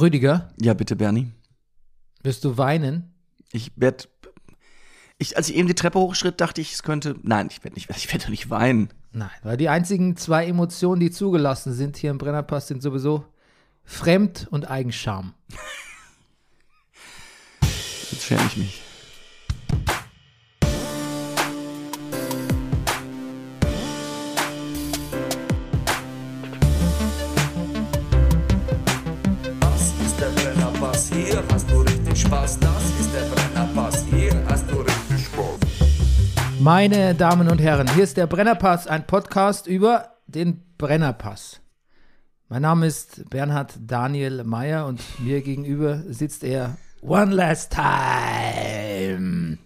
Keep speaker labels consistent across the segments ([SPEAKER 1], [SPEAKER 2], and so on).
[SPEAKER 1] Rüdiger,
[SPEAKER 2] Ja, bitte, Bernie.
[SPEAKER 1] wirst du weinen?
[SPEAKER 2] Ich werd. Ich, als ich eben die Treppe hochschritt, dachte ich, es könnte. Nein, ich werde nicht, ich werd doch nicht weinen.
[SPEAKER 1] Nein, weil die einzigen zwei Emotionen, die zugelassen sind hier im Brennerpass, sind sowieso Fremd und Eigenscham.
[SPEAKER 2] Jetzt schäme ich mich.
[SPEAKER 3] Das ist der Brennerpass, hier hast du richtig Spaß. Das ist der Brennerpass, hier hast du richtig Spaß.
[SPEAKER 1] Meine Damen und Herren, hier ist der Brennerpass, ein Podcast über den Brennerpass. Mein Name ist Bernhard Daniel Meyer und mir gegenüber sitzt er One Last Time.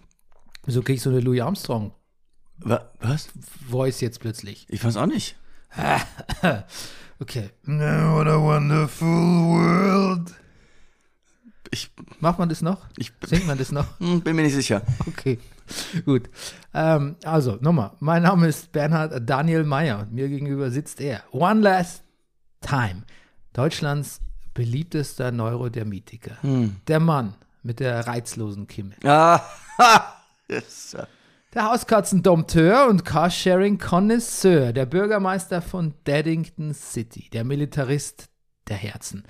[SPEAKER 1] Wieso krieg ich so eine Louis Armstrong
[SPEAKER 2] Wa was?
[SPEAKER 1] Voice jetzt plötzlich?
[SPEAKER 2] Ich weiß auch nicht.
[SPEAKER 1] Okay. What a wonderful world.
[SPEAKER 2] Ich
[SPEAKER 1] Macht man das noch?
[SPEAKER 2] Ich-
[SPEAKER 1] Singt man das noch?
[SPEAKER 2] hm, bin mir nicht sicher.
[SPEAKER 1] Okay, gut. Ähm, also, nochmal. Mein Name ist Bernhard Daniel Meyer und mir gegenüber sitzt er. One Last Time. Deutschlands beliebtester Neurodermitiker. Der Mann mit der reizlosen Kimme.
[SPEAKER 2] Ah, ha! Yes, sir.
[SPEAKER 1] Der Hauskatzendompteur und carsharing connoisseur Der Bürgermeister von Daddington City. Der Militarist der Herzen.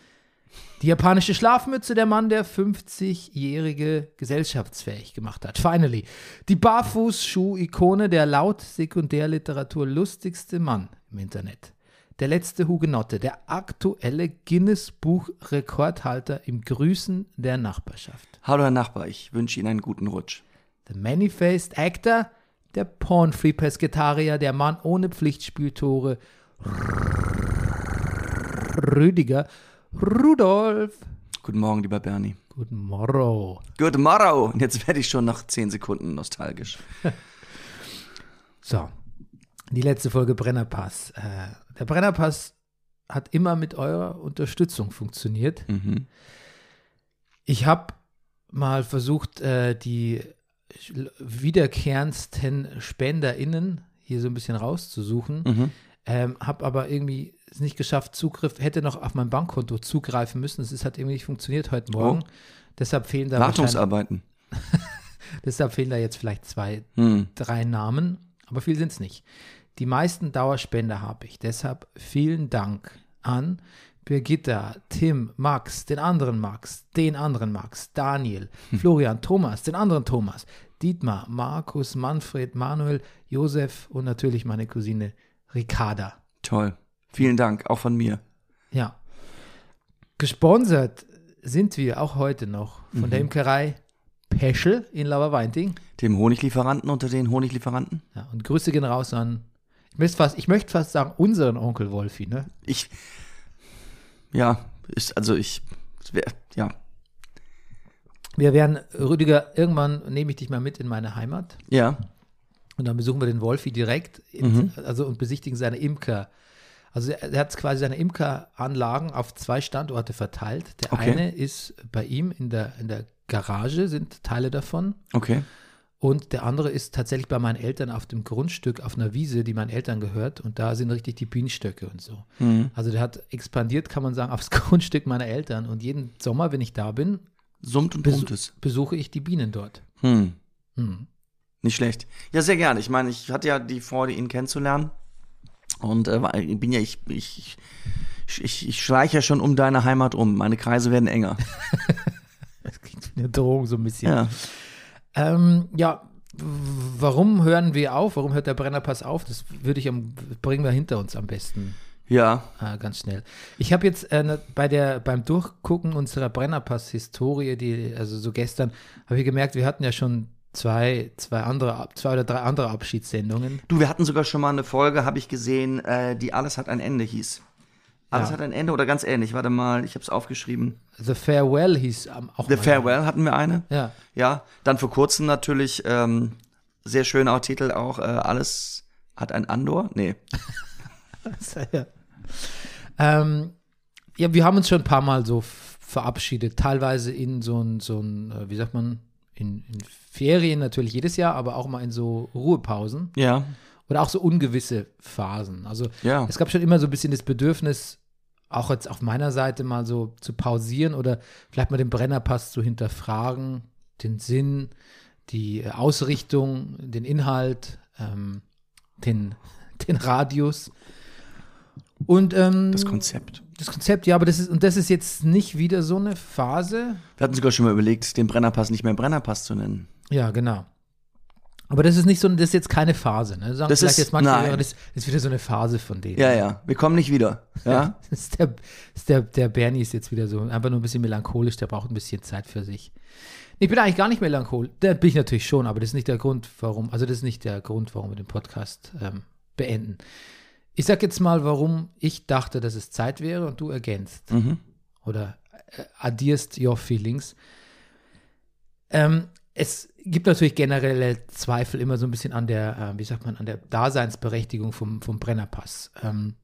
[SPEAKER 1] Die japanische Schlafmütze, der Mann, der 50-Jährige gesellschaftsfähig gemacht hat. Finally. Die Barfußschuh-Ikone, der laut Sekundärliteratur lustigste Mann im Internet. Der letzte Hugenotte, der aktuelle Guinness-Buch-Rekordhalter im Grüßen der Nachbarschaft.
[SPEAKER 2] Hallo, Herr Nachbar, ich wünsche Ihnen einen guten Rutsch.
[SPEAKER 1] The Many-Faced Actor, der Porn-Free-Pesketarier, der Mann ohne Pflichtspieltore, Rüdiger, Rudolf.
[SPEAKER 2] Guten Morgen, lieber Bernie.
[SPEAKER 1] Guten Morrow.
[SPEAKER 2] Good morrow. Und jetzt werde ich schon nach 10 Sekunden nostalgisch.
[SPEAKER 1] So, die letzte Folge Brennerpass. Äh, der Brennerpass hat immer mit eurer Unterstützung funktioniert.
[SPEAKER 2] Mhm.
[SPEAKER 1] Ich habe mal versucht, äh, die sch- wiederkehrendsten SpenderInnen hier so ein bisschen rauszusuchen.
[SPEAKER 2] Mhm.
[SPEAKER 1] Ähm, habe aber irgendwie es nicht geschafft, Zugriff, hätte noch auf mein Bankkonto zugreifen müssen. Es ist- hat irgendwie nicht funktioniert heute Morgen. Deshalb fehlen da wahrscheinlich-
[SPEAKER 2] Wartungsarbeiten.
[SPEAKER 1] deshalb fehlen da jetzt vielleicht zwei,
[SPEAKER 2] Hm.
[SPEAKER 1] drei Namen, aber viel sind es nicht. Die meisten Dauerspender habe ich. Deshalb vielen Dank an Birgitta, Tim, Max, den anderen Max, den anderen Max, Daniel, Florian, Thomas, den anderen Thomas, Dietmar, Markus, Manfred, Manuel, Josef und natürlich meine Cousine Ricarda.
[SPEAKER 2] Toll. Vielen Dank, auch von mir.
[SPEAKER 1] Ja. Gesponsert sind wir auch heute noch von der Imkerei Peschel in Lauerweinting.
[SPEAKER 2] Dem Honiglieferanten unter den Honiglieferanten?
[SPEAKER 1] Ja, und Grüße gehen raus an, ich möchte fast, ich möchte fast sagen, unseren Onkel Wolfi, ne?
[SPEAKER 2] Ich. Ja, ist, also ich. es wär- Ja,
[SPEAKER 1] Wir werden, Rüdiger, irgendwann nehme ich dich mal mit in meine Heimat
[SPEAKER 2] ja.
[SPEAKER 1] und dann besuchen wir den Wolfi direkt in, also und besichtigen seine Imker. Also er, er hat quasi seine Imkeranlagen auf zwei Standorte verteilt. Der
[SPEAKER 2] Okay.
[SPEAKER 1] eine ist bei ihm in der, in der Garage, sind Teile davon.
[SPEAKER 2] Okay.
[SPEAKER 1] Und der andere ist tatsächlich bei meinen Eltern auf dem Grundstück, auf einer Wiese, die meinen Eltern gehört. Und da sind richtig die Bienenstöcke und so.
[SPEAKER 2] Hm.
[SPEAKER 1] Also der hat expandiert, kann man sagen, aufs Grundstück meiner Eltern. Und jeden Sommer, wenn ich da bin,
[SPEAKER 2] Summt und
[SPEAKER 1] besu
[SPEAKER 2] brummt es.
[SPEAKER 1] besuche ich die Bienen dort.
[SPEAKER 2] Hm.
[SPEAKER 1] Hm.
[SPEAKER 2] Nicht schlecht. Ja, sehr gerne. Ich meine, ich hatte ja die Freude, ihn kennenzulernen. Und äh, war- ich bin ja, ich, ich, ich, ich, ich schleiche ja schon um deine Heimat um. Meine Kreise werden enger.
[SPEAKER 1] Das klingt wie eine Drohung so ein bisschen.
[SPEAKER 2] Ja.
[SPEAKER 1] Ähm, ja, w- warum hören wir auf? Warum hört der Brennerpass auf? Das würde ich am, bringen wir hinter uns am besten.
[SPEAKER 2] Ja.
[SPEAKER 1] Ah, ganz schnell. Ich habe jetzt äh, ne- bei der, beim Durchgucken unserer Brennerpass-Historie, die, also so gestern, habe ich gemerkt, wir hatten ja schon zwei, zwei andere, Ab- zwei oder drei andere Abschiedssendungen.
[SPEAKER 2] Du, wir hatten sogar schon mal eine Folge, habe ich gesehen, äh, die Alles hat ein Ende hieß. Alles
[SPEAKER 1] Ja. Oh
[SPEAKER 2] hat ein Ende oder ganz ähnlich. Warte mal, ich habe es aufgeschrieben.
[SPEAKER 1] The Farewell hieß am- auch.
[SPEAKER 2] The
[SPEAKER 1] mal.
[SPEAKER 2] Farewell hatten wir eine.
[SPEAKER 1] Ja.
[SPEAKER 2] Ja, dann vor kurzem natürlich, ähm, sehr schöner Titel auch, äh, alles hat ein Andor? Nee.
[SPEAKER 1] ja. Ähm, ja, wir haben uns schon ein paar Mal so f- verabschiedet, teilweise in so ein, so ein äh, wie sagt man, in, in Ferien natürlich jedes Jahr, aber auch mal in so Ruhepausen.
[SPEAKER 2] Ja.
[SPEAKER 1] Oder auch so ungewisse Phasen. Also
[SPEAKER 2] Ja. Oh.
[SPEAKER 1] es gab schon immer so ein bisschen das Bedürfnis, auch jetzt auf meiner Seite mal so zu pausieren oder vielleicht mal den Brennerpass zu hinterfragen, den Sinn, die äh, Ausrichtung, den Inhalt, ähm, den, den Radius. Und ähm,
[SPEAKER 2] Das Konzept.
[SPEAKER 1] das Konzept, ja, aber das ist, und das ist jetzt nicht wieder so eine Phase.
[SPEAKER 2] Wir hatten sogar schon mal überlegt, den Brennerpass nicht mehr Brennerpass zu nennen.
[SPEAKER 1] Ja, genau. Aber das ist nicht so, das ist jetzt keine Phase, ne? Sagen
[SPEAKER 2] Das
[SPEAKER 1] vielleicht
[SPEAKER 2] ist-
[SPEAKER 1] jetzt manche,
[SPEAKER 2] nein.
[SPEAKER 1] Hörer, das ist wieder so eine Phase von denen.
[SPEAKER 2] Ja, ja. Wir kommen nicht wieder. Ja.
[SPEAKER 1] Das ist der, ist der, der Bernie ist jetzt wieder so einfach nur ein bisschen melancholisch, der braucht ein bisschen Zeit für sich. Ich bin eigentlich gar nicht melancholisch. Da bin ich natürlich schon, aber das ist nicht der Grund, warum, also das ist nicht der Grund, warum wir den Podcast ähm, beenden. Ich sag jetzt mal, warum ich dachte, dass es Zeit wäre und du ergänzt
[SPEAKER 2] Mhm.
[SPEAKER 1] oder äh, addierst your feelings. Ähm, es gibt natürlich generelle Zweifel immer so ein bisschen an der, äh, wie sagt man, an der Daseinsberechtigung vom, vom Brennerpass. Ähm,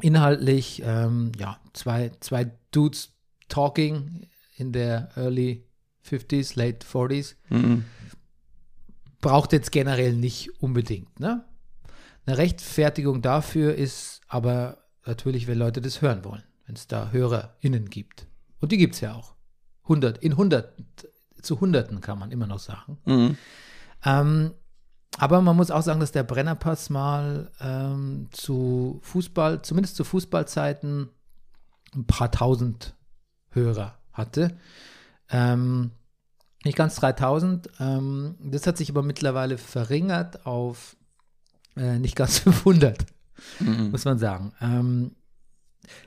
[SPEAKER 1] inhaltlich, ähm, ja, zwei, zwei Dudes talking in der early 50s, late 40s
[SPEAKER 2] Mhm.
[SPEAKER 1] braucht jetzt generell nicht unbedingt. Ne? Eine Rechtfertigung dafür ist aber natürlich, wenn Leute das hören wollen, wenn es da HörerInnen gibt. Und die gibt es ja auch. Hundert, in Hunderten, zu Hunderten kann man immer noch sagen.
[SPEAKER 2] Mhm.
[SPEAKER 1] Ähm, aber man muss auch sagen, dass der Brennerpass mal ähm, zu Fußball, zumindest zu Fußballzeiten, ein paar tausend Hörer hatte. Ähm, nicht ganz 3000. Ähm, das hat sich aber mittlerweile verringert auf äh, nicht ganz 500,
[SPEAKER 2] Hm. Mhm.
[SPEAKER 1] muss man sagen. Ähm,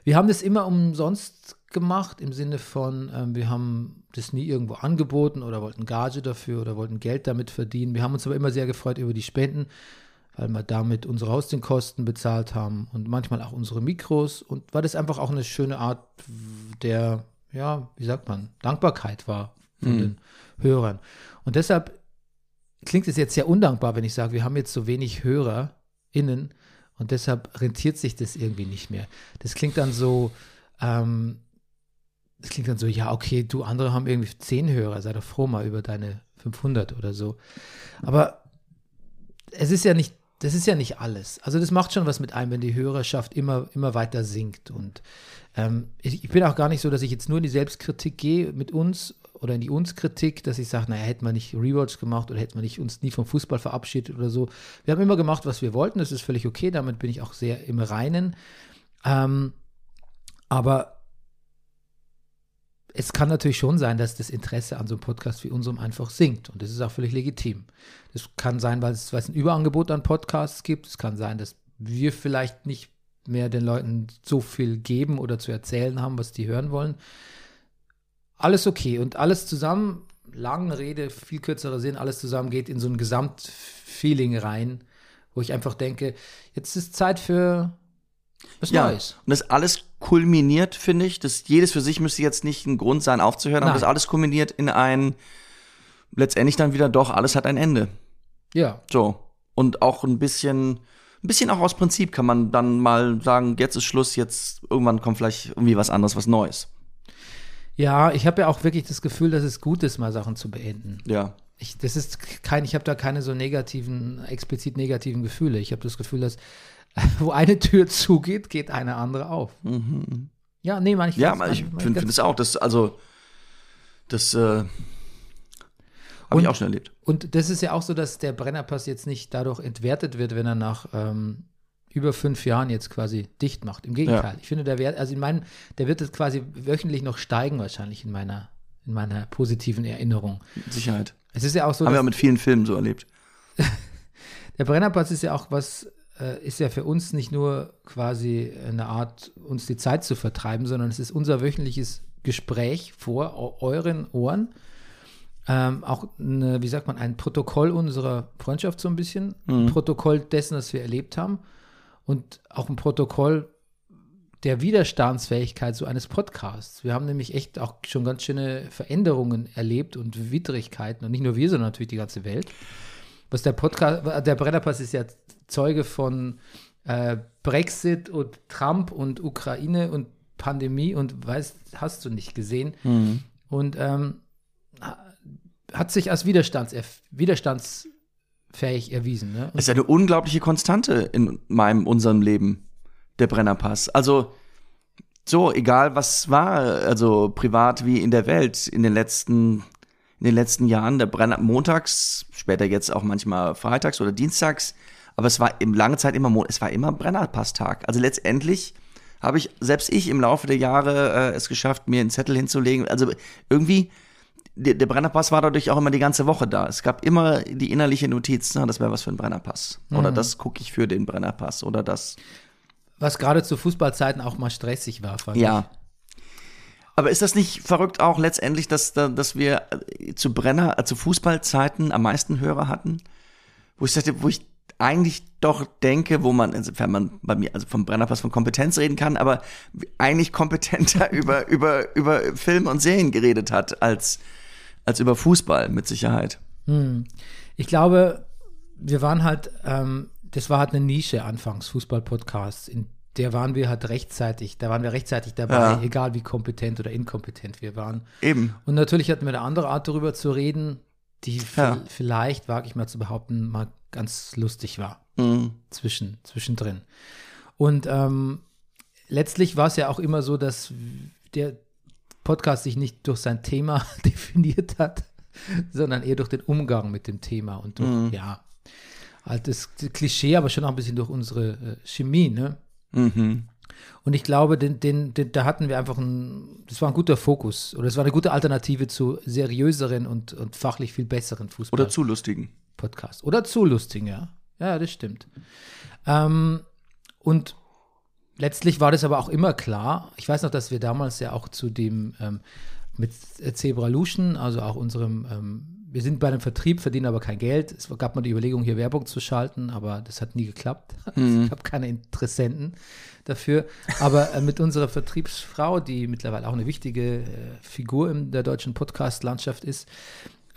[SPEAKER 1] wir haben das immer umsonst gemacht, im Sinne von, ähm, wir haben das nie irgendwo angeboten oder wollten Gage dafür oder wollten Geld damit verdienen. Wir haben uns aber immer sehr gefreut über die Spenden, weil wir damit unsere Hostingkosten bezahlt haben und manchmal auch unsere Mikros und weil das einfach auch eine schöne Art der, ja, wie sagt man, Dankbarkeit war von
[SPEAKER 2] Mhm.
[SPEAKER 1] den Hörern. Und deshalb klingt es jetzt sehr undankbar, wenn ich sage, wir haben jetzt so wenig HörerInnen und deshalb rentiert sich das irgendwie nicht mehr. Das klingt dann so, ähm, das klingt dann so, ja, okay, du andere haben irgendwie zehn Hörer, sei doch froh mal über deine 500 oder so. Aber es ist ja nicht, das ist ja nicht alles. Also das macht schon was mit einem, wenn die Hörerschaft immer, immer weiter sinkt. Und ähm, ich, ich bin auch gar nicht so, dass ich jetzt nur in die Selbstkritik gehe mit uns oder in die Uns-Kritik, dass ich sage, naja, hätten wir nicht Rewatch gemacht oder hätten wir nicht uns nie vom Fußball verabschiedet oder so. Wir haben immer gemacht, was wir wollten. Das ist völlig okay. Damit bin ich auch sehr im Reinen. Ähm, aber es kann natürlich schon sein, dass das Interesse an so einem Podcast wie unserem einfach sinkt. Und das ist auch völlig legitim. Das kann sein, weil es, weil es ein Überangebot an Podcasts gibt. Es kann sein, dass wir vielleicht nicht mehr den Leuten so viel geben oder zu erzählen haben, was die hören wollen. Alles okay. Und alles zusammen, lange Rede, viel kürzerer Sinn, alles zusammen geht in so ein Gesamtfeeling rein, wo ich einfach denke, jetzt ist Zeit für was
[SPEAKER 2] Ja.
[SPEAKER 1] Neues.
[SPEAKER 2] Und das alles kulminiert, finde ich. Das jedes für sich müsste jetzt nicht ein Grund sein, aufzuhören, aber
[SPEAKER 1] Nein.
[SPEAKER 2] das alles kulminiert in ein letztendlich dann wieder doch, alles hat ein Ende.
[SPEAKER 1] Ja.
[SPEAKER 2] So. Und auch ein bisschen, ein bisschen auch aus Prinzip kann man dann mal sagen, jetzt ist Schluss, jetzt irgendwann kommt vielleicht irgendwie was anderes, was Neues.
[SPEAKER 1] Ja, ich habe ja auch wirklich das Gefühl, dass es gut ist, mal Sachen zu beenden.
[SPEAKER 2] Ja.
[SPEAKER 1] Ich, das ist kein, ich habe da keine so negativen, explizit negativen Gefühle. Ich habe das Gefühl, dass wo eine Tür zugeht, geht eine andere auf. Ja, nee, meine ich
[SPEAKER 2] Mhm. Ja,
[SPEAKER 1] ganz-
[SPEAKER 2] aber ich
[SPEAKER 1] meine
[SPEAKER 2] finde
[SPEAKER 1] ganz-
[SPEAKER 2] find das auch. Das, also, das äh, habe
[SPEAKER 1] Und-
[SPEAKER 2] ich auch schon erlebt.
[SPEAKER 1] Und das ist ja auch so, dass der Brennerpass jetzt nicht dadurch entwertet wird, wenn er nach ähm, über fünf Jahren jetzt quasi dicht macht. Im Gegenteil. Ich finde, der Wert, also in meinem, der wird jetzt quasi wöchentlich noch steigen wahrscheinlich in meiner, in meiner positiven Erinnerung.
[SPEAKER 2] Mit Sicherheit.
[SPEAKER 1] Es ist ja auch so,
[SPEAKER 2] Haben wir
[SPEAKER 1] dass-
[SPEAKER 2] auch mit vielen Filmen so erlebt.
[SPEAKER 1] Der Brennerpass ist ja auch was, äh, ist ja für uns nicht nur quasi eine Art, uns die Zeit zu vertreiben, sondern es ist unser wöchentliches Gespräch vor eu- euren Ohren. Ähm, auch, eine, wie sagt man, ein Protokoll unserer Freundschaft so ein bisschen, ein Protokoll dessen, was wir erlebt haben und auch ein Protokoll der Widerstandsfähigkeit so eines Podcasts. Wir haben nämlich echt auch schon ganz schöne Veränderungen erlebt und Widrigkeiten und nicht nur wir, sondern natürlich die ganze Welt. Was der Podcast, der Brennerpass ist ja Zeuge von äh, Brexit und Trump und Ukraine und Pandemie und weißt, hast du nicht gesehen. Und ähm, ha- hat sich als Widerstands widerstandsfähig erwiesen. Ne?
[SPEAKER 2] Es ist eine unglaubliche Konstante in meinem, unserem Leben, der Brennerpass. Also, So, egal was war, also privat wie in der Welt in den letzten, in den letzten Jahren, der Brenner montags, später jetzt auch manchmal freitags oder dienstags, aber es war im lange Zeit immer, Mon- es war immer Brennerpasstag. Also letztendlich habe ich, selbst ich im Laufe der Jahre äh, es geschafft, mir einen Zettel hinzulegen. Also irgendwie, der, der Brennerpass war dadurch auch immer die ganze Woche da. Es gab immer die innerliche Notiz, na, das wäre was für ein Brennerpass. Oder das gucke ich für den Brennerpass. Oder das.
[SPEAKER 1] Was gerade zu Fußballzeiten auch mal stressig war, fand
[SPEAKER 2] Ja. Aber ist das nicht verrückt auch letztendlich, dass, da- dass wir äh, zu Brenner, äh, zu Fußballzeiten am meisten Hörer hatten? Wo ich sagte, wo ich eigentlich doch denke, wo man, insofern man bei mir, also vom Brennerpass von Kompetenz reden kann, aber eigentlich kompetenter über, über, über Film und Serien geredet hat als, als über Fußball, mit Sicherheit.
[SPEAKER 1] ich. Ich glaube, wir waren halt, ähm, das war halt eine Nische anfangs, Fußball-Podcasts. In der waren wir halt rechtzeitig, da waren wir rechtzeitig dabei,
[SPEAKER 2] Ja.
[SPEAKER 1] egal wie kompetent oder inkompetent wir waren.
[SPEAKER 2] Eben.
[SPEAKER 1] Und natürlich hatten wir eine andere Art darüber zu reden, die vi-
[SPEAKER 2] Ja.
[SPEAKER 1] vielleicht, wage ich mal zu behaupten, mal ganz lustig war.
[SPEAKER 2] Mhm.
[SPEAKER 1] Zwischen, zwischendrin. Und ähm, letztlich war es ja auch immer so, dass der Podcast sich nicht durch sein Thema definiert hat, sondern eher durch den Umgang mit dem Thema und durch, ja, halt das Klischee, aber schon auch ein bisschen durch unsere äh, Chemie, ne?
[SPEAKER 2] Mhm.
[SPEAKER 1] Und ich glaube, den, den, den, da hatten wir einfach ein, das war ein guter Fokus oder es war eine gute Alternative zu seriöseren und, und fachlich viel besseren
[SPEAKER 2] Oder zu lustigen.
[SPEAKER 1] Fußball-Podcasts. Oder zu lustigen, ja. Ja, das stimmt. Ähm, und letztlich war das aber auch immer klar. Ich weiß noch, dass wir damals ja auch zu dem ähm, mit Zebra Lution, also auch unserem, ähm, wir sind bei einem Vertrieb, verdienen aber kein Geld. Es gab mal die Überlegung, hier Werbung zu schalten, aber das hat nie geklappt. Also Es gab keine Interessenten dafür. Aber äh, mit unserer Vertriebsfrau, die mittlerweile auch eine wichtige äh, Figur in der deutschen Podcast-Landschaft ist,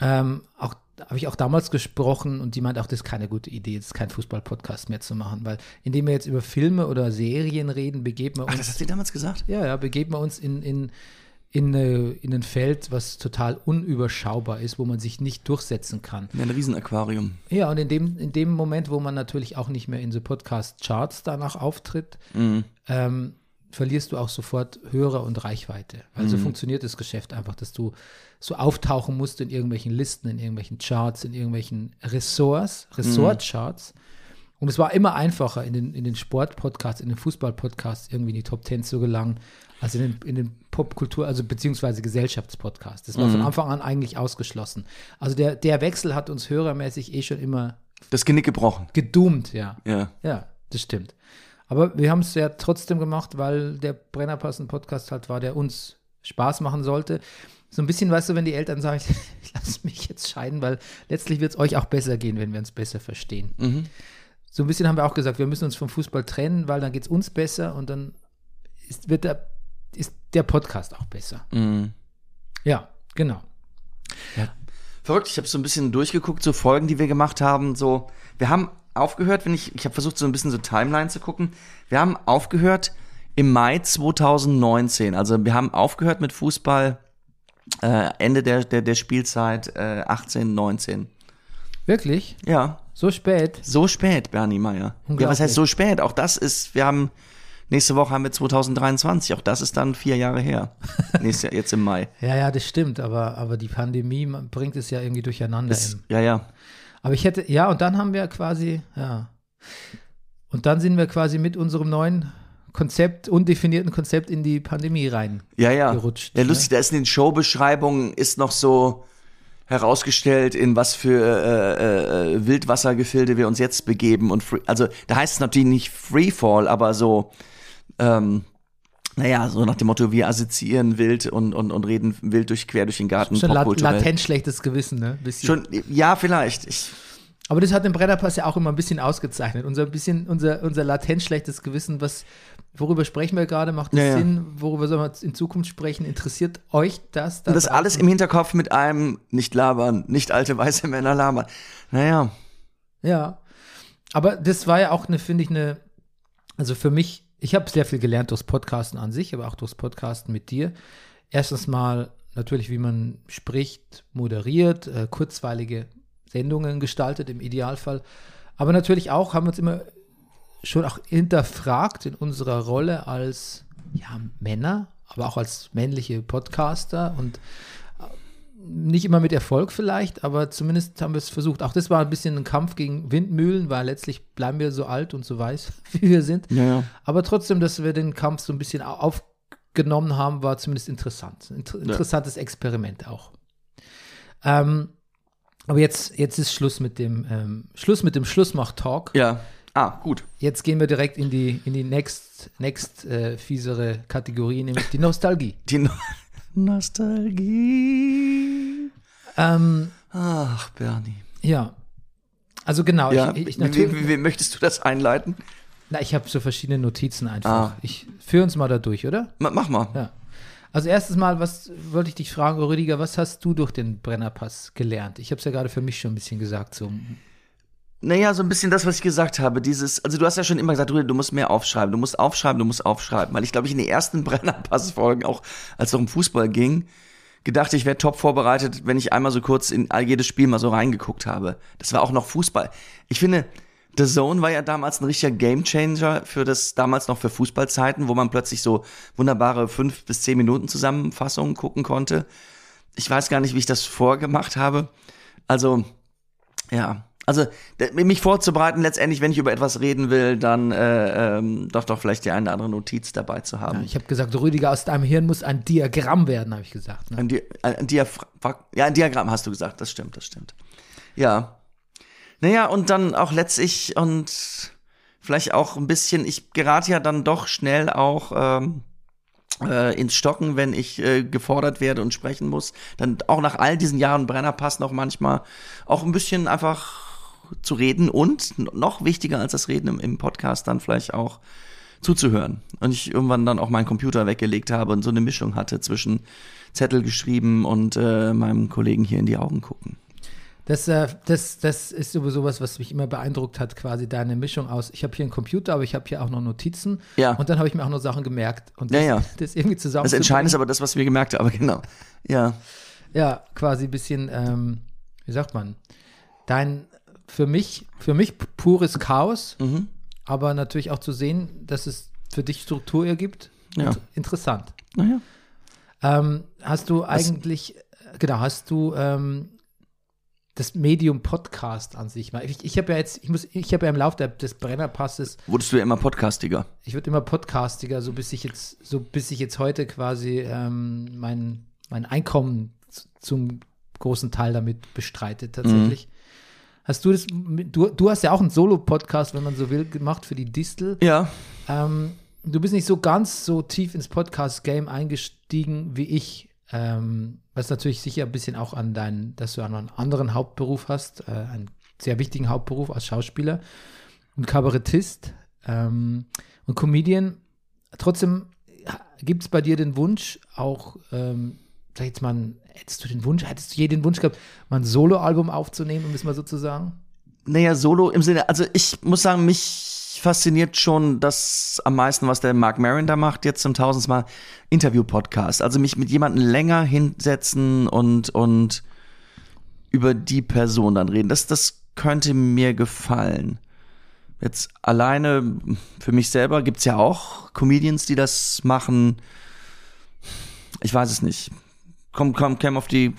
[SPEAKER 1] ähm, auch habe ich auch damals gesprochen und die meint auch, das ist keine gute Idee, jetzt keinen Fußball-Podcast mehr zu machen, weil indem wir jetzt über Filme oder Serien reden, begeben wir
[SPEAKER 2] Ach,
[SPEAKER 1] uns
[SPEAKER 2] das hast du damals gesagt?
[SPEAKER 1] ja, ja, begeben wir uns in, in, in, äh, in ein Feld, was total unüberschaubar ist, wo man sich nicht durchsetzen kann.
[SPEAKER 2] Ja, ein Riesenaquarium.
[SPEAKER 1] Ja, und in dem, in dem Moment, wo man natürlich auch nicht mehr in so Podcast-Charts danach auftritt, ähm, verlierst du auch sofort Hörer und Reichweite. Weil so funktioniert das Geschäft einfach, dass du so auftauchen musst in irgendwelchen Listen, in irgendwelchen Charts, in irgendwelchen Ressorts, Ressort-Charts. Und es war immer einfacher, in den, in den Sport-Podcasts, in den Fußball-Podcasts irgendwie in die Top Ten zu gelangen, als in den, in den Popkultur, also beziehungsweise Gesellschaftspodcast. Das war von Anfang an eigentlich ausgeschlossen. Also der, der Wechsel hat uns hörermäßig eh schon immer
[SPEAKER 2] Das Genick gebrochen.
[SPEAKER 1] gedoomt, ja.
[SPEAKER 2] Ja.
[SPEAKER 1] Ja, das stimmt. Aber wir haben es ja trotzdem gemacht, weil der Brennerpass ein Podcast halt war, der uns Spaß machen sollte. So ein bisschen, weißt du, wenn die Eltern sagen, ich lasse mich jetzt scheiden, weil letztlich wird es euch auch besser gehen, wenn wir uns besser verstehen. So ein bisschen haben wir auch gesagt, wir müssen uns vom Fußball trennen, weil dann geht es uns besser und dann ist, wird der, ist der Podcast auch besser.
[SPEAKER 2] Mhm.
[SPEAKER 1] Ja, genau.
[SPEAKER 2] Verrückt, ich habe so ein bisschen durchgeguckt, so Folgen, die wir gemacht haben. So, wir haben aufgehört, wenn ich, ich habe versucht, so ein bisschen so Timeline zu gucken. Wir haben aufgehört im Mai 2019. Also wir haben aufgehört mit Fußball äh, Ende der, der, der Spielzeit äh, 18, 19.
[SPEAKER 1] Wirklich?
[SPEAKER 2] Ja,
[SPEAKER 1] So spät?
[SPEAKER 2] so spät, Bernie Meyer. Ja, was
[SPEAKER 1] Unglaublich.
[SPEAKER 2] heißt so spät? Auch das ist, wir haben, nächste Woche haben wir 2023. Auch das ist dann vier Jahre her. Nächstes Jahr, jetzt im Mai.
[SPEAKER 1] Ja, ja, das stimmt, aber, aber die Pandemie bringt es ja irgendwie durcheinander. im-
[SPEAKER 2] Ja, ja.
[SPEAKER 1] Aber ich hätte, ja, und dann haben wir quasi, ja. Und dann sind wir quasi mit unserem neuen Konzept, undefinierten Konzept in die Pandemie rein.
[SPEAKER 2] Ja, ja.
[SPEAKER 1] gerutscht,
[SPEAKER 2] ja,
[SPEAKER 1] ne?
[SPEAKER 2] lustig, da ist in den Showbeschreibungen ist noch so herausgestellt, in was für äh, äh, äh, Wildwassergefilde wir uns jetzt begeben. Und free, also da heißt es natürlich nicht Freefall, aber so, ähm, naja, so nach dem Motto, wir assoziieren wild und, und, und reden wild durch quer durch den Garten.
[SPEAKER 1] Schon lat
[SPEAKER 2] popkulturell.
[SPEAKER 1] latent schlechtes Gewissen, ne? Bisschen.
[SPEAKER 2] Schon, ja, vielleicht. Ich,
[SPEAKER 1] Aber das hat den Brennerpass ja auch immer ein bisschen ausgezeichnet. Unser bisschen, unser, unser latent schlechtes Gewissen, was, worüber sprechen wir gerade, macht das
[SPEAKER 2] Ja, ja.
[SPEAKER 1] Sinn, worüber sollen wir in Zukunft sprechen? Interessiert euch das?
[SPEAKER 2] und das alles im Hinterkopf mit einem nicht labern, nicht alte weiße Männer labern. Naja,
[SPEAKER 1] Ja. Aber das war ja auch eine, finde ich, eine, also für mich, ich habe sehr viel gelernt durchs Podcasten an sich, aber auch durchs Podcasten mit dir. Erstens mal natürlich, wie man spricht, moderiert, äh, kurzweilige Sendungen gestaltet im Idealfall. Aber natürlich auch haben wir uns immer schon auch hinterfragt in unserer Rolle als ja, Männer, aber auch als männliche Podcaster und äh, nicht immer mit Erfolg vielleicht, aber zumindest haben wir es versucht. Auch das war ein bisschen ein Kampf gegen Windmühlen, weil letztlich bleiben wir so alt und so weiß, wie wir sind.
[SPEAKER 2] Ja, ja.
[SPEAKER 1] Aber trotzdem, dass wir den Kampf so ein bisschen au- aufgenommen haben, war zumindest interessant. Inter Interessantes Experiment auch. Ähm, aber jetzt, jetzt ist Schluss mit dem ähm, Schluss mit dem Schlussmach-Talk.
[SPEAKER 2] Ja. Ah, gut.
[SPEAKER 1] Jetzt gehen wir direkt in die, in die next, next äh, fiesere Kategorie, nämlich die Nostalgie.
[SPEAKER 2] Die No- Nostalgie.
[SPEAKER 1] Ähm,
[SPEAKER 2] Ach, Bernie.
[SPEAKER 1] ja. Also genau,
[SPEAKER 2] Ja,
[SPEAKER 1] ich, ich
[SPEAKER 2] wie,
[SPEAKER 1] natürlich.
[SPEAKER 2] wie, wie möchtest du das einleiten?
[SPEAKER 1] Na, ich habe so verschiedene Notizen einfach.
[SPEAKER 2] Ah.
[SPEAKER 1] Ich führe uns mal da durch, oder?
[SPEAKER 2] Ma- Mach mal.
[SPEAKER 1] Ja. Also erstes Mal, was wollte ich dich fragen, Rüdiger, was hast du durch den Brennerpass gelernt? Ich habe es ja gerade für mich schon ein bisschen gesagt. So.
[SPEAKER 2] Naja, so ein bisschen das, was ich gesagt habe. Dieses, also du hast ja schon immer gesagt, Rudi, du musst mehr aufschreiben, du musst aufschreiben, du musst aufschreiben. Weil ich glaube, ich in den ersten Brennerpass-Folgen, auch als es noch um Fußball ging, gedacht, ich wäre top vorbereitet, wenn ich einmal so kurz in all jedes Spiel mal so reingeguckt habe. Das war auch noch Fußball. Ich finde, The Zone war ja damals ein richtiger Gamechanger für das damals noch für Fußballzeiten, wo man plötzlich so wunderbare fünf bis zehn Minuten Zusammenfassungen gucken konnte. Ich weiß gar nicht, wie ich das vorgemacht habe. Also, ja. Also, d- mich vorzubereiten, letztendlich, wenn ich über etwas reden will, dann äh, ähm, doch doch vielleicht die eine oder andere Notiz dabei zu haben.
[SPEAKER 1] Ja, ich habe gesagt, Rüdiger, aus deinem Hirn muss ein Diagramm werden, habe ich gesagt. Ne?
[SPEAKER 2] Ein, Di ein, ein Diaphrag- ja, ein Diagramm hast du gesagt, das stimmt, das stimmt. Ja. Naja, und dann auch letztlich und vielleicht auch ein bisschen, ich gerate ja dann doch schnell auch ähm, äh, ins Stocken, wenn ich äh, gefordert werde und sprechen muss. Dann auch nach all diesen Jahren Brennerpass noch manchmal auch ein bisschen einfach zu reden und n- noch wichtiger als das Reden im, im Podcast dann vielleicht auch zuzuhören. Und ich irgendwann dann auch meinen Computer weggelegt habe und so eine Mischung hatte zwischen Zettel geschrieben und äh, meinem Kollegen hier in die Augen gucken.
[SPEAKER 1] Das, äh, das, das ist sowieso was, was mich immer beeindruckt hat, quasi deine Mischung aus. Ich habe hier einen Computer, aber ich habe hier auch noch Notizen.
[SPEAKER 2] Ja.
[SPEAKER 1] Und dann habe ich mir auch noch Sachen gemerkt. Und
[SPEAKER 2] Ja,
[SPEAKER 1] das,
[SPEAKER 2] ja.
[SPEAKER 1] das irgendwie zusammen.
[SPEAKER 2] Das Entscheidende ist aber das, was wir gemerkt haben, genau. Ja,
[SPEAKER 1] Ja, quasi ein bisschen, ähm, wie sagt man, dein, für mich, für mich pures Chaos,
[SPEAKER 2] Mhm.
[SPEAKER 1] aber natürlich auch zu sehen, dass es für dich Struktur ergibt.
[SPEAKER 2] Ja.
[SPEAKER 1] Int- Interessant.
[SPEAKER 2] naja.
[SPEAKER 1] Ähm, hast du eigentlich, äh, genau, hast du ähm, das Medium Podcast an sich mal? Ich, ich habe ja jetzt, ich muss, ich habe ja im Laufe der, des Brennerpasses,
[SPEAKER 2] Wurdest du ja immer podcastiger.
[SPEAKER 1] ich würde immer podcastiger, so bis ich jetzt, so bis ich jetzt heute quasi ähm, mein, mein Einkommen z- zum großen Teil damit bestreite tatsächlich. Hast du das, mit- du, du hast ja auch einen Solo-Podcast, wenn man so will, gemacht für die Distel.
[SPEAKER 2] Ja,
[SPEAKER 1] Ähm, du bist nicht so ganz so tief ins Podcast-Game eingestiegen wie ich. Ähm, was natürlich sicher ein bisschen auch an deinen, dass du an einen anderen Hauptberuf hast, äh, einen sehr wichtigen Hauptberuf als Schauspieler und Kabarettist ähm, und Comedian. Trotzdem gibt es bei dir den Wunsch, auch, ähm, sag ich jetzt mal, hättest du den Wunsch, hättest du je den Wunsch gehabt, mal ein Soloalbum aufzunehmen, um es mal so zu sagen?
[SPEAKER 2] Naja, Solo im Sinne, also ich muss sagen, mich fasziniert schon das am meisten, was der Mark Maron da macht, jetzt zum tausendmal Interview-Podcast. Also mich mit jemandem länger hinsetzen und, und über die Person dann reden. Das, das könnte mir gefallen. Jetzt alleine für mich selber gibt's ja auch Comedians, die das machen. Ich weiß es nicht. Komm, komm, käme auf die.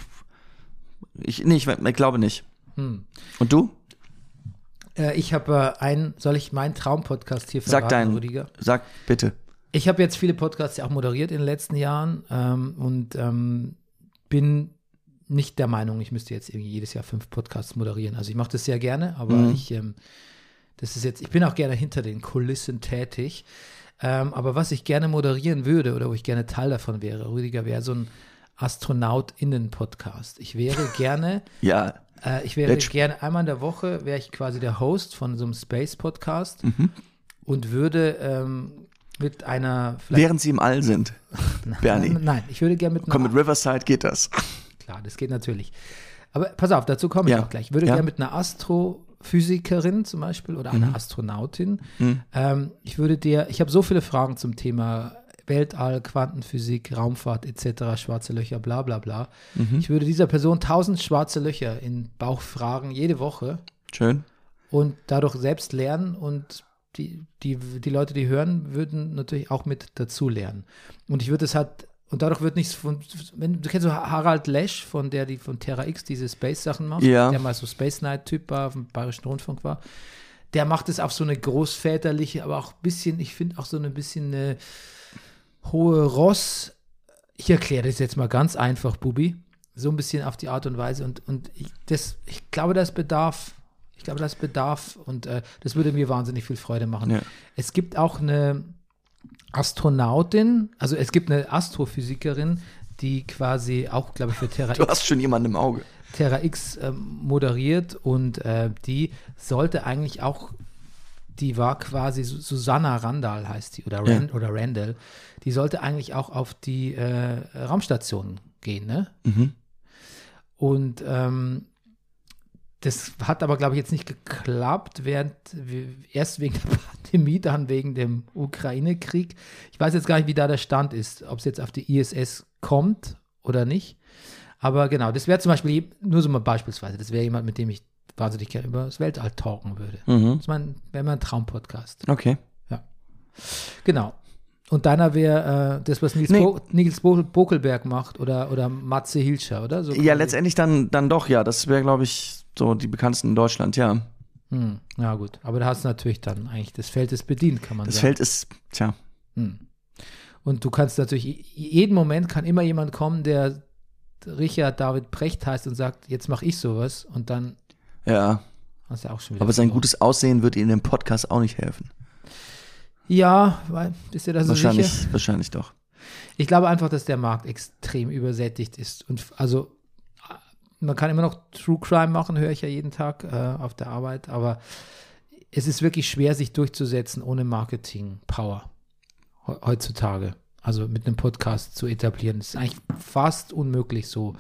[SPEAKER 2] Ich, nee, ich, ich glaube nicht. Und
[SPEAKER 1] Hm.
[SPEAKER 2] du?
[SPEAKER 1] Äh, ich habe äh, einen, soll ich meinen Traumpodcast hier verraten,
[SPEAKER 2] Sag deinen.
[SPEAKER 1] Rüdiger?
[SPEAKER 2] Sag bitte.
[SPEAKER 1] Ich habe jetzt viele Podcasts ja auch moderiert in den letzten Jahren ähm, und ähm, bin nicht der Meinung, ich müsste jetzt irgendwie jedes Jahr fünf Podcasts moderieren. Also ich mache das sehr gerne, aber ich, ähm, das ist jetzt, ich bin auch gerne hinter den Kulissen tätig. Ähm, aber was ich gerne moderieren würde oder wo ich gerne Teil davon wäre, Rüdiger, wäre so ein Astronautinnen-Podcast. Ich wäre gerne
[SPEAKER 2] Ja.
[SPEAKER 1] äh, ich wäre
[SPEAKER 2] Let's-
[SPEAKER 1] gerne einmal in der Woche, wäre ich quasi der Host von so einem Space-Podcast
[SPEAKER 2] Mhm.
[SPEAKER 1] und würde ähm, mit einer vielleicht.
[SPEAKER 2] Während sie im All sind. Bernie.
[SPEAKER 1] Nein, nein, ich würde gerne mit
[SPEAKER 2] Komm,
[SPEAKER 1] einer.
[SPEAKER 2] mit Riverside geht das.
[SPEAKER 1] klar, das geht natürlich. Aber pass auf, dazu komme
[SPEAKER 2] Ja.
[SPEAKER 1] ich auch gleich. Ich würde
[SPEAKER 2] Ja. Mhm.
[SPEAKER 1] gerne mit einer Astrophysikerin zum Beispiel oder einer Astronautin. Ähm, ich würde dir, ich habe so viele Fragen zum Thema Weltall, Quantenphysik, Raumfahrt etc., schwarze Löcher, bla bla bla.
[SPEAKER 2] Mhm.
[SPEAKER 1] Ich würde dieser Person tausend schwarze Löcher in Bauch fragen, jede Woche.
[SPEAKER 2] Schön.
[SPEAKER 1] und dadurch selbst lernen und die, die, die Leute, die hören, würden natürlich auch mit dazu lernen. Und ich würde es halt, und dadurch wird nichts von, wenn, du kennst so Harald Lesch, von der, die von Terra X diese Space-Sachen macht,
[SPEAKER 2] Ja.
[SPEAKER 1] der mal so Space Night-Typ war, auf dem Bayerischen Rundfunk war. Der macht es auf so eine großväterliche, aber auch ein bisschen, ich finde auch so eine bisschen äh, eine hohe Ross. Ich erkläre das jetzt mal ganz einfach, Bubi. So ein bisschen auf die Art und Weise. Und, und ich, das, ich glaube, das bedarf. Ich glaube, das bedarf. Und äh, das würde mir wahnsinnig viel Freude machen.
[SPEAKER 2] Ja.
[SPEAKER 1] Es gibt auch eine Astronautin, also es gibt eine Astrophysikerin, die quasi auch, glaube ich, für Terra
[SPEAKER 2] Du hast schon jemanden im Auge.
[SPEAKER 1] Terra X ähm, moderiert und äh, die sollte eigentlich auch, die war quasi Su- Susanna Randall heißt die oder, Rand oder Randall, die sollte eigentlich auch auf die äh, Raumstation gehen, ne? Und ähm, das hat aber, glaube ich, jetzt nicht geklappt, während wir- erst wegen der Pandemie, dann wegen dem Ukraine-Krieg. Ich weiß jetzt gar nicht, wie da der Stand ist, ob es jetzt auf die ISS kommt oder nicht. Aber genau, das wäre zum Beispiel, nur so mal beispielsweise, das wäre jemand, mit dem ich wahnsinnig gerne über das Weltall talken würde.
[SPEAKER 2] Mhm.
[SPEAKER 1] Das wäre wär mein Traumpodcast.
[SPEAKER 2] Okay.
[SPEAKER 1] Genau. Und deiner wäre äh, das, was Nils,
[SPEAKER 2] Nee.
[SPEAKER 1] Bo Nils Bo Bokelberg macht oder, oder Matze Hilscher, oder? So
[SPEAKER 2] Ja,
[SPEAKER 1] quasi.
[SPEAKER 2] letztendlich dann, dann doch, ja. Das wäre, glaube ich, so die bekanntesten in Deutschland, ja.
[SPEAKER 1] Hm, na gut, aber da hast du natürlich dann eigentlich, das Feld ist bedient, kann man
[SPEAKER 2] Das
[SPEAKER 1] sagen. Hm.
[SPEAKER 2] Feld ist, tja,
[SPEAKER 1] Und du kannst natürlich, j- jeden Moment kann immer jemand kommen, der Richard David Precht heißt und sagt, jetzt mache ich sowas und dann
[SPEAKER 2] ja.
[SPEAKER 1] hast du ja auch schon wieder.
[SPEAKER 2] Aber sein
[SPEAKER 1] verloren.
[SPEAKER 2] gutes Aussehen wird Ihnen im Podcast auch nicht helfen.
[SPEAKER 1] Ja, weil, ist dir das so
[SPEAKER 2] wahrscheinlich,
[SPEAKER 1] sicher?
[SPEAKER 2] wahrscheinlich doch.
[SPEAKER 1] Ich glaube einfach, dass der Markt extrem übersättigt ist. Und f- also, man kann immer noch True Crime machen, höre ich ja jeden Tag äh, auf der Arbeit, aber es ist wirklich schwer, sich durchzusetzen ohne Marketing-Power he- heutzutage. Also mit einem Podcast zu etablieren. Das ist eigentlich fast unmöglich, so,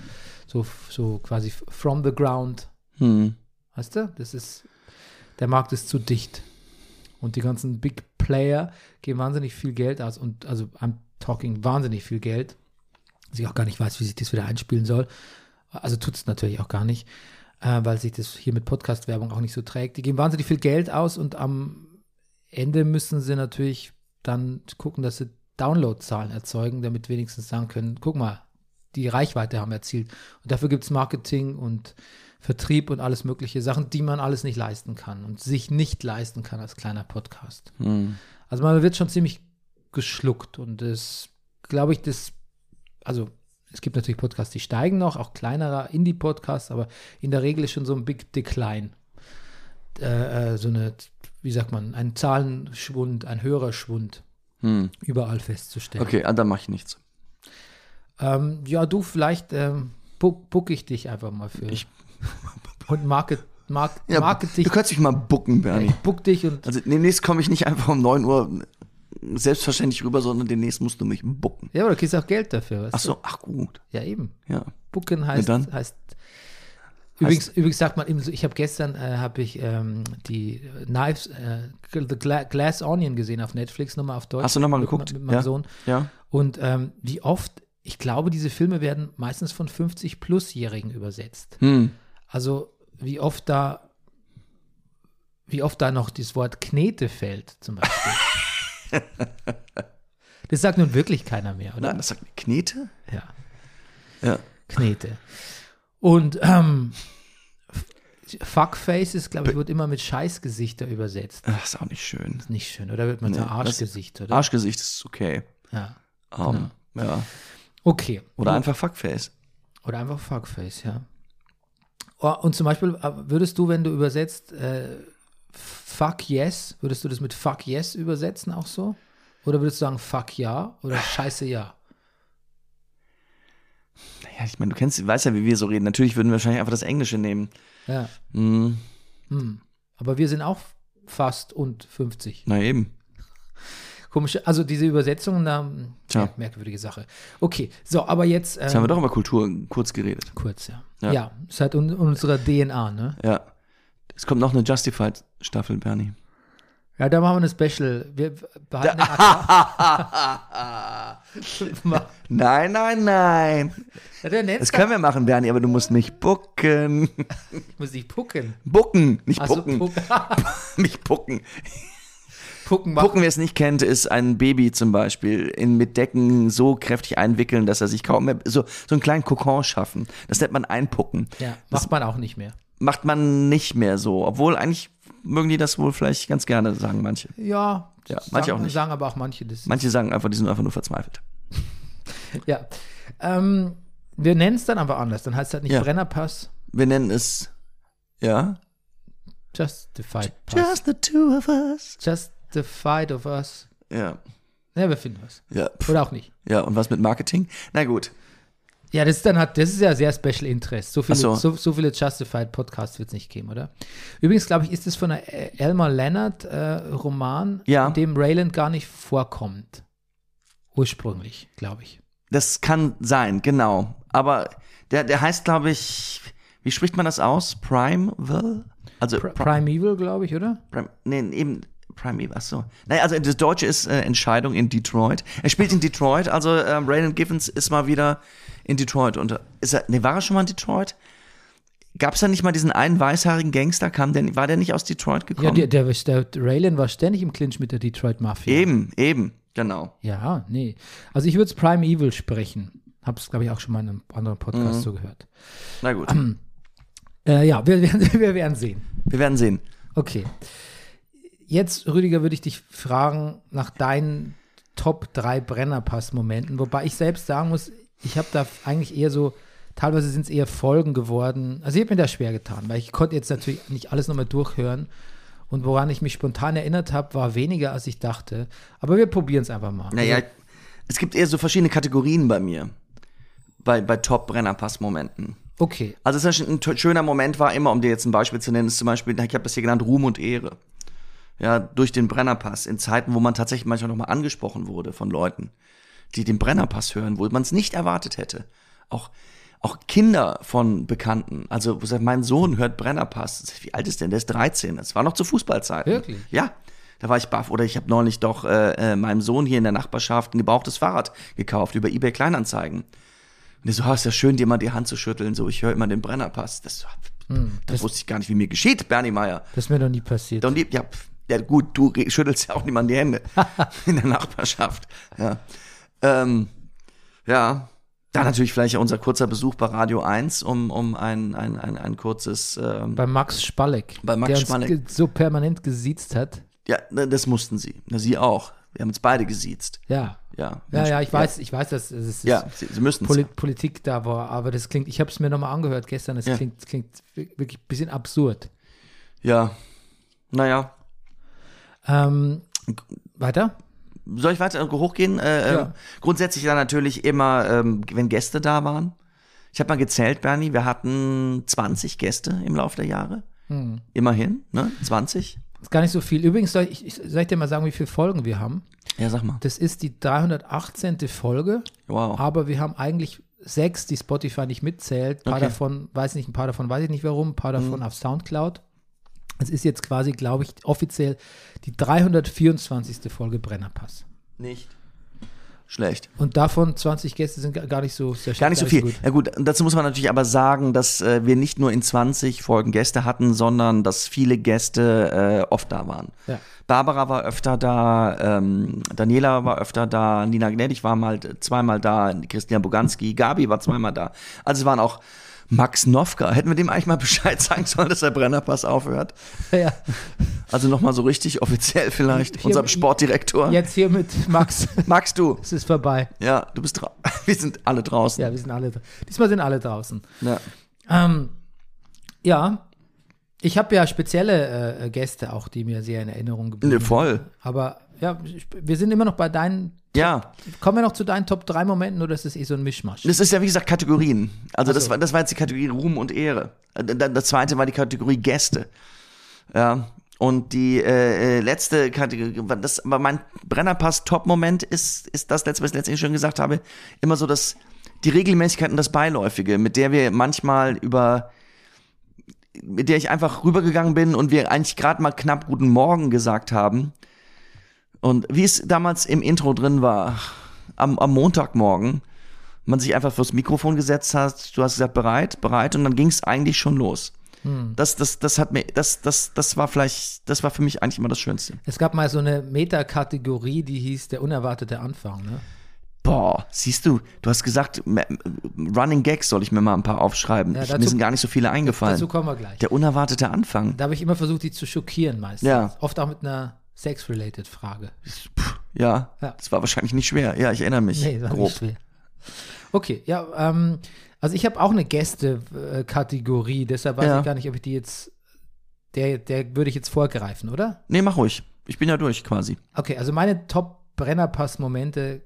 [SPEAKER 1] so, so quasi f- from the ground.
[SPEAKER 2] Hm.
[SPEAKER 1] Weißt du? Das ist, der Markt ist zu dicht. Und die ganzen Big Player geben wahnsinnig viel Geld aus und also I'm talking wahnsinnig viel Geld. Was ich auch gar nicht weiß, wie sich das wieder einspielen soll. Also tut es natürlich auch gar nicht, äh, weil sich das hier mit Podcast-Werbung auch nicht so trägt. Die geben wahnsinnig viel Geld aus und am Ende müssen sie natürlich dann gucken, dass sie Downloadzahlen erzeugen, damit wenigstens sagen können, guck mal, die Reichweite haben wir erzielt. Und dafür gibt es Marketing und Vertrieb und alles mögliche Sachen, die man alles nicht leisten kann und sich nicht leisten kann als kleiner Podcast.
[SPEAKER 2] Hm.
[SPEAKER 1] Also man wird schon ziemlich geschluckt und das glaube ich, das, also es gibt natürlich Podcasts, die steigen noch, auch kleinerer Indie-Podcasts, aber in der Regel ist schon so ein Big Decline. Äh, äh, so eine, wie sagt man, ein Zahlenschwund, ein Hörerschwund
[SPEAKER 2] Hm.
[SPEAKER 1] überall festzustellen.
[SPEAKER 2] Okay, ah, dann mache ich nichts.
[SPEAKER 1] Ähm, ja, du, vielleicht ähm, bu- buck ich dich einfach mal für.
[SPEAKER 2] Ich-
[SPEAKER 1] und market, mark,
[SPEAKER 2] Ja,
[SPEAKER 1] market dich.
[SPEAKER 2] Du könntest mich mal bucken, Bernie.
[SPEAKER 1] Ich buck dich und
[SPEAKER 2] Also demnächst komme ich nicht einfach um 9 Uhr selbstverständlich rüber, sondern demnächst musst du mich bucken.
[SPEAKER 1] Ja, aber du kriegst auch Geld dafür, weißt
[SPEAKER 2] Ach so, ach gut.
[SPEAKER 1] du? Ja, eben.
[SPEAKER 2] Ja.
[SPEAKER 1] Bucken heißt.
[SPEAKER 2] dann?
[SPEAKER 1] heißt Übrigens, übrigens sagt man eben so, ich habe gestern äh, habe ich ähm, die Knives, äh, The Gla Glass Onion gesehen auf Netflix, nochmal auf Deutsch.
[SPEAKER 2] Hast du nochmal
[SPEAKER 1] Mit-
[SPEAKER 2] geguckt?
[SPEAKER 1] Mit meinem
[SPEAKER 2] Ja.
[SPEAKER 1] Sohn.
[SPEAKER 2] Ja.
[SPEAKER 1] Und ähm, wie oft, ich glaube, diese Filme werden meistens von 50-Plus-Jährigen übersetzt.
[SPEAKER 2] Hm.
[SPEAKER 1] Also wie oft da, wie oft da noch das Wort Knete fällt, zum Beispiel. das sagt nun wirklich keiner mehr, oder?
[SPEAKER 2] Nein, das sagt eine Knete?
[SPEAKER 1] Ja.
[SPEAKER 2] Ja.
[SPEAKER 1] Knete. Und ähm, F- Fuckfaces, glaube ich, wird immer mit Scheißgesichter übersetzt.
[SPEAKER 2] Ach, ist auch nicht schön.
[SPEAKER 1] Nicht schön, oder wird man
[SPEAKER 2] Nee,
[SPEAKER 1] sagen
[SPEAKER 2] das-
[SPEAKER 1] Arschgesicht, oder?
[SPEAKER 2] Arschgesicht ist okay.
[SPEAKER 1] ja.
[SPEAKER 2] Ähm, Ja. Hm.
[SPEAKER 1] Okay.
[SPEAKER 2] Oder einfach Fuckface.
[SPEAKER 1] Oder einfach Fuckface, ja. Oh, Und zum Beispiel äh, würdest du, wenn du übersetzt äh, Fuck Yes, würdest du das mit Fuck Yes übersetzen auch so? Oder würdest du sagen Fuck Ja oder Scheiße Ja?
[SPEAKER 2] Naja, ich meine, du kennst, weißt ja, wie wir so reden. Natürlich würden wir wahrscheinlich einfach das Englische nehmen.
[SPEAKER 1] Ja.
[SPEAKER 2] Hm.
[SPEAKER 1] Hm. Aber wir sind auch fast und 50.
[SPEAKER 2] Na eben.
[SPEAKER 1] Komische, also diese Übersetzungen, da mh,
[SPEAKER 2] Tja.
[SPEAKER 1] merk- merkwürdige Sache. Okay, so, aber jetzt
[SPEAKER 2] Jetzt haben wir
[SPEAKER 1] ähm,
[SPEAKER 2] doch über Kultur kurz geredet.
[SPEAKER 1] kurz, ja.
[SPEAKER 2] Ja.
[SPEAKER 1] Ja, ist halt un unserer DNA, ne?
[SPEAKER 2] Ja. Es kommt noch eine Justified-Staffel, Bernie.
[SPEAKER 1] Ja, da machen wir eine Special. Wir behalten den Account. Fünfmal.
[SPEAKER 2] Nein, nein, nein.
[SPEAKER 1] ja, der
[SPEAKER 2] Das
[SPEAKER 1] Netz
[SPEAKER 2] können wir machen, Bernie, aber du musst nicht bucken.
[SPEAKER 1] muss ich pucken.
[SPEAKER 2] Bucken, nicht
[SPEAKER 1] Also
[SPEAKER 2] bucken.
[SPEAKER 1] pucken.
[SPEAKER 2] mich bucken.
[SPEAKER 1] Pucken macht.
[SPEAKER 2] Gucken, wer es nicht kennt, ist ein Baby zum Beispiel in, mit Decken so kräftig einwickeln, dass er sich kaum mehr so, so einen kleinen Kokon schaffen. Das nennt man Einpucken.
[SPEAKER 1] Ja, macht man auch nicht mehr.
[SPEAKER 2] Macht man nicht mehr so, obwohl eigentlich mögen die das wohl vielleicht ganz gerne, sagen manche.
[SPEAKER 1] Ja,
[SPEAKER 2] Ja, manche
[SPEAKER 1] sagen,
[SPEAKER 2] auch nicht.
[SPEAKER 1] sagen aber auch manche das.
[SPEAKER 2] Manche sagen einfach, die sind einfach nur verzweifelt.
[SPEAKER 1] Ja. Ähm, wir nennen es dann aber anders. Dann heißt es halt nicht
[SPEAKER 2] Ja.
[SPEAKER 1] Brennerpass,
[SPEAKER 2] Wir nennen es, ja,
[SPEAKER 1] Justified Pass.
[SPEAKER 2] the two of us.
[SPEAKER 1] Justified of us.
[SPEAKER 2] Ja,
[SPEAKER 1] Ja, wir finden was.
[SPEAKER 2] ja, pf,
[SPEAKER 1] Oder auch nicht.
[SPEAKER 2] ja. Und was mit Marketing? Na gut,
[SPEAKER 1] Ja, das ist dann hat, das ist ja sehr Special Interest. So viele,
[SPEAKER 2] Ach so.
[SPEAKER 1] so. So, viele Justified Podcasts wird es nicht geben, oder? Übrigens, glaube ich, ist das von einer äh, Elmer Leonard äh, Roman,
[SPEAKER 2] Ja.
[SPEAKER 1] in dem Rayland gar nicht vorkommt. Ursprünglich, glaube ich.
[SPEAKER 2] das kann sein, genau. Aber der, der heißt, glaube ich, wie spricht man das aus? Primeville? Also
[SPEAKER 1] Pri
[SPEAKER 2] Pri-
[SPEAKER 1] Primeval, glaube ich, oder?
[SPEAKER 2] Prim nee, eben Primeval, ach so. Naja, also das Deutsche ist äh, Entscheidung in Detroit. Er spielt in Detroit, also ähm, Raylan Givens ist mal wieder in Detroit. Und äh, ist er, nee, war er schon mal in Detroit? Gab es da nicht mal diesen einen weißhaarigen Gangster? Kam der, war der nicht aus Detroit
[SPEAKER 1] Ja,
[SPEAKER 2] gekommen?
[SPEAKER 1] der, der, der Rayland war ständig im Clinch mit der Detroit Mafia.
[SPEAKER 2] eben, eben, genau.
[SPEAKER 1] Ja, nee. Also ich würde es Prime Evil sprechen. Hab's, glaube ich, auch schon mal in einem anderen
[SPEAKER 2] Mhm.
[SPEAKER 1] Podcast so gehört.
[SPEAKER 2] Na gut,
[SPEAKER 1] Äh, ja, wir, werden- wir werden sehen.
[SPEAKER 2] wir werden sehen.
[SPEAKER 1] Okay. Jetzt, Rüdiger, würde ich dich fragen nach deinen Top 3 Brennerpass-Momenten, wobei ich selbst sagen muss, ich habe da eigentlich eher so, teilweise sind es eher Folgen geworden. Also ich habe mir da schwer getan, weil ich konnte jetzt natürlich nicht alles nochmal durchhören. Und woran ich mich spontan erinnert habe, war weniger, als ich dachte. Aber wir probieren es einfach mal.
[SPEAKER 2] Naja, es gibt eher so verschiedene Kategorien bei mir. Bei, bei Top-Brennerpass-Momenten.
[SPEAKER 1] Okay.
[SPEAKER 2] Also es ist ein t- schöner Moment war immer, um dir jetzt ein Beispiel zu nennen, ist zum Beispiel, ich habe das hier genannt, Ruhm und Ehre. Ja, durch den Brennerpass, in Zeiten, wo man tatsächlich manchmal nochmal angesprochen wurde von Leuten, die den Brennerpass hören, wo man es nicht erwartet hätte. Auch, auch Kinder von Bekannten, also wo sagt, mein Sohn hört Brennerpass. Ich sag, Wie alt ist denn? Der ist 13. Das war noch zu Fußballzeiten.
[SPEAKER 1] Wirklich?
[SPEAKER 2] Ja. Da war ich baff. Oder ich habe neulich doch äh, äh, meinem Sohn hier in der Nachbarschaft ein gebrauchtes Fahrrad gekauft über eBay Kleinanzeigen. Und er so, ah, ist ja schön, dir mal die Hand zu schütteln. So, ich höre immer den Brennerpass. Das, das,
[SPEAKER 1] Hm, das-
[SPEAKER 2] wusste ich gar nicht, wie mir geschieht, Bernie Meyer.
[SPEAKER 1] Das ist mir noch nie passiert.
[SPEAKER 2] Dann die, ja, pf, ja, gut, du re- schüttelst ja auch niemand die Hände in der Nachbarschaft. Ja. Ähm, ja. Dann natürlich vielleicht auch unser kurzer Besuch bei Radio 1, um, um ein, ein, ein, ein kurzes. Ähm,
[SPEAKER 1] Bei Max Spalleck.
[SPEAKER 2] Bei Max
[SPEAKER 1] der uns
[SPEAKER 2] Spalleck.
[SPEAKER 1] ge- so permanent gesiezt hat.
[SPEAKER 2] ja, ne, das mussten sie. Na, sie auch. Wir haben uns beide gesiezt.
[SPEAKER 1] Ja.
[SPEAKER 2] Ja,
[SPEAKER 1] Ja, ja, ich weiß, ich weiß, dass es ist
[SPEAKER 2] Ja, sie, sie müssen
[SPEAKER 1] Poli Politik da war, aber das klingt, ich habe es mir nochmal angehört gestern, das
[SPEAKER 2] Ja.
[SPEAKER 1] klingt, das klingt wirklich ein bisschen absurd.
[SPEAKER 2] Ja. Naja.
[SPEAKER 1] Ähm, weiter?
[SPEAKER 2] Soll ich weiter hochgehen? Äh,
[SPEAKER 1] Ja.
[SPEAKER 2] ähm, Grundsätzlich dann natürlich immer, ähm, wenn Gäste da waren. Ich habe mal gezählt, Bernie, wir hatten 20 Gäste im Laufe der Jahre. Immerhin, ne? 20?
[SPEAKER 1] Hm, Ist gar nicht so viel. Übrigens, soll ich, ich, soll ich dir mal sagen, wie viele Folgen wir haben?
[SPEAKER 2] Ja, sag mal.
[SPEAKER 1] Das ist die 318. Folge,
[SPEAKER 2] Wow.
[SPEAKER 1] aber wir haben eigentlich sechs, die Spotify nicht mitzählt. Ein paar
[SPEAKER 2] Okay. Mhm.
[SPEAKER 1] davon, weiß nicht, ein paar davon weiß ich nicht warum, ein paar davon auf Soundcloud. Es ist jetzt quasi, glaube ich, offiziell die 324. Folge Brennerpass.
[SPEAKER 2] Nicht. Schlecht.
[SPEAKER 1] Und davon 20 Gäste sind ga- gar nicht so sehr
[SPEAKER 2] Gar nicht so viel.
[SPEAKER 1] gut.
[SPEAKER 2] Ja gut, und dazu muss man natürlich aber sagen, dass äh, wir nicht nur in 20 Folgen Gäste hatten, sondern dass viele Gäste äh, oft da waren.
[SPEAKER 1] Ja.
[SPEAKER 2] Barbara war öfter da, ähm, Daniela war öfter da, Nina Gnädig war mal zweimal da, Christina Boganski, Gabi war zweimal da. Also es waren auch Max Nowka. Hätten wir dem eigentlich mal Bescheid sagen sollen, dass der Brennerpass aufhört?
[SPEAKER 1] Ja,
[SPEAKER 2] Also nochmal so richtig offiziell vielleicht,
[SPEAKER 1] Hier-
[SPEAKER 2] unserem Sportdirektor.
[SPEAKER 1] jetzt hier mit Max.
[SPEAKER 2] Max, du.
[SPEAKER 1] es ist vorbei.
[SPEAKER 2] Ja, du bist draußen. Wir sind alle draußen.
[SPEAKER 1] Ja, wir sind alle. dra- Diesmal sind alle draußen.
[SPEAKER 2] Ja.
[SPEAKER 1] Ähm, ja, ich habe ja spezielle äh, Gäste auch, die mir sehr in Erinnerung geblieben
[SPEAKER 2] Ne,
[SPEAKER 1] sind.
[SPEAKER 2] voll.
[SPEAKER 1] Aber ja, ich- wir sind immer noch bei deinen.
[SPEAKER 2] Ja,
[SPEAKER 1] Kommen wir noch zu deinen Top 3 Momenten oder ist das eh so ein Mischmasch?
[SPEAKER 2] Das ist ja, wie gesagt, Kategorien. Also,
[SPEAKER 1] Ach
[SPEAKER 2] das,
[SPEAKER 1] so.
[SPEAKER 2] war, das war jetzt die Kategorie Ruhm und Ehre. Äh, dann- Das zweite war die Kategorie Gäste. Ja. Und die äh, äh, letzte Kategorie, war das war mein Brennerpass-Top-Moment ist, ist das letzte, was ich letztendlich schon gesagt habe, immer so das, die Regelmäßigkeit und das Beiläufige, mit der wir manchmal über, mit der ich einfach rübergegangen bin und wir eigentlich gerade mal knapp Guten Morgen gesagt haben. Und wie es damals im Intro drin war, am, am Montagmorgen, man sich einfach fürs Mikrofon gesetzt hat, du hast gesagt, bereit, bereit, und dann ging es eigentlich schon los.
[SPEAKER 1] Hm.
[SPEAKER 2] Das, das, das hat mir, das, das, das war vielleicht, das war für mich eigentlich immer das Schönste.
[SPEAKER 1] Es gab mal so eine Metakategorie, die hieß der unerwartete Anfang. Ne?
[SPEAKER 2] Boah, siehst du, du hast gesagt, m- Running Gags soll ich mir mal ein paar aufschreiben.
[SPEAKER 1] Ja,
[SPEAKER 2] Ich-
[SPEAKER 1] dazu-
[SPEAKER 2] mir sind gar nicht so viele eingefallen.
[SPEAKER 1] Dazu kommen wir gleich.
[SPEAKER 2] Der unerwartete Anfang.
[SPEAKER 1] da habe ich immer versucht, die zu schockieren meistens.
[SPEAKER 2] Ja.
[SPEAKER 1] Oft auch mit einer sex-related Frage.
[SPEAKER 2] Ja,
[SPEAKER 1] Ja.
[SPEAKER 2] das war wahrscheinlich nicht schwer. Ja, ich erinnere mich.
[SPEAKER 1] Nee, war
[SPEAKER 2] grob.
[SPEAKER 1] nicht schwer. Okay, ja, ähm, also ich habe auch eine Gäste-Kategorie, deshalb weiß
[SPEAKER 2] Ja.
[SPEAKER 1] ich gar nicht, ob ich die jetzt, der, der würde ich jetzt vorgreifen, oder?
[SPEAKER 2] Nee, mach ruhig. Ich bin ja durch quasi.
[SPEAKER 1] Okay, also meine Top-Brennerpass-Momente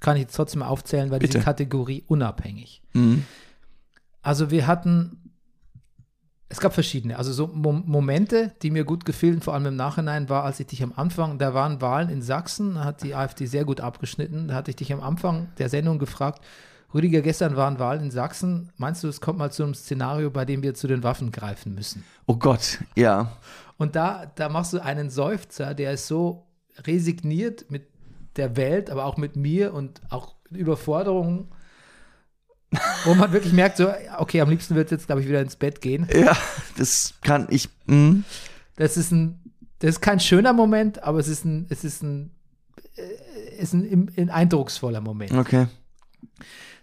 [SPEAKER 1] kann ich jetzt trotzdem mal aufzählen, weil die
[SPEAKER 2] Bitte.
[SPEAKER 1] sind Kategorie unabhängig.
[SPEAKER 2] Mhm.
[SPEAKER 1] Also wir hatten, es gab verschiedene, also so Mom Momente, die mir gut gefielen, vor allem im Nachhinein, war, als ich dich am Anfang, da waren Wahlen in Sachsen, da hat die AfD sehr gut abgeschnitten, da hatte ich dich am Anfang der Sendung gefragt, Rüdiger, gestern waren Wahlen in Sachsen, meinst du, es kommt mal zu einem Szenario, bei dem wir zu den Waffen greifen müssen?
[SPEAKER 2] Oh Gott, ja.
[SPEAKER 1] Und da, da machst du einen Seufzer, der ist so resigniert mit der Welt, aber auch mit mir und auch Überforderungen, wo man wirklich merkt, so, okay, am liebsten wird jetzt, glaube ich, wieder ins Bett gehen.
[SPEAKER 2] Ja, das kann ich. Mhm.
[SPEAKER 1] Das ist ein, das ist kein schöner Moment, aber es ist ein, es ist ein, äh, ist ein, im- ein eindrucksvoller Moment.
[SPEAKER 2] Okay,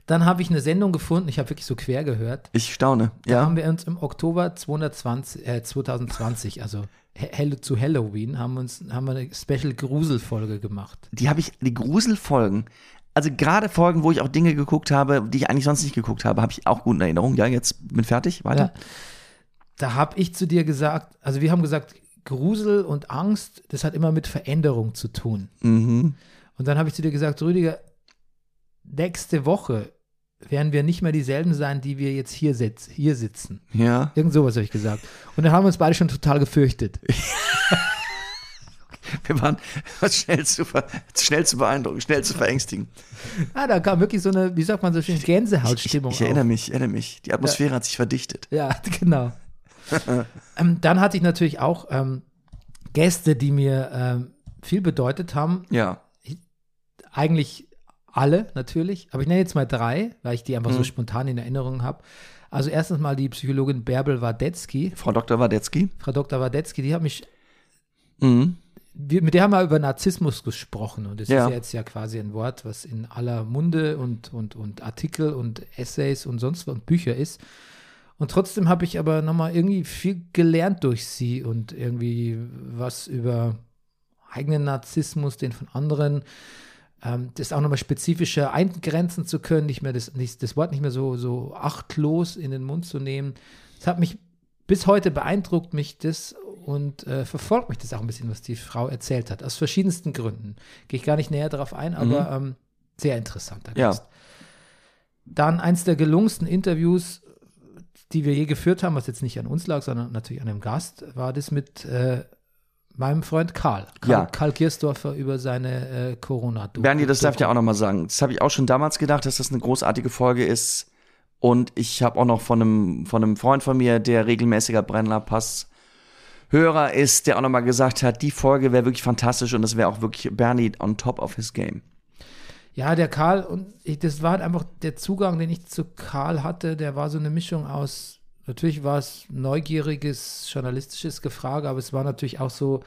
[SPEAKER 1] Dann habe ich eine Sendung gefunden, ich habe wirklich so quer gehört.
[SPEAKER 2] ich staune.
[SPEAKER 1] Da haben
[SPEAKER 2] Ja.
[SPEAKER 1] wir uns im Oktober 220, äh, 2020, also he- helle- zu Halloween, haben wir uns haben wir eine Special Gruselfolge gemacht.
[SPEAKER 2] Die habe ich, die Gruselfolgen. Also gerade Folgen, wo ich auch Dinge geguckt habe, die ich eigentlich sonst nicht geguckt habe, habe ich auch gut in Erinnerung. Ja, jetzt bin fertig. Weiter.
[SPEAKER 1] Ja. Da habe ich zu dir gesagt, also wir haben gesagt, Grusel und Angst, das hat immer mit Veränderung zu tun.
[SPEAKER 2] Mhm.
[SPEAKER 1] Und dann habe ich zu dir gesagt, Rüdiger, nächste Woche werden wir nicht mehr dieselben sein, die wir jetzt hier, sitz hier sitzen.
[SPEAKER 2] Ja.
[SPEAKER 1] Irgend sowas habe ich gesagt. Und dann haben wir uns beide schon total gefürchtet.
[SPEAKER 2] Wir waren schnell zu, ver, schnell zu beeindrucken, schnell zu verängstigen.
[SPEAKER 1] Ah, da kam wirklich so eine, wie sagt man so schön, Gänsehautstimmung.
[SPEAKER 2] Ich erinnere mich, ich erinnere mich. Die Atmosphäre hat sich verdichtet.
[SPEAKER 1] auf. Ja, genau. ähm, dann hatte ich natürlich auch ähm, Gäste, die mir ähm, viel bedeutet haben.
[SPEAKER 2] Ja.
[SPEAKER 1] eigentlich alle natürlich, aber ich nenne jetzt mal drei, weil ich die einfach so spontan in Erinnerung habe. Also erstens mal die Psychologin Bärbel Wadetzky,
[SPEAKER 2] Frau Dr. Wadetzky.
[SPEAKER 1] Frau Dr. Wadetzky, die hat mich,
[SPEAKER 2] Mhm.
[SPEAKER 1] wir, mit der haben wir über Narzissmus gesprochen und das
[SPEAKER 2] Ja.
[SPEAKER 1] ist ja jetzt ja quasi ein Wort, was in aller Munde und, und, und Artikel und Essays und sonst was und Bücher ist. Und trotzdem habe ich aber nochmal irgendwie viel gelernt durch sie und irgendwie was über eigenen Narzissmus, den von anderen, ähm, das auch nochmal spezifischer eingrenzen zu können, nicht mehr das, nicht, das Wort nicht mehr so, so achtlos in den Mund zu nehmen. Das hat mich bis heute beeindruckt mich das und äh, verfolgt mich das auch ein bisschen, was die Frau erzählt hat. Aus verschiedensten Gründen. Gehe ich gar nicht näher darauf ein, aber ähm, sehr interessanter
[SPEAKER 2] Mhm. Ja.
[SPEAKER 1] Gast. Dann eins der gelungensten Interviews, die wir je geführt haben, was jetzt nicht an uns lag, sondern natürlich an dem Gast, war das mit äh, meinem Freund Karl. Karl,
[SPEAKER 2] Ja.
[SPEAKER 1] Karl Giersdorfer über seine äh, Corona-Doku.
[SPEAKER 2] Bernie, das darf ich ja auch nochmal sagen. Das habe ich auch schon damals gedacht, dass das eine großartige Folge ist. Und ich habe auch noch von einem, von einem Freund von mir, der regelmäßiger Brennerpass Hörer ist, der auch nochmal gesagt hat, die Folge wäre wirklich fantastisch und das wäre auch wirklich Bernie on top of his game.
[SPEAKER 1] Ja, der Karl, und ich, das war halt einfach der Zugang, den ich zu Karl hatte, der war so eine Mischung aus, natürlich war es neugieriges, journalistisches Gefrage, aber es war natürlich auch so ein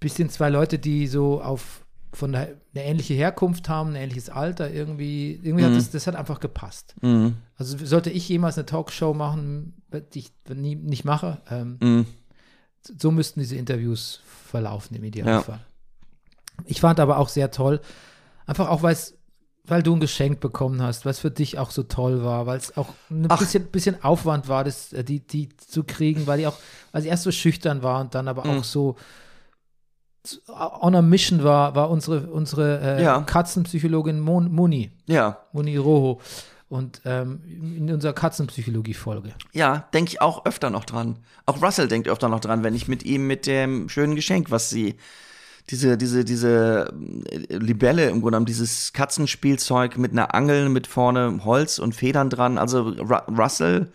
[SPEAKER 1] bisschen zwei Leute, die so auf von der, eine ähnliche Herkunft haben, ein ähnliches Alter irgendwie. Irgendwie hat
[SPEAKER 2] Mhm.
[SPEAKER 1] das, das hat einfach gepasst.
[SPEAKER 2] Mhm.
[SPEAKER 1] Also sollte ich jemals eine Talkshow machen, die ich nie, nicht mache, ähm,
[SPEAKER 2] Mhm.
[SPEAKER 1] so müssten diese Interviews verlaufen im Idealfall. Ich fand aber auch sehr toll, einfach auch weil es, weil du ein Geschenk bekommen hast, was für dich auch so toll war, weil es auch ein
[SPEAKER 2] Ach.
[SPEAKER 1] bisschen, bisschen Aufwand war, das, äh, die, die zu kriegen, weil die auch, weil sie erst so schüchtern war und dann aber
[SPEAKER 2] Mhm.
[SPEAKER 1] auch so so on a mission war, war unsere, unsere äh,
[SPEAKER 2] Ja.
[SPEAKER 1] Katzenpsychologin Mon, Moni,
[SPEAKER 2] Ja,
[SPEAKER 1] Moni Roho. Und ähm, in unserer Katzenpsychologie-Folge.
[SPEAKER 2] Ja, denke ich auch öfter noch dran. Auch Russell denkt öfter noch dran, wenn ich mit ihm mit dem schönen Geschenk, was sie diese diese diese äh, Libelle im Grunde genommen, dieses Katzenspielzeug mit einer Angel mit vorne Holz und Federn dran. Also Ru Russell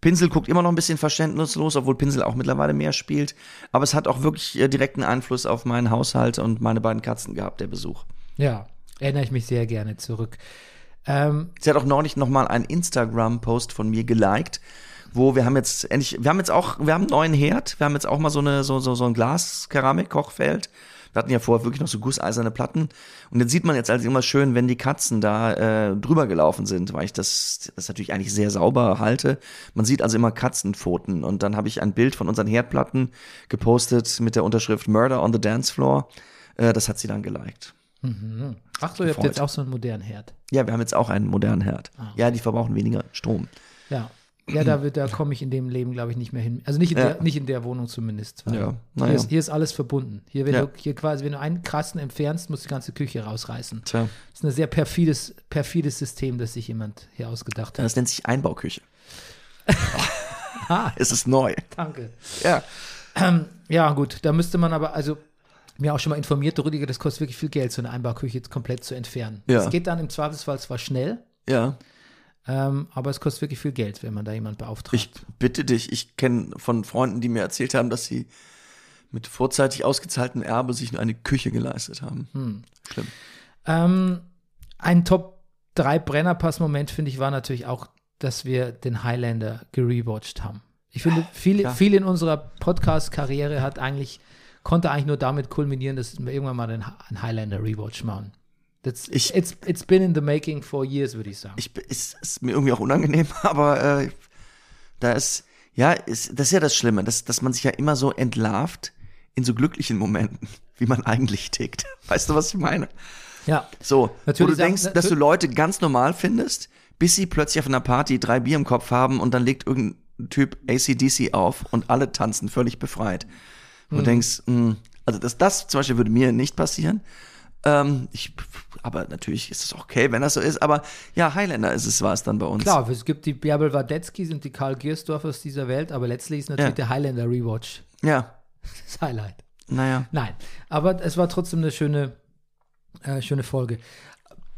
[SPEAKER 2] Pinsel guckt immer noch ein bisschen verständnislos, obwohl Pinsel auch mittlerweile mehr spielt. Aber es hat auch wirklich äh, direkten Einfluss auf meinen Haushalt und meine beiden Katzen gehabt, der Besuch.
[SPEAKER 1] Ja, erinnere ich mich sehr gerne zurück. Ähm,
[SPEAKER 2] Sie hat auch neulich nochmal einen Instagram-Post von mir geliked, wo wir haben jetzt endlich, wir haben jetzt auch, wir haben einen neuen Herd, wir haben jetzt auch mal so eine, so, so, so ein Glas-Keramik-Kochfeld. Wir hatten ja vorher wirklich noch so gusseiserne Platten. Und dann sieht man jetzt also immer schön, wenn die Katzen da äh, drüber gelaufen sind, weil ich das, das natürlich eigentlich sehr sauber halte. Man sieht also immer Katzenpfoten. Und dann habe ich ein Bild von unseren Herdplatten gepostet mit der Unterschrift Murder on the Dance Floor. Äh, das hat sie dann geliked.
[SPEAKER 1] Ach so, ihr habt
[SPEAKER 2] Gefreut.
[SPEAKER 1] jetzt auch so einen modernen Herd.
[SPEAKER 2] Ja, wir haben jetzt auch einen modernen Herd. Ja, die verbrauchen weniger Strom.
[SPEAKER 1] Ja. Ja, da, wird- da komme ich in dem Leben, glaube ich, nicht mehr hin. Also nicht in,
[SPEAKER 2] Ja.
[SPEAKER 1] der, nicht in der Wohnung zumindest. weil
[SPEAKER 2] Ja,
[SPEAKER 1] Hier,
[SPEAKER 2] naja.
[SPEAKER 1] ist, hier ist alles verbunden. Hier, wenn
[SPEAKER 2] Ja.
[SPEAKER 1] du hier quasi, wenn du einen krassen entfernst, musst du die ganze Küche rausreißen.
[SPEAKER 2] Tja.
[SPEAKER 1] Das ist ein sehr perfides, perfides System, das sich jemand hier ausgedacht hat.
[SPEAKER 2] Das Äh, nennt sich Einbauküche. es ist neu.
[SPEAKER 1] Ah, Danke. Ähm,
[SPEAKER 2] Ja.
[SPEAKER 1] Ja, gut, da müsste man aber, also mir auch schon mal informiert, Rüdiger, das kostet wirklich viel Geld, so eine Einbauküche jetzt komplett zu entfernen.
[SPEAKER 2] Ja.
[SPEAKER 1] Es geht dann im Zweifelsfall zwar schnell,
[SPEAKER 2] Ja.
[SPEAKER 1] ähm, aber es kostet wirklich viel Geld, wenn man da jemand beauftragt.
[SPEAKER 2] Ich bitte dich, ich kenne von Freunden, die mir erzählt haben, dass sie mit vorzeitig ausgezahltem Erbe sich eine Küche geleistet haben.
[SPEAKER 1] Hm.
[SPEAKER 2] Schlimm.
[SPEAKER 1] Ähm, ein Top 3 Brennerpass-Moment, finde ich, war natürlich auch, dass wir den Highlander gerewatcht haben. Ich finde, viel,
[SPEAKER 2] klar.
[SPEAKER 1] viel in unserer Podcast-Karriere hat eigentlich, konnte eigentlich nur damit kulminieren, dass wir irgendwann mal den, Hi- einen Highlander rewatch machen. That's,
[SPEAKER 2] Ich-
[SPEAKER 1] it's, it's been in the making for years, würde ich sagen.
[SPEAKER 2] Ich, bin- ist, ist mir irgendwie auch unangenehm, aber äh, da ist, ja, ist, das ist ja das Schlimme, dass, dass man sich ja immer so entlarvt in so glücklichen Momenten, wie man eigentlich tickt. Weißt du, was ich meine?
[SPEAKER 1] ja.
[SPEAKER 2] So, wo du
[SPEAKER 1] Natürlich sagen-
[SPEAKER 2] denkst, dass du Leute ganz normal findest, bis sie plötzlich auf einer Party drei Bier im Kopf haben und dann legt irgendein Typ ACDC auf und alle tanzen völlig befreit. Wo
[SPEAKER 1] Hm.
[SPEAKER 2] du denkst, mh, also das, das zum Beispiel würde mir nicht passieren. Ähm, ich, aber natürlich ist es okay, wenn das so ist. Aber ja, Highlander ist es, war es dann bei uns.
[SPEAKER 1] Klar, es gibt die Bärbel Wadetzkis und die Karl Giersdorfers dieser Welt, aber letztlich ist natürlich
[SPEAKER 2] Ja.
[SPEAKER 1] der Highlander Rewatch
[SPEAKER 2] Ja,
[SPEAKER 1] das Highlight.
[SPEAKER 2] naja.
[SPEAKER 1] Nein, aber es war trotzdem eine schöne, äh, schöne Folge.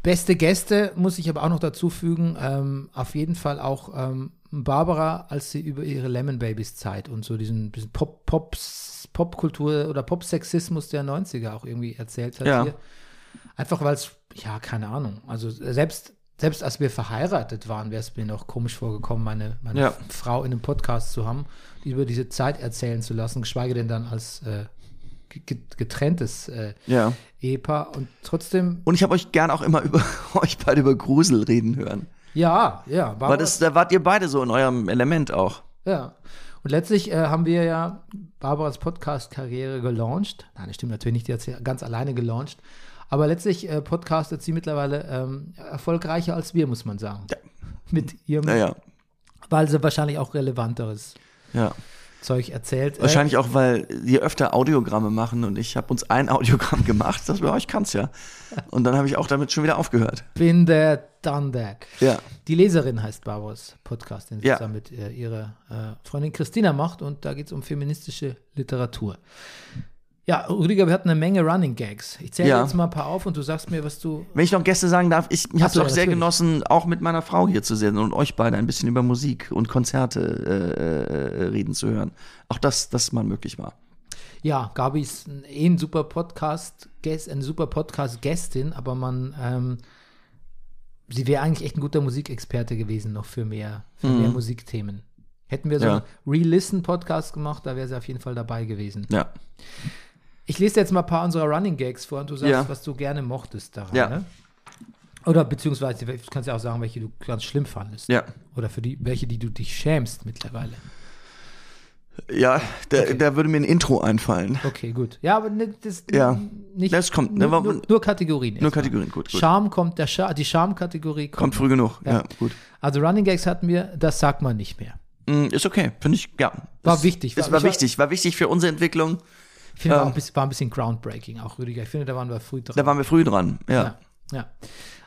[SPEAKER 1] Beste Gäste muss ich aber auch noch dazu fügen. Ähm, auf jeden Fall auch ähm, Barbara, als sie über ihre Lemon Babies Zeit und so diesen bisschen Pop, Pops, Popkultur oder Popsexismus der 90er auch irgendwie erzählt hat.
[SPEAKER 2] Ja.
[SPEAKER 1] Hier. Einfach weil es, ja, keine Ahnung. Also selbst, selbst als wir verheiratet waren, wäre es mir noch komisch vorgekommen, meine, meine
[SPEAKER 2] Ja.
[SPEAKER 1] F- Frau in einem Podcast zu haben, die über diese Zeit erzählen zu lassen, geschweige denn dann als äh, ge- ge- getrenntes äh,
[SPEAKER 2] Ja.
[SPEAKER 1] Ehepaar. Und trotzdem,
[SPEAKER 2] Und ich habe euch gern auch immer über euch beide über Grusel reden hören.
[SPEAKER 1] ja, ja, Barbara-
[SPEAKER 2] Weil das, da wart ihr beide so in eurem Element auch.
[SPEAKER 1] Ja. Und letztlich äh, haben wir ja Barbaras Podcast-Karriere gelauncht. Nein, das stimmt natürlich nicht, die hat sie ganz alleine gelauncht. Aber letztlich äh, podcastet sie mittlerweile ähm, erfolgreicher als wir, muss man sagen. Mit ihrem,
[SPEAKER 2] Naja.
[SPEAKER 1] weil sie wahrscheinlich auch relevanteres
[SPEAKER 2] Ja.
[SPEAKER 1] Zeug erzählt. Äh,
[SPEAKER 2] Wahrscheinlich auch, weil die öfter Audiogramme machen und ich habe uns ein Audiogramm gemacht. Das bei euch kann's ja. Und dann habe ich auch damit schon wieder aufgehört.
[SPEAKER 1] Been there, done that.
[SPEAKER 2] Ja.
[SPEAKER 1] Die Leserin heißt Barbos Podcast, den sie
[SPEAKER 2] Ja.
[SPEAKER 1] zusammen mit äh, ihrer äh, Freundin Christina macht. Und da geht es um feministische Literatur. Ja, Rüdiger, wir hatten eine Menge Running Gags. Ich zähle
[SPEAKER 2] Ja.
[SPEAKER 1] jetzt mal ein paar auf und du sagst mir, was du.
[SPEAKER 2] Wenn ich noch Gäste sagen darf, ich habe
[SPEAKER 1] Ach
[SPEAKER 2] es
[SPEAKER 1] so,
[SPEAKER 2] auch
[SPEAKER 1] ja,
[SPEAKER 2] sehr
[SPEAKER 1] natürlich.
[SPEAKER 2] genossen, auch mit meiner Frau hier zu sitzen und euch beide ein bisschen über Musik und Konzerte äh, äh, reden zu hören. Auch das, das mal möglich war.
[SPEAKER 1] Ja, Gabi ist ein, eh ein super Podcast, Gäst, eine super Podcast-Gästin, aber man, ähm, sie wäre eigentlich echt ein guter Musikexperte gewesen noch für mehr, für mehr Musikthemen. Hätten wir so
[SPEAKER 2] Mhm. Ja.
[SPEAKER 1] einen Re-Listen-Podcast gemacht, da wäre sie auf jeden Fall dabei gewesen.
[SPEAKER 2] Ja.
[SPEAKER 1] Ich lese jetzt mal ein paar unserer Running Gags vor und du sagst,
[SPEAKER 2] Ja.
[SPEAKER 1] was du gerne mochtest daran.
[SPEAKER 2] Ja.
[SPEAKER 1] Ne? Oder beziehungsweise, du kannst ja auch sagen, welche du ganz schlimm fandest.
[SPEAKER 2] Ja.
[SPEAKER 1] Oder für die, welche, die du dich schämst mittlerweile.
[SPEAKER 2] Ja, da,
[SPEAKER 1] Okay.
[SPEAKER 2] da würde mir ein Intro einfallen.
[SPEAKER 1] Okay, gut. Ja, aber ne- das
[SPEAKER 2] Ja.
[SPEAKER 1] nicht.
[SPEAKER 2] Das kommt, ne,
[SPEAKER 1] Nur,
[SPEAKER 2] warum-
[SPEAKER 1] nur, nur Kategorien.
[SPEAKER 2] Nur
[SPEAKER 1] erstmal.
[SPEAKER 2] Kategorien, gut, gut.
[SPEAKER 1] Scham kommt, der Scha die Scham-Kategorie kommt.
[SPEAKER 2] Kommt früh genug. Ja, gut.
[SPEAKER 1] Also Running Gags hatten wir, das sagt man nicht mehr.
[SPEAKER 2] Mm, Ist okay, finde ich, ja.
[SPEAKER 1] War
[SPEAKER 2] es,
[SPEAKER 1] wichtig,
[SPEAKER 2] Es
[SPEAKER 1] war-
[SPEAKER 2] war
[SPEAKER 1] ich war-
[SPEAKER 2] wichtig, war wichtig für unsere Entwicklung.
[SPEAKER 1] Ich finde, war,
[SPEAKER 2] Ähm.
[SPEAKER 1] ein bisschen, war ein bisschen groundbreaking, auch Rüdiger. Ich finde, da waren wir früh dran.
[SPEAKER 2] Da waren wir früh dran, ja.
[SPEAKER 1] ja. ja.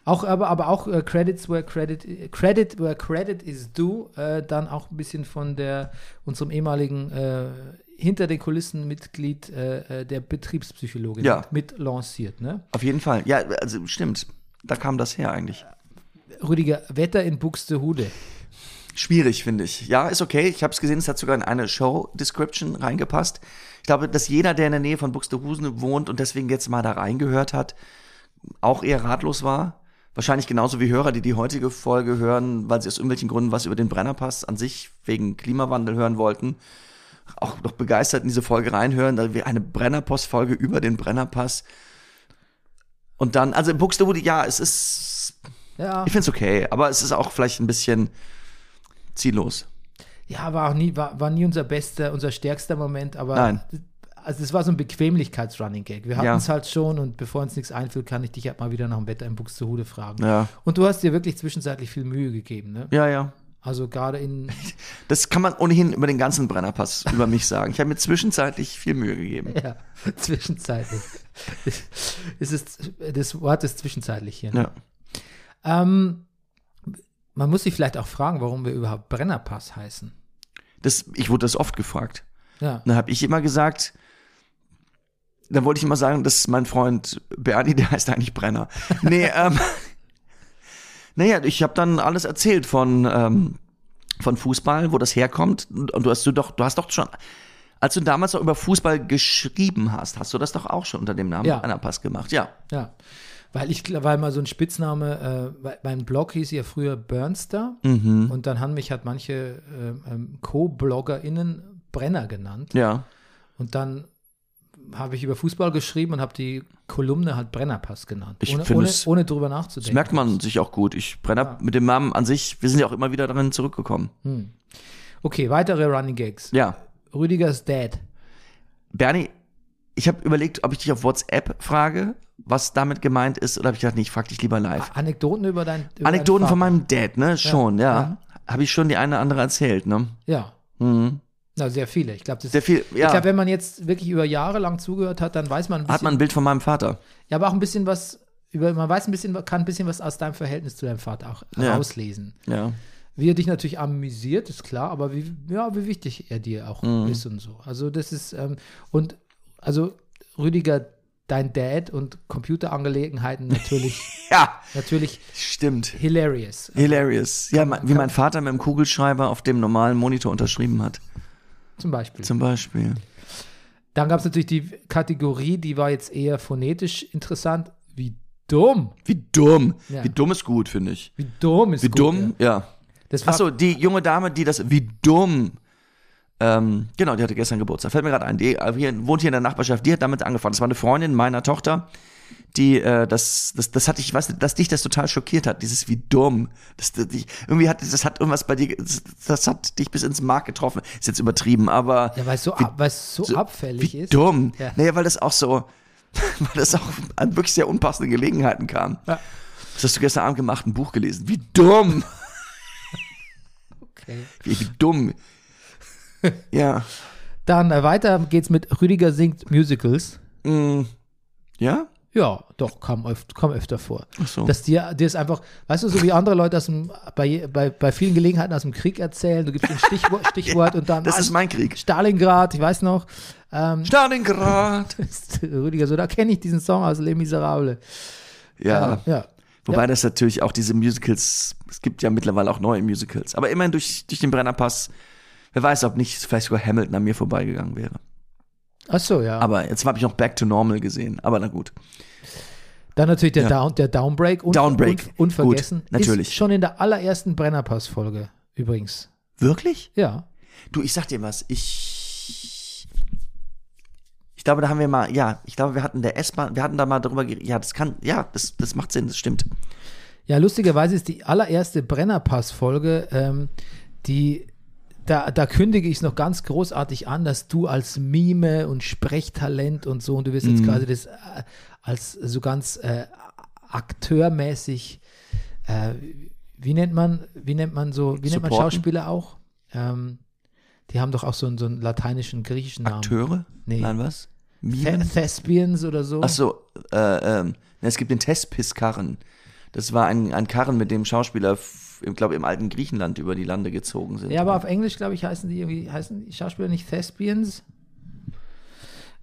[SPEAKER 1] Auch, aber, aber auch äh, Credits where Credit äh, Credit where Credit is due, äh, dann auch ein bisschen von der unserem ehemaligen äh, hinter den Kulissen Mitglied äh, äh, der Betriebspsychologin
[SPEAKER 2] Ja.
[SPEAKER 1] mit, mit lanciert. Ne?
[SPEAKER 2] Auf jeden Fall. Ja, also stimmt. Da kam das her eigentlich.
[SPEAKER 1] Rüdiger, Wetter in Buxtehude.
[SPEAKER 2] Schwierig, finde ich. Ja, ist okay. Ich habe es gesehen, es hat sogar in eine Show-Description reingepasst. Ich glaube, dass jeder, der in der Nähe von Buxtehusen wohnt und deswegen jetzt mal da reingehört hat, auch eher ratlos war, wahrscheinlich genauso wie Hörer, die die heutige Folge hören, weil sie aus irgendwelchen Gründen was über den Brennerpass an sich wegen Klimawandel hören wollten, auch noch begeistert in diese Folge reinhören, da wir eine Brennerpass-Folge über den Brennerpass. Und dann, also Buxtehude, ja, es ist,
[SPEAKER 1] Ja.
[SPEAKER 2] ich find's okay, aber es ist auch vielleicht ein bisschen ziellos.
[SPEAKER 1] Ja, war auch nie, war, war nie unser bester, unser stärkster Moment, aber
[SPEAKER 2] Nein.
[SPEAKER 1] also es war so ein Bequemlichkeits-Running-Gag. Wir
[SPEAKER 2] Ja.
[SPEAKER 1] hatten es halt schon und bevor uns nichts einfiel, kann ich dich halt mal wieder nach dem Wetter in Buxtehude fragen.
[SPEAKER 2] Ja.
[SPEAKER 1] Und du hast dir wirklich zwischenzeitlich viel Mühe gegeben, ne?
[SPEAKER 2] Ja, ja.
[SPEAKER 1] Also gerade in,
[SPEAKER 2] Das kann man ohnehin über den ganzen Brennerpass über mich sagen. Ich habe mir zwischenzeitlich viel Mühe gegeben.
[SPEAKER 1] ja, zwischenzeitlich. es ist, das Wort ist zwischenzeitlich hier. Ne?
[SPEAKER 2] Ja.
[SPEAKER 1] Ähm, man muss sich vielleicht auch fragen, warum wir überhaupt Brennerpass heißen.
[SPEAKER 2] Das, ich wurde das oft gefragt.
[SPEAKER 1] Ja.
[SPEAKER 2] Dann habe ich immer gesagt, dann wollte ich immer sagen, dass mein Freund Bernie, der heißt eigentlich Brenner. Nee, ähm, naja, ich habe dann alles erzählt von, ähm, von Fußball, wo das herkommt. Und, und du hast du doch, du hast doch schon, als du damals noch über Fußball geschrieben hast, hast du das doch auch schon unter dem Namen
[SPEAKER 1] Ja.
[SPEAKER 2] Brennerpass gemacht. Ja.
[SPEAKER 1] Ja, weil ich, weil mal so ein Spitzname, äh, weil- mein Blog hieß ja früher Burnster und dann haben mich halt manche ähm, ähm, Co-BloggerInnen Brenner genannt
[SPEAKER 2] Ja.
[SPEAKER 1] und dann habe ich über Fußball geschrieben und habe die Kolumne halt Brennerpass genannt,
[SPEAKER 2] Ich
[SPEAKER 1] ohne,
[SPEAKER 2] finde
[SPEAKER 1] ohne,
[SPEAKER 2] es-
[SPEAKER 1] ohne drüber
[SPEAKER 2] Das
[SPEAKER 1] nachzudenken.
[SPEAKER 2] merkt man sich auch gut. Ich Brenner mit dem Namen an sich, wir sind ja auch immer wieder darin zurückgekommen.
[SPEAKER 1] Okay, weitere Running Gags.
[SPEAKER 2] Ja.
[SPEAKER 1] Rüdigers Dad.
[SPEAKER 2] Bernie, ich habe überlegt, ob ich dich auf WhatsApp frage, was damit gemeint ist, oder habe ich gedacht, nee, ich frage dich lieber
[SPEAKER 1] Ah,
[SPEAKER 2] live.
[SPEAKER 1] Anekdoten über dein über
[SPEAKER 2] Anekdoten
[SPEAKER 1] deinen
[SPEAKER 2] von
[SPEAKER 1] Vater.
[SPEAKER 2] meinem Dad, ne? Schon, ja.
[SPEAKER 1] ja.
[SPEAKER 2] Habe ich schon die eine oder andere erzählt, ne?
[SPEAKER 1] Ja.
[SPEAKER 2] Mhm.
[SPEAKER 1] Na, sehr viele. Ich glaube, das
[SPEAKER 2] Sehr viel, ja.
[SPEAKER 1] Ich glaube, wenn man jetzt wirklich über Jahre lang zugehört hat, dann weiß man ein bisschen,
[SPEAKER 2] Hat man ein Bild von meinem Vater.
[SPEAKER 1] Ja, aber auch ein bisschen was über, man weiß ein bisschen, kann ein bisschen was aus deinem Verhältnis zu deinem Vater auch
[SPEAKER 2] Ja.
[SPEAKER 1] herauslesen.
[SPEAKER 2] Ja.
[SPEAKER 1] Wie er dich natürlich amüsiert, ist klar, aber wie, ja, wie wichtig er dir auch
[SPEAKER 2] Mhm.
[SPEAKER 1] ist und so. Also das ist, ähm, und also Rüdiger, dein Dad und Computerangelegenheiten natürlich,
[SPEAKER 2] Ja,
[SPEAKER 1] natürlich
[SPEAKER 2] stimmt.
[SPEAKER 1] hilarious.
[SPEAKER 2] Hilarious. Ja, me- wie mein Vater mit dem Kugelschreiber auf dem normalen Monitor unterschrieben hat,
[SPEAKER 1] Zum Beispiel.
[SPEAKER 2] zum Beispiel.
[SPEAKER 1] Dann gab es natürlich die Kategorie, die war jetzt eher phonetisch interessant. Wie dumm.
[SPEAKER 2] Wie dumm.
[SPEAKER 1] Ja.
[SPEAKER 2] Wie dumm ist gut, finde ich.
[SPEAKER 1] Wie dumm ist
[SPEAKER 2] Wie
[SPEAKER 1] gut,
[SPEAKER 2] dumm,
[SPEAKER 1] Ja.
[SPEAKER 2] ja.
[SPEAKER 1] Das war,
[SPEAKER 2] Achso, die junge Dame, die das, wie dumm. Ähm, genau, die hatte gestern Geburtstag. Fällt mir gerade ein. Die äh, hier, wohnt hier in der Nachbarschaft. Die hat damit angefangen. Das war eine Freundin meiner Tochter, die äh, das, das, das hatte ich, weißt du, dass dich das total schockiert hat. Dieses wie dumm. Das, das, dich- irgendwie hat das hat irgendwas bei dir, ge- das, das hat dich bis ins Mark getroffen. Ist jetzt übertrieben, aber
[SPEAKER 1] ja, weil es so, ab, weil es so, abfällig
[SPEAKER 2] wie
[SPEAKER 1] ist.
[SPEAKER 2] dumm.
[SPEAKER 1] Ja.
[SPEAKER 2] Naja, weil das auch so, weil das auch an wirklich sehr unpassenden Gelegenheiten kam.
[SPEAKER 1] Ja.
[SPEAKER 2] Das hast du gestern Abend gemacht, ein Buch gelesen. Wie dumm.
[SPEAKER 1] Okay.
[SPEAKER 2] Wie, wie dumm. ja.
[SPEAKER 1] Dann äh, weiter geht's mit Rüdiger singt Musicals.
[SPEAKER 2] Mm. Ja?
[SPEAKER 1] Ja, doch, kam, öf kam öfter vor.
[SPEAKER 2] so.
[SPEAKER 1] Dass dir, dir ist einfach, weißt du, so wie andere Leute aus dem, bei, je- bei, bei vielen Gelegenheiten aus dem Krieg erzählen, du gibst ein Stichwort, Stichwort und dann
[SPEAKER 2] Das
[SPEAKER 1] ah,
[SPEAKER 2] ist mein Krieg.
[SPEAKER 1] Stalingrad, ich weiß noch. Ähm,
[SPEAKER 2] Stalingrad.
[SPEAKER 1] Rüdiger, so da kenne ich diesen Song aus Les Miserables.
[SPEAKER 2] Ja.
[SPEAKER 1] Äh, ja.
[SPEAKER 2] Wobei das natürlich auch diese Musicals, es gibt ja mittlerweile auch neue Musicals. Aber immerhin durch, durch den Brennerpass, wer weiß, ob nicht vielleicht sogar Hamilton an mir vorbeigegangen wäre.
[SPEAKER 1] Ach so, ja.
[SPEAKER 2] Aber jetzt habe ich noch Back to Normal gesehen. Aber na gut.
[SPEAKER 1] Dann natürlich der,
[SPEAKER 2] Ja.
[SPEAKER 1] Down, der Downbreak. Un
[SPEAKER 2] Downbreak.
[SPEAKER 1] Un unvergessen.
[SPEAKER 2] Gut, natürlich.
[SPEAKER 1] Ist schon in der allerersten Brennerpass-Folge übrigens.
[SPEAKER 2] Wirklich?
[SPEAKER 1] Ja.
[SPEAKER 2] Du, ich sag dir was. Ich. Ich glaube, da haben wir mal, ja, ich glaube, wir hatten der S-Bahn, wir hatten da mal drüber geredet. Ja, das kann, ja, das, das macht Sinn, das stimmt.
[SPEAKER 1] Ja, lustigerweise ist die allererste Brennerpass-Folge, ähm, die da, da kündige ich es noch ganz großartig an, dass du als Mime und Sprechtalent und so, und du wirst
[SPEAKER 2] Mhm.
[SPEAKER 1] jetzt quasi das äh, als so ganz äh, akteurmäßig, äh, wie nennt man, wie nennt man so, wie nennt man
[SPEAKER 2] Supporten?
[SPEAKER 1] Schauspieler auch? Ähm, die haben doch auch so einen, so einen lateinischen, griechischen Namen.
[SPEAKER 2] Akteure?
[SPEAKER 1] Nee.
[SPEAKER 2] Nein, was?
[SPEAKER 1] The-
[SPEAKER 2] Mimen?
[SPEAKER 1] Thespians oder so.
[SPEAKER 2] Ach so, äh, ähm, es gibt den Thespis-Karren. Das war ein, ein Karren, mit dem Schauspieler, f- im, glaube im alten Griechenland über die Lande gezogen sind.
[SPEAKER 1] Ja, aber auf Englisch, glaube ich, heißen die irgendwie, heißen die Schauspieler nicht Thespians?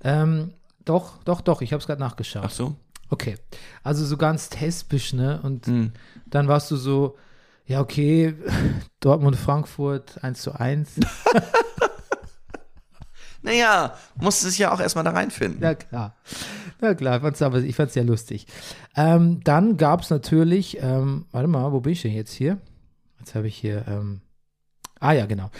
[SPEAKER 1] Ähm, doch, doch, doch, ich habe es gerade
[SPEAKER 2] Ach
[SPEAKER 1] nachgeschaut.
[SPEAKER 2] so.
[SPEAKER 1] Okay. Also so ganz thespisch, ne? Und
[SPEAKER 2] Hm.
[SPEAKER 1] dann warst du so, ja, okay, Dortmund, Frankfurt, 1 zu 1.
[SPEAKER 2] Naja, musste sich ja auch erstmal da reinfinden.
[SPEAKER 1] ja, klar. Na klar, ich fand's, aber ich fand's sehr lustig. Ähm, dann gab es natürlich, ähm, warte mal, wo bin ich denn jetzt hier? Jetzt habe ich hier, ähm, ah ja, genau.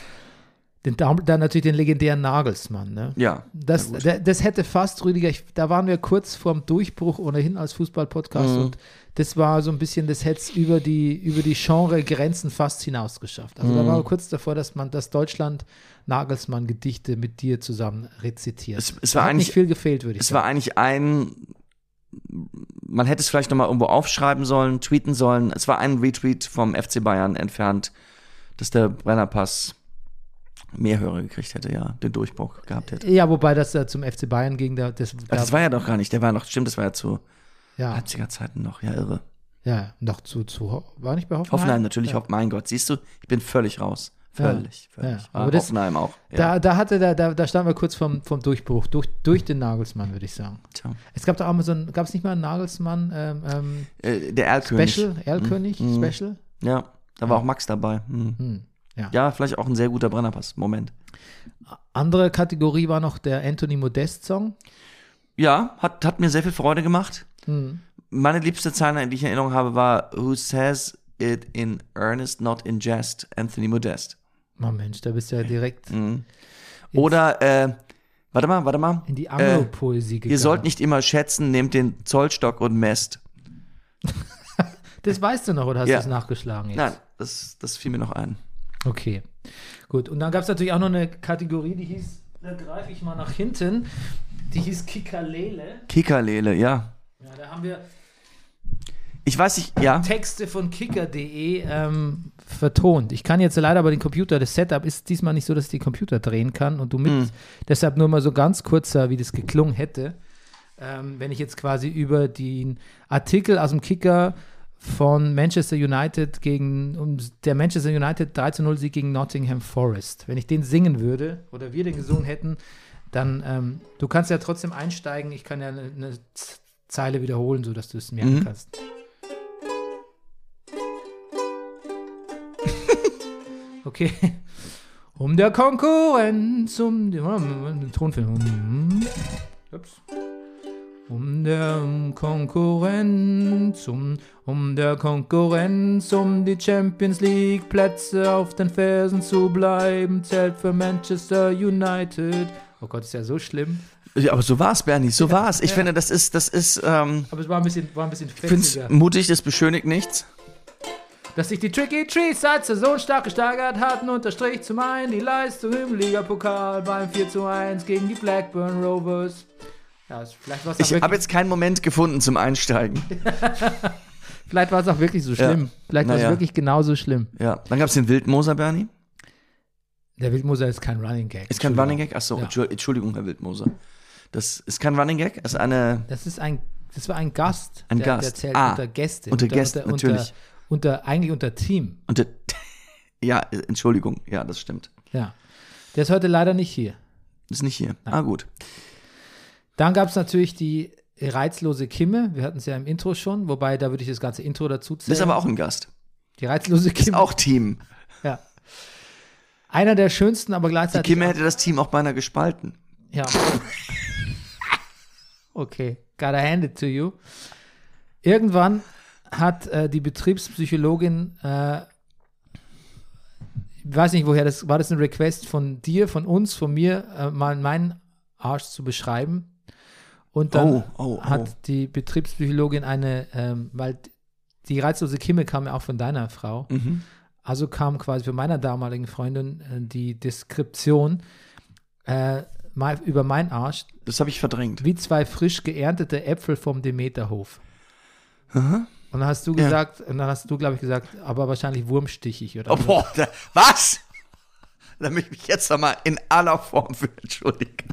[SPEAKER 1] Den, Daum- dann natürlich den legendären Nagelsmann, ne?
[SPEAKER 2] Ja.
[SPEAKER 1] Das,
[SPEAKER 2] Na gut.
[SPEAKER 1] da- das hätte fast, Rüdiger, ich, da waren wir kurz vorm Durchbruch ohnehin als Fußball-Podcast
[SPEAKER 2] Mhm.
[SPEAKER 1] und das war so ein bisschen, das hätte es über die, über die Genre-Grenzen fast hinaus geschafft. Also
[SPEAKER 2] Mhm.
[SPEAKER 1] da war kurz davor, dass man das Deutschland Nagelsmann-Gedichte mit dir zusammen rezitiert.
[SPEAKER 2] Es- es
[SPEAKER 1] Da
[SPEAKER 2] war
[SPEAKER 1] hat nicht
[SPEAKER 2] eigentlich-
[SPEAKER 1] viel gefehlt, würde ich
[SPEAKER 2] Es
[SPEAKER 1] sagen.
[SPEAKER 2] war eigentlich ein, man hätte es vielleicht nochmal irgendwo aufschreiben sollen, tweeten sollen. Es war ein Retweet vom FC Bayern entfernt, dass der Brennerpass mehr Hörer gekriegt hätte, ja, den Durchbruch gehabt hätte.
[SPEAKER 1] Ja, wobei das äh, zum FC Bayern ging, da, das,
[SPEAKER 2] Ach,
[SPEAKER 1] da,
[SPEAKER 2] das Also war ja doch gar nicht, der war noch, stimmt, das war ja zu
[SPEAKER 1] ja,
[SPEAKER 2] Leipziger Zeiten noch, ja, irre.
[SPEAKER 1] ja, noch zu, zu, Ho- war nicht bei Hoffenheim?
[SPEAKER 2] Hoffenheim natürlich, Hoff- mein Gott, siehst du, ich bin völlig raus. Völlig,
[SPEAKER 1] äh, Ja.
[SPEAKER 2] völlig. Ah,
[SPEAKER 1] Ja, aber das-
[SPEAKER 2] Hoffenheim auch. Ja.
[SPEAKER 1] Da, da hatte, da, da, da standen wir kurz vom, vom Durchbruch, durch, durch den Nagelsmann, würde ich sagen.
[SPEAKER 2] Tja.
[SPEAKER 1] Es gab da auch mal so ein, gab es nicht mal einen Nagelsmann, ähm, ähm,
[SPEAKER 2] Äh, der Erlkönig.
[SPEAKER 1] Special, Erlkönig,
[SPEAKER 2] Mhm.
[SPEAKER 1] Special?
[SPEAKER 2] Ja, da war auch Max dabei. Hm.
[SPEAKER 1] ja.
[SPEAKER 2] ja. vielleicht auch ein sehr guter Brennerpass. Moment.
[SPEAKER 1] Andere Kategorie war noch der Anthony Modest-Song.
[SPEAKER 2] Ja, hat, hat mir sehr viel Freude gemacht.
[SPEAKER 1] Hm.
[SPEAKER 2] Meine liebste Zeile, die ich in Erinnerung habe, war Who says it in earnest, not in jest, Anthony Modest.
[SPEAKER 1] Oh Mensch, da bist du ja direkt
[SPEAKER 2] Mhm. Oder, äh, warte mal, warte mal.
[SPEAKER 1] in die Anglo-Poesie gegangen.
[SPEAKER 2] Äh, Ihr sollt nicht immer schätzen, nehmt den Zollstock und messt.
[SPEAKER 1] Das weißt du noch oder hast
[SPEAKER 2] Ja.
[SPEAKER 1] du es nachgeschlagen jetzt?
[SPEAKER 2] Nein, das, das fiel mir noch ein.
[SPEAKER 1] Okay, gut. Und dann gab es natürlich auch noch eine Kategorie, die hieß, da greife ich mal nach hinten, die hieß Kikalele.
[SPEAKER 2] Kikerlele, ja.
[SPEAKER 1] Ja, da haben wir
[SPEAKER 2] Ich weiß nicht, ja.
[SPEAKER 1] Texte von kicker.de ähm, vertont. Ich kann jetzt leider aber den Computer, das Setup ist diesmal nicht so, dass ich den Computer drehen kann und du mit. Deshalb nur mal so ganz kurzer, wie das geklungen hätte, ähm, wenn ich jetzt quasi über den Artikel aus dem Kicker von Manchester United gegen, um, der Manchester United 3-0-Sieg gegen Nottingham Forest. Wenn ich den singen würde oder wir den gesungen hätten, dann, ähm, du kannst ja trotzdem einsteigen, ich kann ja eine, eine Z- Zeile wiederholen, sodass du es merken
[SPEAKER 2] Mhm.
[SPEAKER 1] kannst. Okay. Um der Konkurrenz, um die, warte mal, den Tonfilm. Um, ups. um der Konkurrenz, um, um der Konkurrenz, um die Champions League Plätze auf den Fersen zu bleiben, zählt für Manchester United. Oh Gott, ist ja so schlimm.
[SPEAKER 2] Ja, aber so war's, Bernie, so war's. Ich finde, das ist, das ist, ähm,
[SPEAKER 1] Aber es war ein bisschen, war ein bisschen
[SPEAKER 2] ich find's
[SPEAKER 1] fetziger.
[SPEAKER 2] mutig, das beschönigt nichts.
[SPEAKER 1] Dass sich die Tricky Trees seit Saison stark gesteigert hatten, unterstrich zum einen die Leistung im Ligapokal beim 4 zu 1 gegen die Blackburn Rovers. Ja, es- vielleicht war es auch,
[SPEAKER 2] Ich habe
[SPEAKER 1] wirklich-
[SPEAKER 2] jetzt keinen Moment gefunden zum Einsteigen.
[SPEAKER 1] vielleicht war es auch wirklich so schlimm. Vielleicht war es
[SPEAKER 2] Naja.
[SPEAKER 1] wirklich genauso schlimm.
[SPEAKER 2] Ja, dann gab's den Wildmoser, Bernie.
[SPEAKER 1] Der Wildmoser ist kein Running Gag.
[SPEAKER 2] Ist kein Running Gag? Achso,
[SPEAKER 1] Ja.
[SPEAKER 2] Entschu- Entschuldigung, Herr Wildmoser. Das ist kein Running Gag, es ist eine.
[SPEAKER 1] Das ist ein, das war ein Gast.
[SPEAKER 2] Ein
[SPEAKER 1] der, Der
[SPEAKER 2] Gast.
[SPEAKER 1] zählt
[SPEAKER 2] Ah,
[SPEAKER 1] unter Gäste.
[SPEAKER 2] unter Gästen, natürlich.
[SPEAKER 1] Unter, unter, eigentlich unter Team.
[SPEAKER 2] Und, der- ja, Entschuldigung, ja, das stimmt.
[SPEAKER 1] Ja. Der ist heute leider nicht hier.
[SPEAKER 2] Ist nicht hier. Ah, gut.
[SPEAKER 1] Dann gab es natürlich die reizlose Kimme. Wir hatten es ja im Intro schon, wobei da würde ich das ganze Intro dazu zählen.
[SPEAKER 2] Das ist aber auch ein Gast.
[SPEAKER 1] die reizlose
[SPEAKER 2] Ist
[SPEAKER 1] Kimme.
[SPEAKER 2] auch Team.
[SPEAKER 1] Ja. Einer der schönsten, aber
[SPEAKER 2] Die
[SPEAKER 1] gleichzeitig.
[SPEAKER 2] Kimme hätte das Team auch beinahe gespalten.
[SPEAKER 1] ja. Okay, gotta hand it to you. Irgendwann hat äh, die Betriebspsychologin, äh, ich weiß nicht woher, das war das ein Request von dir, von uns, von mir, äh, mal meinen Arsch zu beschreiben. Und dann
[SPEAKER 2] Oh, oh, oh.
[SPEAKER 1] hat die Betriebspsychologin eine, ähm, weil die reizlose Kimme kam ja auch von deiner Frau.
[SPEAKER 2] Mhm.
[SPEAKER 1] Also kam quasi für meiner damaligen Freundin äh, die Deskription äh, mal über meinen Arsch,
[SPEAKER 2] Das habe ich verdrängt.
[SPEAKER 1] wie zwei frisch geerntete Äpfel vom Demeterhof. Und dann hast du
[SPEAKER 2] Ja.
[SPEAKER 1] gesagt, und dann hast du, glaube ich, gesagt, aber wahrscheinlich wurmstichig oder
[SPEAKER 2] Oh,
[SPEAKER 1] so.
[SPEAKER 2] boah, da, was? Da möchte ich mich jetzt nochmal in aller Form für entschuldigen.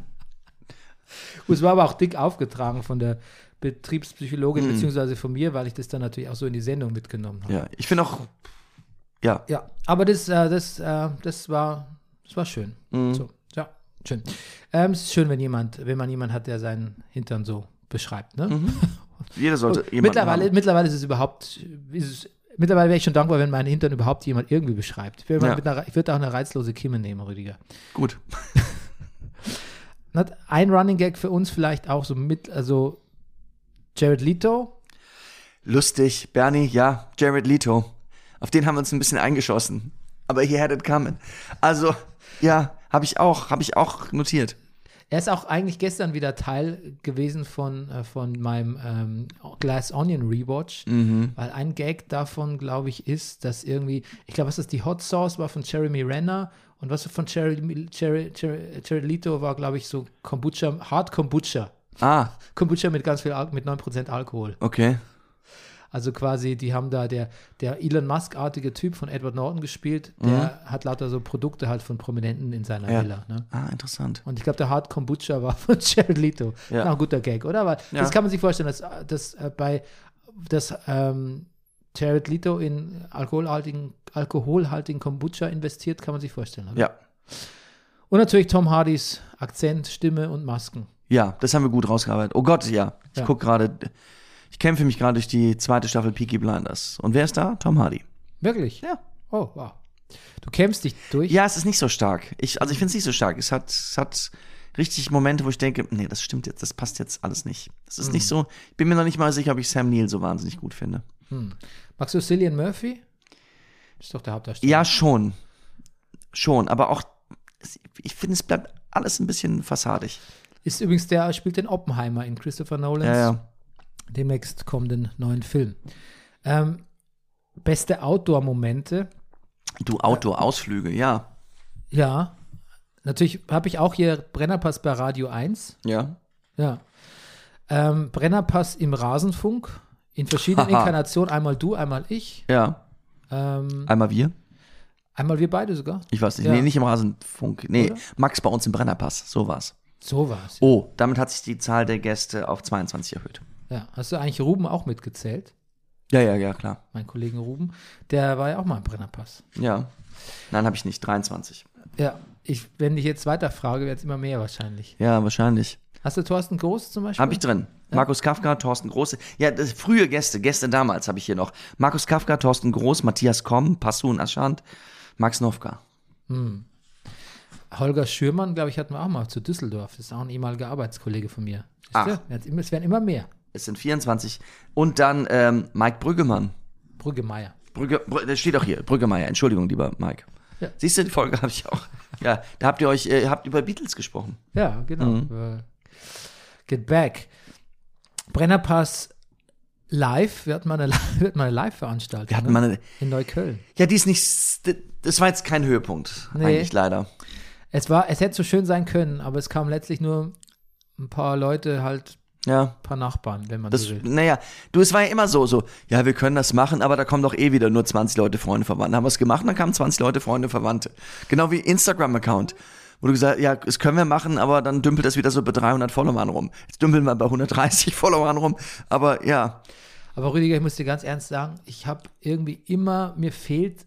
[SPEAKER 1] Es war aber auch dick aufgetragen von der Betriebspsychologin, beziehungsweise von mir, weil ich das dann natürlich auch so in die Sendung mitgenommen habe.
[SPEAKER 2] Mhm. Ja, ich bin auch. Ja,
[SPEAKER 1] Ja, aber das, äh, das, äh, das war, das war schön.
[SPEAKER 2] Mhm.
[SPEAKER 1] So, ja, schön. Ähm, es ist schön, wenn jemand, wenn man jemanden hat, der seinen Hintern so beschreibt, ne?
[SPEAKER 2] Mhm. jeder sollte
[SPEAKER 1] Und
[SPEAKER 2] jemanden
[SPEAKER 1] mittlerweile,
[SPEAKER 2] haben.
[SPEAKER 1] mittlerweile ist es überhaupt, ist es, mittlerweile wäre ich schon dankbar, wenn meinen Hintern überhaupt jemand irgendwie beschreibt. Ich würde
[SPEAKER 2] Ja.
[SPEAKER 1] würd auch eine reizlose Kimme nehmen, Rüdiger.
[SPEAKER 2] Gut.
[SPEAKER 1] Not- Ein Running Gag für uns vielleicht auch so mit, also Jared Leto.
[SPEAKER 2] Lustig, Bernie, ja, Jared Leto. Auf den haben wir uns ein bisschen eingeschossen. Aber he had it coming. Also, ja, habe ich auch, habe ich auch notiert.
[SPEAKER 1] Er ist auch eigentlich gestern wieder Teil gewesen von, äh, von meinem ähm, Glass Onion Rewatch,
[SPEAKER 2] Mhm.
[SPEAKER 1] weil ein Gag davon, glaube ich, ist, dass irgendwie, ich glaube, was ist die Hot Sauce war von Jeremy Renner und was von Jeremy, Jerry, Jerry, Jerry Leto war, glaube ich, so Kombucha, Hard Kombucha.
[SPEAKER 2] Ah,
[SPEAKER 1] Kombucha mit ganz viel, Al mit 9% Alkohol.
[SPEAKER 2] okay.
[SPEAKER 1] Also quasi, die haben da der, der Elon Musk-artige Typ von Edward Norton gespielt, der hat lauter so Produkte halt von Prominenten in seiner
[SPEAKER 2] Mhm. Ja.
[SPEAKER 1] Villa. Ne?
[SPEAKER 2] Ah, interessant.
[SPEAKER 1] Und ich glaube, der Hard Kombucha war von Jared Leto.
[SPEAKER 2] Ja.
[SPEAKER 1] Ja. Auch ein guter Gag, oder? Weil
[SPEAKER 2] Ja.
[SPEAKER 1] das kann man sich vorstellen, dass, dass äh, bei dass, ähm, Jared Leto in alkoholhaltigen, alkoholhaltigen Kombucha investiert, kann man sich vorstellen. Oder?
[SPEAKER 2] Ja,
[SPEAKER 1] Und natürlich Tom Hardys Akzent, Stimme und Masken.
[SPEAKER 2] ja, das haben wir gut rausgearbeitet. Oh Gott, ja. Ich
[SPEAKER 1] Ja.
[SPEAKER 2] guck gerade, ich kämpfe mich gerade durch die zweite Staffel Peaky Blinders. Und wer ist da? Tom Hardy.
[SPEAKER 1] Wirklich? Ja. Oh, wow. Du kämpfst dich durch.
[SPEAKER 2] Ja, es ist nicht so stark. Ich, also ich finde es nicht so stark. Es hat, es hat richtig Momente, wo ich denke, nee, das stimmt jetzt, das passt jetzt alles nicht. Das ist nicht so. Ich bin mir noch nicht mal sicher, ob ich Sam Neill so wahnsinnig gut finde.
[SPEAKER 1] Magst du Cillian Murphy? Ist doch der Hauptdarsteller.
[SPEAKER 2] Ja, schon. Schon, aber auch, es- ich finde, es bleibt alles ein bisschen fassadig.
[SPEAKER 1] Ist übrigens der, spielt den Oppenheimer in Christopher Nolans
[SPEAKER 2] Ja, ja.
[SPEAKER 1] demnächst kommenden neuen Film. Ähm, beste Outdoor-Momente.
[SPEAKER 2] Du Outdoor-Ausflüge, ja.
[SPEAKER 1] Ja, natürlich habe ich auch hier Brennerpass bei Radio 1.
[SPEAKER 2] Ja.
[SPEAKER 1] Ja. Ähm, Brennerpass im Rasenfunk in verschiedenen
[SPEAKER 2] Haha.
[SPEAKER 1] Inkarnationen. Einmal du, einmal ich.
[SPEAKER 2] Ja.
[SPEAKER 1] Ähm,
[SPEAKER 2] Einmal wir.
[SPEAKER 1] einmal wir beide sogar.
[SPEAKER 2] Ich weiß nicht.
[SPEAKER 1] Ja.
[SPEAKER 2] Nee, nicht im Rasenfunk. Nee, Max bei uns im Brennerpass. So war's.
[SPEAKER 1] So war's.
[SPEAKER 2] Oh, damit hat sich die Zahl der Gäste auf 22 erhöht.
[SPEAKER 1] Ja. Hast du eigentlich Ruben auch mitgezählt?
[SPEAKER 2] Ja, ja, ja, klar.
[SPEAKER 1] Mein Kollegen Ruben. Der war ja auch mal im Brennerpass.
[SPEAKER 2] Ja. Nein, habe ich nicht. 23.
[SPEAKER 1] Ja. Ich, wenn ich jetzt weiterfrage, wird es immer mehr wahrscheinlich.
[SPEAKER 2] Ja, wahrscheinlich.
[SPEAKER 1] Hast du Thorsten Groß zum Beispiel?
[SPEAKER 2] Habe ich drin. Markus Kafka, Thorsten Große. Ja, das, frühe Gäste, Gäste damals habe ich hier noch. Markus Kafka, Thorsten Groß, Matthias Komm, Passun Aschand, Max Nowka.
[SPEAKER 1] Holger Schürmann, glaube ich, hatten wir auch mal zu Düsseldorf. Das ist auch ein ehemaliger Arbeitskollege von mir. Siehst
[SPEAKER 2] Ach.
[SPEAKER 1] du? Jetzt immer- Es werden immer mehr.
[SPEAKER 2] Es sind 24. Und dann ähm, Mike Brüggemann.
[SPEAKER 1] Brüggemeier.
[SPEAKER 2] Brügge, Brü, das steht auch hier. Brüggemeier. Entschuldigung, lieber Mike.
[SPEAKER 1] Ja.
[SPEAKER 2] Siehst du, die Folge habe ich auch. Ja, da habt ihr euch, äh, habt über Beatles gesprochen.
[SPEAKER 1] Ja, genau.
[SPEAKER 2] Mhm.
[SPEAKER 1] Äh, Get back. Brennerpass live. Wir hatten mal eine, wir hatten mal eine Live-Veranstaltung. ne?
[SPEAKER 2] Wir hatten mal eine,
[SPEAKER 1] in Neukölln.
[SPEAKER 2] ja, die ist nicht, s- d- das war jetzt kein Höhepunkt.
[SPEAKER 1] Nee.
[SPEAKER 2] Eigentlich leider.
[SPEAKER 1] Es, war, es hätte so schön sein können, aber es kamen letztlich nur ein paar Leute, halt
[SPEAKER 2] Ja.
[SPEAKER 1] ein paar Nachbarn, wenn man
[SPEAKER 2] Das,
[SPEAKER 1] so will.
[SPEAKER 2] naja, du, es war ja immer so, so, ja, wir können das machen, aber da kommen doch eh wieder nur 20 Leute, Freunde, Verwandte. Haben wir es gemacht, und dann kamen 20 Leute, Freunde, Verwandte. Genau wie Instagram-Account. Wo du gesagt hast, ja, das können wir machen, aber dann dümpelt das wieder so bei 300 Followern rum. Jetzt dümpeln wir bei 130 Followern rum. Aber ja,
[SPEAKER 1] Aber Rüdiger, ich muss dir ganz ernst sagen, ich habe irgendwie immer, mir fehlt,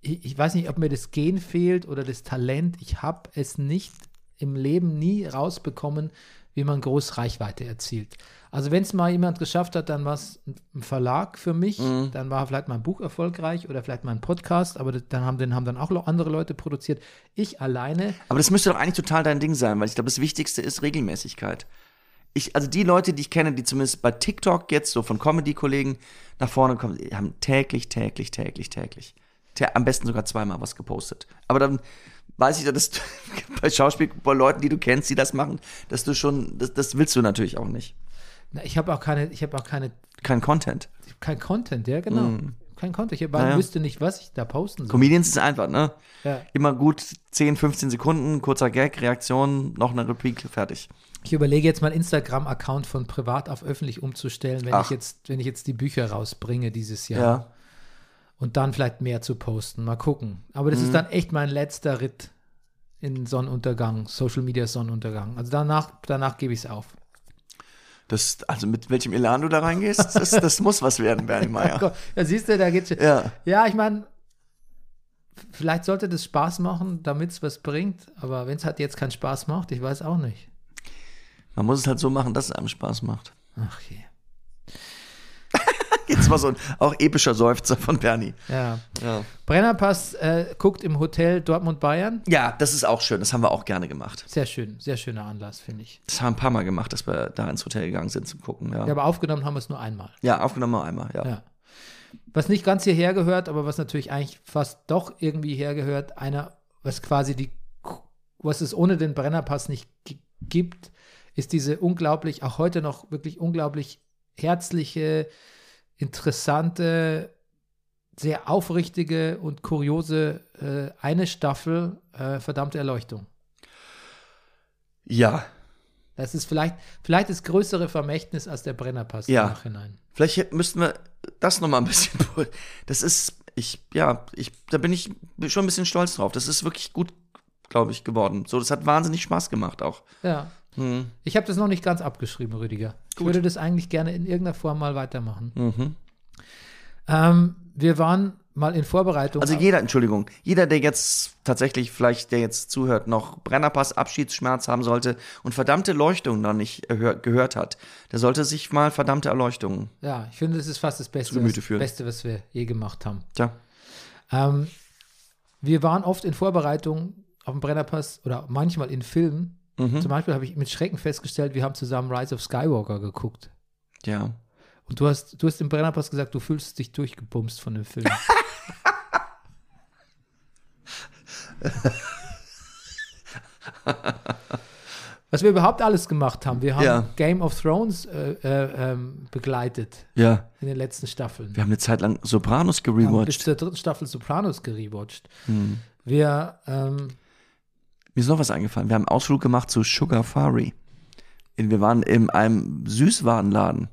[SPEAKER 1] ich, ich weiß nicht, ob mir das Gen fehlt oder das Talent, ich habe es nicht im Leben nie rausbekommen, wie man groß Reichweite erzielt. Also wenn es mal jemand geschafft hat, dann war es ein Verlag für mich, dann war vielleicht mein Buch erfolgreich oder vielleicht mein Podcast, aber das- dann haben, den haben dann auch lo- andere Leute produziert. Ich alleine,
[SPEAKER 2] aber das müsste doch eigentlich total dein Ding sein, weil ich glaube, das Wichtigste ist Regelmäßigkeit. Ich, also die Leute, die ich kenne, die zumindest bei TikTok jetzt so von Comedy-Kollegen nach vorne kommen, die haben täglich, täglich, täglich, täglich. Tä- am besten sogar zweimal was gepostet. Aber dann weiß ich ja, dass du- bei Schauspiel, bei Leuten, die du kennst, die das machen, dass du schon, das, das willst du natürlich auch nicht.
[SPEAKER 1] na, ich habe auch keine, ich habe auch keine,
[SPEAKER 2] Kein Content.
[SPEAKER 1] kein Content, ja genau. Kein Content. Ich
[SPEAKER 2] Naja.
[SPEAKER 1] wüsste nicht, was ich da posten soll.
[SPEAKER 2] Comedians ist einfach, ne?
[SPEAKER 1] Ja.
[SPEAKER 2] Immer gut 10, 15 Sekunden, kurzer Gag, Reaktion, noch eine Replik, fertig.
[SPEAKER 1] Ich überlege jetzt meinen Instagram-Account von privat auf öffentlich umzustellen, wenn
[SPEAKER 2] Ach.
[SPEAKER 1] ich, jetzt, wenn ich jetzt die Bücher rausbringe dieses Jahr.
[SPEAKER 2] Ja.
[SPEAKER 1] Und dann vielleicht mehr zu posten. Mal gucken. Aber
[SPEAKER 2] Mhm.
[SPEAKER 1] das ist dann echt mein letzter Ritt in Sonnenuntergang, Social Media Sonnenuntergang. Also danach, danach gebe ich es auf.
[SPEAKER 2] Das, also mit welchem Elan du da reingehst, das, das muss was werden, Bernie Meyer.
[SPEAKER 1] Gott, da siehst du, da geht's schon.
[SPEAKER 2] Ja.
[SPEAKER 1] Ja, ich meine, vielleicht sollte das Spaß machen, damit es was bringt. Aber wenn es halt jetzt keinen Spaß macht, ich weiß auch nicht.
[SPEAKER 2] Man muss es halt so machen, dass es einem Spaß macht.
[SPEAKER 1] Ach je.
[SPEAKER 2] Jetzt war so ein auch epischer Seufzer von Bernie.
[SPEAKER 1] Ja.
[SPEAKER 2] Ja.
[SPEAKER 1] Brennerpass äh, guckt im Hotel Dortmund-Bayern.
[SPEAKER 2] ja, das ist auch schön. Das haben wir auch gerne gemacht.
[SPEAKER 1] Sehr schön, sehr schöner Anlass, finde ich.
[SPEAKER 2] Das haben wir ein paar Mal gemacht, dass wir da ins Hotel gegangen sind zum Gucken. Ja,
[SPEAKER 1] Ja,
[SPEAKER 2] ja,
[SPEAKER 1] aber aufgenommen haben wir es nur einmal.
[SPEAKER 2] aufgenommen mal einmal. Ja.
[SPEAKER 1] Ja. Was nicht ganz hierher gehört, aber was natürlich eigentlich fast doch irgendwie hergehört, einer, was quasi die, was es ohne den Brennerpass nicht gi- gibt, ist diese unglaublich, auch heute noch wirklich unglaublich herzliche, interessante, sehr aufrichtige und kuriose äh, eine Staffel äh, verdammte Erleuchtung.
[SPEAKER 2] ja.
[SPEAKER 1] Das ist vielleicht, vielleicht das größere Vermächtnis als der Brennerpass im
[SPEAKER 2] Ja.
[SPEAKER 1] Nachhinein.
[SPEAKER 2] Vielleicht hätten- müssten wir das noch mal ein bisschen. pol- Das ist, ich, ja, ich, da bin ich schon ein bisschen stolz drauf. Das ist wirklich gut, glaube ich, geworden. So, das hat wahnsinnig Spaß gemacht auch.
[SPEAKER 1] Ja.
[SPEAKER 2] Hm.
[SPEAKER 1] Ich habe das noch nicht ganz abgeschrieben, Rüdiger. Ich
[SPEAKER 2] Gut.
[SPEAKER 1] würde das eigentlich gerne in irgendeiner Form mal weitermachen.
[SPEAKER 2] Mhm.
[SPEAKER 1] Ähm, wir waren mal in Vorbereitung.
[SPEAKER 2] Also jeder, Entschuldigung, jeder, der jetzt tatsächlich vielleicht, der jetzt zuhört, noch Brennerpass Abschiedsschmerz haben sollte und verdammte Leuchtung noch nicht erhör- gehört hat, der sollte sich mal verdammte Erleuchtung.
[SPEAKER 1] ja, ich finde, das ist fast das Beste,
[SPEAKER 2] Zu Gemüte
[SPEAKER 1] was,
[SPEAKER 2] führen.
[SPEAKER 1] Beste was wir je gemacht haben.
[SPEAKER 2] Tja,
[SPEAKER 1] Ähm, wir waren oft in Vorbereitung auf dem Brennerpass oder manchmal in Filmen.
[SPEAKER 2] Mhm.
[SPEAKER 1] Zum Beispiel habe ich mit Schrecken festgestellt, wir haben zusammen Rise of Skywalker geguckt.
[SPEAKER 2] ja.
[SPEAKER 1] Und du hast, du hast im Brennerpass gesagt, du fühlst dich durchgebumst von dem Film. Was wir überhaupt alles gemacht haben. Wir haben
[SPEAKER 2] Ja.
[SPEAKER 1] Game of Thrones äh, äh, ähm, begleitet
[SPEAKER 2] Ja.
[SPEAKER 1] in den letzten Staffeln.
[SPEAKER 2] Wir haben eine Zeit lang Sopranos
[SPEAKER 1] Wir haben bis
[SPEAKER 2] gerewatcht.
[SPEAKER 1] zur dritten Staffel Sopranos gerewatcht.
[SPEAKER 2] Hm.
[SPEAKER 1] Wir, ähm,
[SPEAKER 2] Mir ist noch was eingefallen. Wir haben einen Ausflug gemacht zu Sugar Fari. Wir waren in einem Süßwarenladen.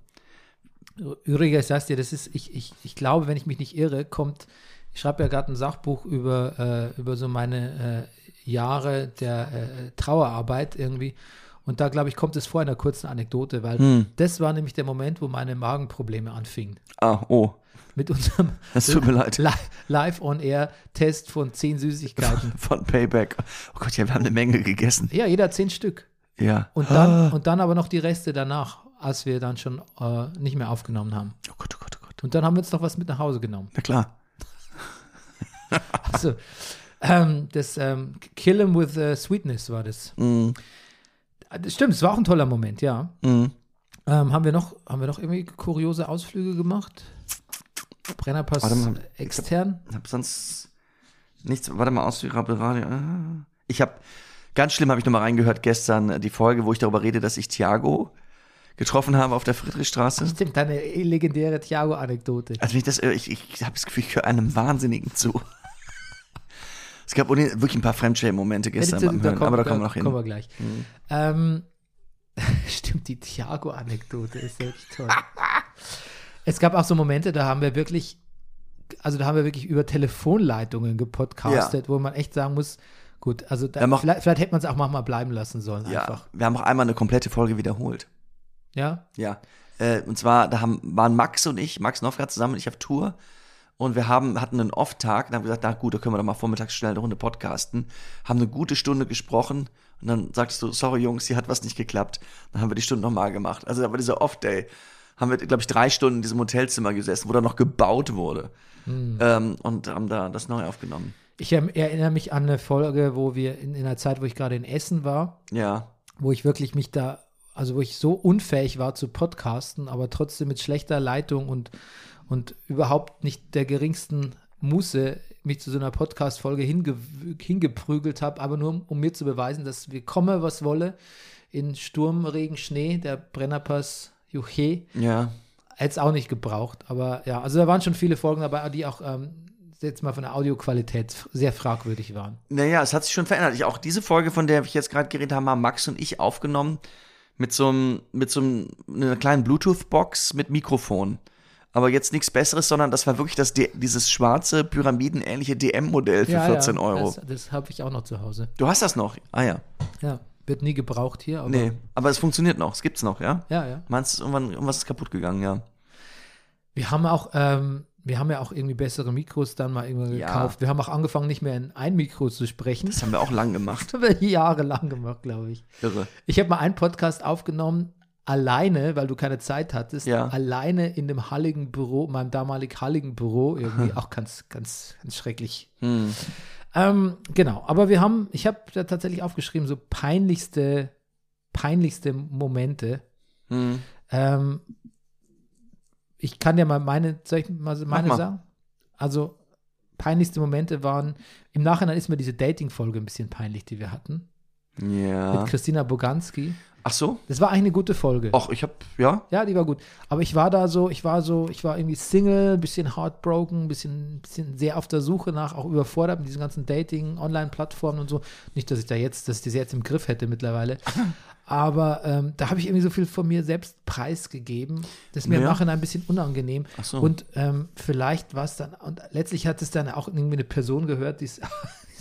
[SPEAKER 1] übrigens, sagst dir, das ist, ich, ich, ich glaube, wenn ich mich nicht irre, kommt, ich schreibe ja gerade ein Sachbuch über, äh, über so meine äh, Jahre der äh, Trauerarbeit irgendwie. Und da, glaube ich, kommt es vor in einer kurzen Anekdote, weil das war nämlich der Moment, wo meine Magenprobleme anfingen.
[SPEAKER 2] Ah, oh.
[SPEAKER 1] Mit unserem
[SPEAKER 2] Das tut mir leid.
[SPEAKER 1] Li- Live-on-Air-Test von zehn Süßigkeiten.
[SPEAKER 2] Von Payback. Oh Gott, ja, wir haben eine Menge gegessen.
[SPEAKER 1] ja, jeder zehn Stück.
[SPEAKER 2] Ja.
[SPEAKER 1] Und
[SPEAKER 2] Ah.
[SPEAKER 1] dann, und dann aber noch die Reste danach, als wir dann schon äh, nicht mehr aufgenommen haben.
[SPEAKER 2] Oh Gott, oh Gott, oh Gott.
[SPEAKER 1] Und dann haben wir uns noch was mit nach Hause genommen.
[SPEAKER 2] Na klar.
[SPEAKER 1] Also, ähm, das ähm, Kill 'em with äh, Sweetness war das. Ah,
[SPEAKER 2] Mhm.
[SPEAKER 1] das. Stimmt, es war auch ein toller Moment, ja.
[SPEAKER 2] Mhm.
[SPEAKER 1] Ähm, haben, wir noch, haben wir noch irgendwie kuriose Ausflüge gemacht? Brennerpass
[SPEAKER 2] Warte mal, ich
[SPEAKER 1] extern?
[SPEAKER 2] Ich habe sonst nichts. Warte mal aus, wie Radio. ah. Ich habe ganz schlimm habe ich noch mal reingehört gestern äh, die Folge, wo ich darüber rede, dass ich Thiago getroffen habe auf der Friedrichstraße.
[SPEAKER 1] Stimmt, deine legendäre Thiago-Anekdote.
[SPEAKER 2] Also wenn ich das, äh, ich, ich habe das Gefühl, ich höre einem Wahnsinnigen zu. Es gab ohnehin wirklich ein paar Fremdschämen-Momente gestern
[SPEAKER 1] Ja,
[SPEAKER 2] beim
[SPEAKER 1] da
[SPEAKER 2] Hören,
[SPEAKER 1] kommen-
[SPEAKER 2] aber da kommen wir noch hin. Mhm.
[SPEAKER 1] Kommen wir gleich. Ähm, stimmt, die Thiago-Anekdote ist wirklich toll. es gab auch so Momente, da haben wir wirklich, also da haben wir wirklich über Telefonleitungen gepodcastet, wo man echt sagen muss, gut, also da,
[SPEAKER 2] Ja, mach-
[SPEAKER 1] vielleicht, vielleicht hätte man es auch manchmal bleiben lassen sollen
[SPEAKER 2] ja,
[SPEAKER 1] einfach.
[SPEAKER 2] wir haben auch einmal eine komplette Folge wiederholt.
[SPEAKER 1] Ja,
[SPEAKER 2] Ja. Äh, und zwar, da haben, waren Max und ich, Max Nofgrat zusammen und ich auf Tour. Und wir haben, hatten einen Off-Tag und haben gesagt, na gut, da können wir doch mal vormittags schnell eine Runde podcasten. Haben eine gute Stunde gesprochen und dann sagtest du, sorry Jungs, hier hat was nicht geklappt. Dann haben wir die Stunde nochmal gemacht. Also da war dieser Off-Day. Haben wir, glaube ich, drei Stunden in diesem Hotelzimmer gesessen, wo dann noch gebaut wurde. Ähm, und haben da das neu aufgenommen.
[SPEAKER 1] ich ähm, erinnere mich an eine Folge, wo wir in, in einer Zeit, wo ich gerade in Essen war,
[SPEAKER 2] Ja.
[SPEAKER 1] wo ich wirklich mich da, also wo ich so unfähig war zu podcasten, aber trotzdem mit schlechter Leitung und, und überhaupt nicht der geringsten Muße mich zu so einer Podcast-Folge hinge hingeprügelt habe, aber nur um, um mir zu beweisen, dass wir komme, was wolle, in Sturm, Regen, Schnee, der Brennerpass, Juche,
[SPEAKER 2] Ja.
[SPEAKER 1] hätte es auch nicht gebraucht, aber ja, also da waren schon viele Folgen dabei, die auch ähm, jetzt mal von der Audioqualität f- sehr fragwürdig waren.
[SPEAKER 2] Naja, es hat sich schon verändert. Ich, auch diese Folge, von der ich jetzt gerade geredet habe, haben Max und ich aufgenommen mit so, einem, mit so einem, einer kleinen Bluetooth-Box mit Mikrofon. Aber jetzt nichts Besseres, sondern das war wirklich das, D- dieses schwarze, pyramidenähnliche DM-Modell für
[SPEAKER 1] Ja,
[SPEAKER 2] 14
[SPEAKER 1] ja,
[SPEAKER 2] Euro.
[SPEAKER 1] Das, das habe ich auch noch zu Hause.
[SPEAKER 2] Du hast das noch? Ah ja.
[SPEAKER 1] Ja, wird nie gebraucht hier, aber
[SPEAKER 2] Nee, aber es funktioniert noch. Es gibt's noch, ja?
[SPEAKER 1] Ja, ja.
[SPEAKER 2] Meinst du, irgendwann, irgendwas ist kaputt gegangen, ja?
[SPEAKER 1] Wir haben auch, ähm, wir haben ja auch irgendwie bessere Mikros dann mal irgendwann
[SPEAKER 2] Ja.
[SPEAKER 1] gekauft. Wir haben auch angefangen, nicht mehr in ein Mikro zu sprechen.
[SPEAKER 2] Das haben wir auch lang gemacht.
[SPEAKER 1] Das haben wir jahrelang gemacht, glaube ich.
[SPEAKER 2] Irre.
[SPEAKER 1] Ich habe mal einen Podcast aufgenommen, alleine, weil du keine Zeit hattest,
[SPEAKER 2] Ja.
[SPEAKER 1] alleine in dem halligen Büro, meinem damalig halligen Büro, irgendwie auch ganz, ganz, ganz schrecklich.
[SPEAKER 2] Hm,
[SPEAKER 1] Ähm, genau, aber wir haben, ich habe da tatsächlich aufgeschrieben, so peinlichste, peinlichste Momente.
[SPEAKER 2] Hm.
[SPEAKER 1] Ähm, ich kann dir mal meine, soll ich mal so meine
[SPEAKER 2] mal.
[SPEAKER 1] sagen? Also, peinlichste Momente waren, im Nachhinein ist mir diese Dating-Folge ein bisschen peinlich, die wir hatten,
[SPEAKER 2] Ja.
[SPEAKER 1] mit Christina Boganski.
[SPEAKER 2] Ach so?
[SPEAKER 1] Das war eigentlich eine gute Folge.
[SPEAKER 2] Ach, ich hab, ja.
[SPEAKER 1] Ja, die war gut. Aber ich war da so, ich war so, ich war irgendwie Single, bisschen heartbroken, bisschen, bisschen sehr auf der Suche nach, auch überfordert mit diesen ganzen Dating, Online-Plattformen und so. Nicht, dass ich da jetzt, dass ich das jetzt im Griff hätte mittlerweile. Aber ähm, da habe ich irgendwie so viel von mir selbst preisgegeben. Das ist mir im
[SPEAKER 2] Ja.
[SPEAKER 1] Nachhinein ein bisschen unangenehm.
[SPEAKER 2] Ach so.
[SPEAKER 1] Und ähm, vielleicht war es dann, und letztlich hat es dann auch irgendwie eine Person gehört, die es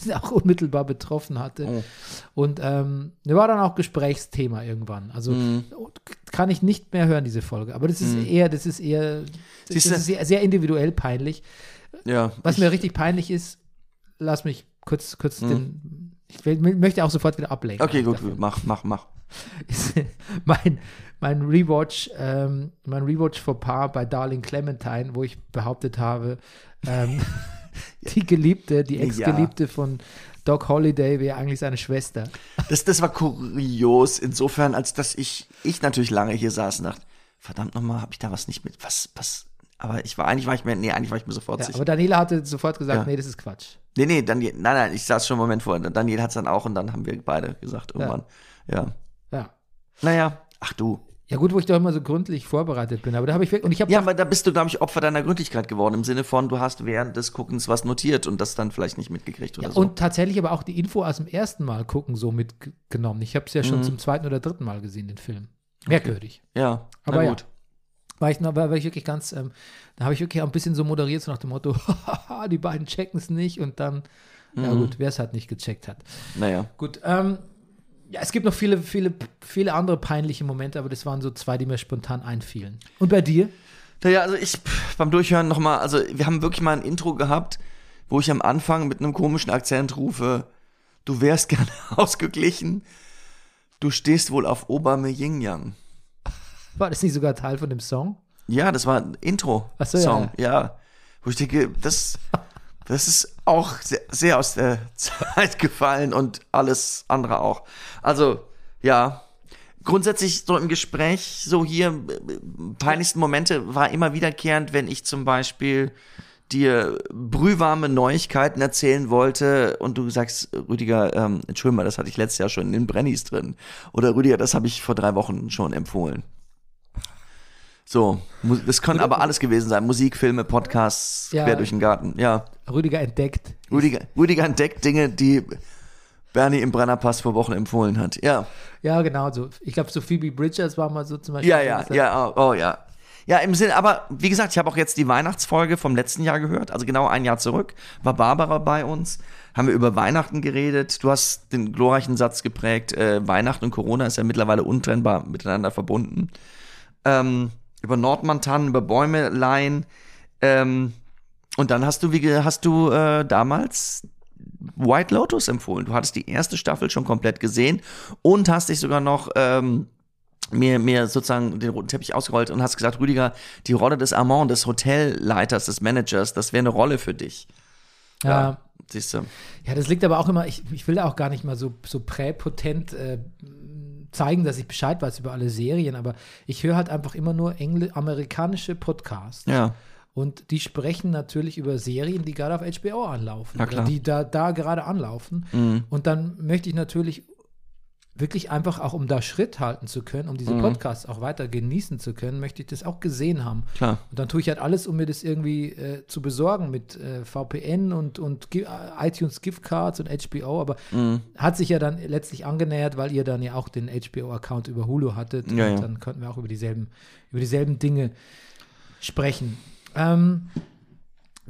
[SPEAKER 1] die es auch unmittelbar betroffen hatte.
[SPEAKER 2] Oh.
[SPEAKER 1] Und ähm, das war dann auch Gesprächsthema irgendwann. Also
[SPEAKER 2] Mhm.
[SPEAKER 1] kann ich nicht mehr hören, diese Folge. Aber das ist eher, das ist eher, das
[SPEAKER 2] Siehst du?
[SPEAKER 1] ist sehr, sehr individuell peinlich.
[SPEAKER 2] Ja.
[SPEAKER 1] Was
[SPEAKER 2] ich, Mhm.
[SPEAKER 1] mir richtig peinlich ist, lass mich kurz, kurz den. Ich will, möchte auch sofort wieder ablenken.
[SPEAKER 2] Okay, gut,
[SPEAKER 1] Davon.
[SPEAKER 2] mach, mach, mach.
[SPEAKER 1] Ist mein, mein Rewatch, ähm, mein Rewatch vor Paar bei Darling Clementine, wo ich behauptet habe, ähm, die Geliebte, die Ex-Geliebte von Doc Holliday wäre eigentlich seine Schwester.
[SPEAKER 2] Das, das war kurios insofern, als dass ich, ich natürlich lange hier saß und dachte, verdammt nochmal, habe ich da was nicht mit, was, was, aber ich war, eigentlich war ich mir, nee, eigentlich war ich mir sofort
[SPEAKER 1] Ja,
[SPEAKER 2] sicher.
[SPEAKER 1] aber Daniela hatte sofort gesagt,
[SPEAKER 2] Ja.
[SPEAKER 1] nee, das ist Quatsch.
[SPEAKER 2] Nee, nee, Daniel, nein, nein, ich saß schon einen Moment vor, Daniel hat's dann auch und dann haben wir beide gesagt irgendwann, ja.
[SPEAKER 1] Ja.
[SPEAKER 2] Naja, ach du.
[SPEAKER 1] Ja gut, wo ich doch immer so gründlich vorbereitet bin, aber da habe ich wirklich, und ich habe
[SPEAKER 2] Ja, aber da bist du, glaube ich, Opfer deiner Gründlichkeit geworden, im Sinne von, du hast während des Guckens was notiert und das dann vielleicht nicht mitgekriegt oder so.
[SPEAKER 1] und tatsächlich aber auch die Info aus dem ersten Mal gucken so mitgenommen. Ich habe es ja schon
[SPEAKER 2] Mhm.
[SPEAKER 1] zum zweiten oder dritten Mal gesehen, den Film. Merkwürdig.
[SPEAKER 2] ja,
[SPEAKER 1] Aber ja. War ich, noch- war, war ich wirklich ganz, ähm, da habe ich wirklich auch ein bisschen so moderiert, so nach dem Motto, haha, die beiden checken es nicht und dann,
[SPEAKER 2] Mhm.
[SPEAKER 1] ja gut, wer es halt nicht gecheckt hat.
[SPEAKER 2] Naja.
[SPEAKER 1] Gut, ähm, ja, es gibt noch viele, viele, viele andere peinliche Momente, aber das waren so zwei, die mir spontan einfielen. Und bei dir?
[SPEAKER 2] Naja, also ich pff, beim Durchhören nochmal, also wir haben wirklich mal ein Intro gehabt, wo ich am Anfang mit einem komischen Akzent rufe, du wärst gerne ausgeglichen, du stehst wohl auf Obame Yin Yang.
[SPEAKER 1] War das nicht sogar Teil von dem Song?
[SPEAKER 2] Ja, das war ein
[SPEAKER 1] Ach so,
[SPEAKER 2] Intro-Song, ja. Wo ich denke, das, das ist auch sehr, sehr aus der Zeit gefallen und alles andere auch. Also, ja. Grundsätzlich so im Gespräch, so hier, äh, peinlichsten Momente war immer wiederkehrend, wenn ich zum Beispiel dir brühwarme Neuigkeiten erzählen wollte und du sagst, Rüdiger, ähm, entschuldige mal, das hatte ich letztes Jahr schon in den Brennies drin. Oder Rüdiger, das habe ich vor drei Wochen schon empfohlen. So, mu- das können aber alles gewesen sein. Musik, Filme, Podcasts,
[SPEAKER 1] Ja.
[SPEAKER 2] quer durch den Garten. Ja,
[SPEAKER 1] Rüdiger entdeckt.
[SPEAKER 2] Rüdiger, Rüdiger entdeckt Dinge, die Bernie im Brennerpass vor Wochen empfohlen hat. Ja,
[SPEAKER 1] Ja, genau so. Ich glaube, so Phoebe Bridgers war mal so zum Beispiel.
[SPEAKER 2] ja, ja,
[SPEAKER 1] Das hat-
[SPEAKER 2] ja, oh, oh ja. Ja, im Sinne, aber wie gesagt, ich habe auch jetzt die Weihnachtsfolge vom letzten Jahr gehört, also genau ein Jahr zurück, war Barbara bei uns, haben wir über Weihnachten geredet, du hast den glorreichen Satz geprägt, äh, Weihnachten und Corona ist ja mittlerweile untrennbar miteinander verbunden. Ähm, über Nordmantanen, über Bäume leihen, ähm, und dann hast du, wie ge- hast du äh, damals White Lotus empfohlen. Du hattest die erste Staffel schon komplett gesehen und hast dich sogar noch ähm, mir, mir sozusagen den roten Teppich ausgerollt und hast gesagt, Rüdiger, die Rolle des Armand, des Hotelleiters, des Managers, das wäre eine Rolle für dich.
[SPEAKER 1] ja.
[SPEAKER 2] Siehst du.
[SPEAKER 1] Ja, das liegt aber auch immer, ich, ich will da auch gar nicht mal so, so präpotent äh, zeigen, dass ich Bescheid weiß über alle Serien, aber ich höre halt einfach immer nur engl amerikanische Podcasts.
[SPEAKER 2] Ja.
[SPEAKER 1] Und die sprechen natürlich über Serien, die gerade auf HBO anlaufen.
[SPEAKER 2] Na klar. Mhm.
[SPEAKER 1] Oder die da, da gerade anlaufen. Und dann möchte ich natürlich wirklich einfach auch, um da Schritt halten zu können, um
[SPEAKER 2] Mhm.
[SPEAKER 1] diese Podcasts auch weiter genießen zu können, möchte ich das auch gesehen haben.
[SPEAKER 2] Klar.
[SPEAKER 1] Und dann tue ich halt alles, um mir das irgendwie äh, zu besorgen mit äh, VPN und, und Gi- äh, iTunes Giftcards und HBO. Aber
[SPEAKER 2] Mhm.
[SPEAKER 1] hat sich ja dann letztlich angenähert, weil ihr dann ja auch den HBO-Account über Hulu hattet.
[SPEAKER 2] Ja,
[SPEAKER 1] und
[SPEAKER 2] ja.
[SPEAKER 1] dann konnten wir auch über dieselben, über dieselben Dinge sprechen. Ähm,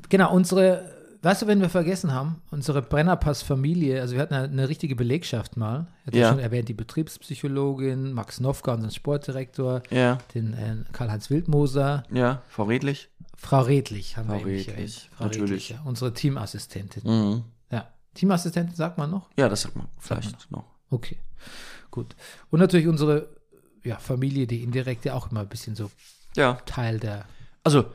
[SPEAKER 1] genau, unsere, weißt du, wenn wir vergessen haben, unsere Brennerpass-Familie, also wir hatten ja eine richtige Belegschaft mal, hat ja
[SPEAKER 2] Ja.
[SPEAKER 1] schon erwähnt, die Betriebspsychologin, Max Nowka, unseren Sportdirektor,
[SPEAKER 2] Ja.
[SPEAKER 1] den äh, Karl-Heinz Wildmoser,
[SPEAKER 2] Ja. Frau Redlich.
[SPEAKER 1] Frau Redlich haben wir eben nicht
[SPEAKER 2] Redlich,
[SPEAKER 1] erwähnt. Frau
[SPEAKER 2] natürlich.
[SPEAKER 1] Redlich, ja, unsere Teamassistentin.
[SPEAKER 2] Mhm.
[SPEAKER 1] Ja, Teamassistentin sagt man noch?
[SPEAKER 2] Ja, das sagt man vielleicht noch.
[SPEAKER 1] Okay, gut. Und natürlich unsere ja, Familie, die indirekt ja auch immer ein bisschen so
[SPEAKER 2] Ja.
[SPEAKER 1] Teil der.
[SPEAKER 2] Also,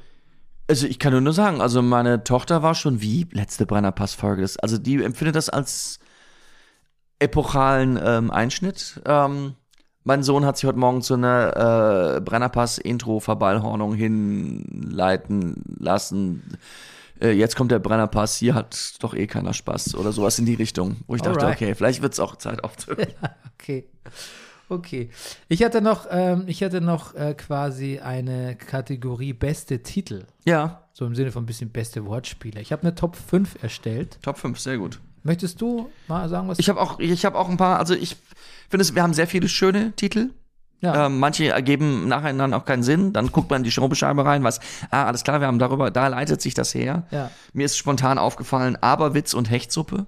[SPEAKER 2] also ich kann nur nur sagen, also meine Tochter war schon wie letzte Brennerpass-Folge. Das- Also die empfindet das als epochalen ähm, Einschnitt. Ähm, mein Sohn hat sich heute Morgen zu einer äh, Brennerpass-Intro-Verballhornung hinleiten lassen. Äh, jetzt kommt der Brennerpass, hier hat doch eh keiner Spaß oder sowas in die Richtung. Wo ich dachte,
[SPEAKER 1] Alright.
[SPEAKER 2] okay, vielleicht wird es auch Zeit aufzuhören.
[SPEAKER 1] Okay. Okay. Ich hatte noch, ähm, ich hatte noch äh, quasi eine Kategorie beste Titel.
[SPEAKER 2] ja,
[SPEAKER 1] So im Sinne von ein bisschen beste Wortspiele. Ich habe eine Top 5 erstellt.
[SPEAKER 2] Top 5, sehr gut.
[SPEAKER 1] Möchtest du mal sagen, was
[SPEAKER 2] Ich habe auch, ich habe auch ein paar, also ich finde es, wir haben sehr viele schöne Titel.
[SPEAKER 1] Ja.
[SPEAKER 2] Ähm, manche ergeben nacheinander auch keinen Sinn. Dann guckt man in die Schraubbescheibe rein, was, ah, alles klar, wir haben darüber, da leitet sich das her.
[SPEAKER 1] Ja.
[SPEAKER 2] Mir ist spontan aufgefallen, Aberwitz und Hechtsuppe.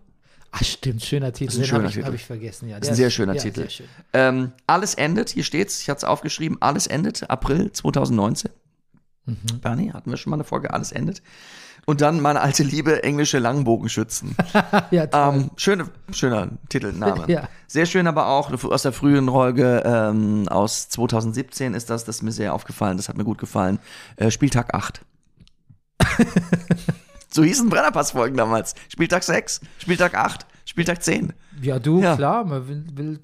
[SPEAKER 1] Ach, stimmt, schöner Titel. Den
[SPEAKER 2] ein
[SPEAKER 1] habe
[SPEAKER 2] schöner
[SPEAKER 1] ich,
[SPEAKER 2] Titel.
[SPEAKER 1] hab ich vergessen. Ja,
[SPEAKER 2] Das
[SPEAKER 1] der
[SPEAKER 2] ist ein sehr schöner
[SPEAKER 1] ja,
[SPEAKER 2] Titel.
[SPEAKER 1] Sehr schön.
[SPEAKER 2] Ähm, alles endet, hier steht's, ich hatte es aufgeschrieben, alles endet, April 2019.
[SPEAKER 1] Mhm.
[SPEAKER 2] Bernie, hatten wir schon mal eine Folge, alles endet. Und dann meine alte Liebe, englische Langbogenschützen.
[SPEAKER 1] Ja, toll.
[SPEAKER 2] Ähm, schöne, schöner Titelname.
[SPEAKER 1] Ja.
[SPEAKER 2] Sehr schön aber auch aus der frühen Folge ähm, aus 2017 ist das, das ist mir sehr aufgefallen, das hat mir gut gefallen. Äh, Spieltag 8. so hießen Brennerpass-Folgen damals. Spieltag 6, Spieltag 8, Spieltag 10.
[SPEAKER 1] ja du,
[SPEAKER 2] ja.
[SPEAKER 1] klar, man will, will,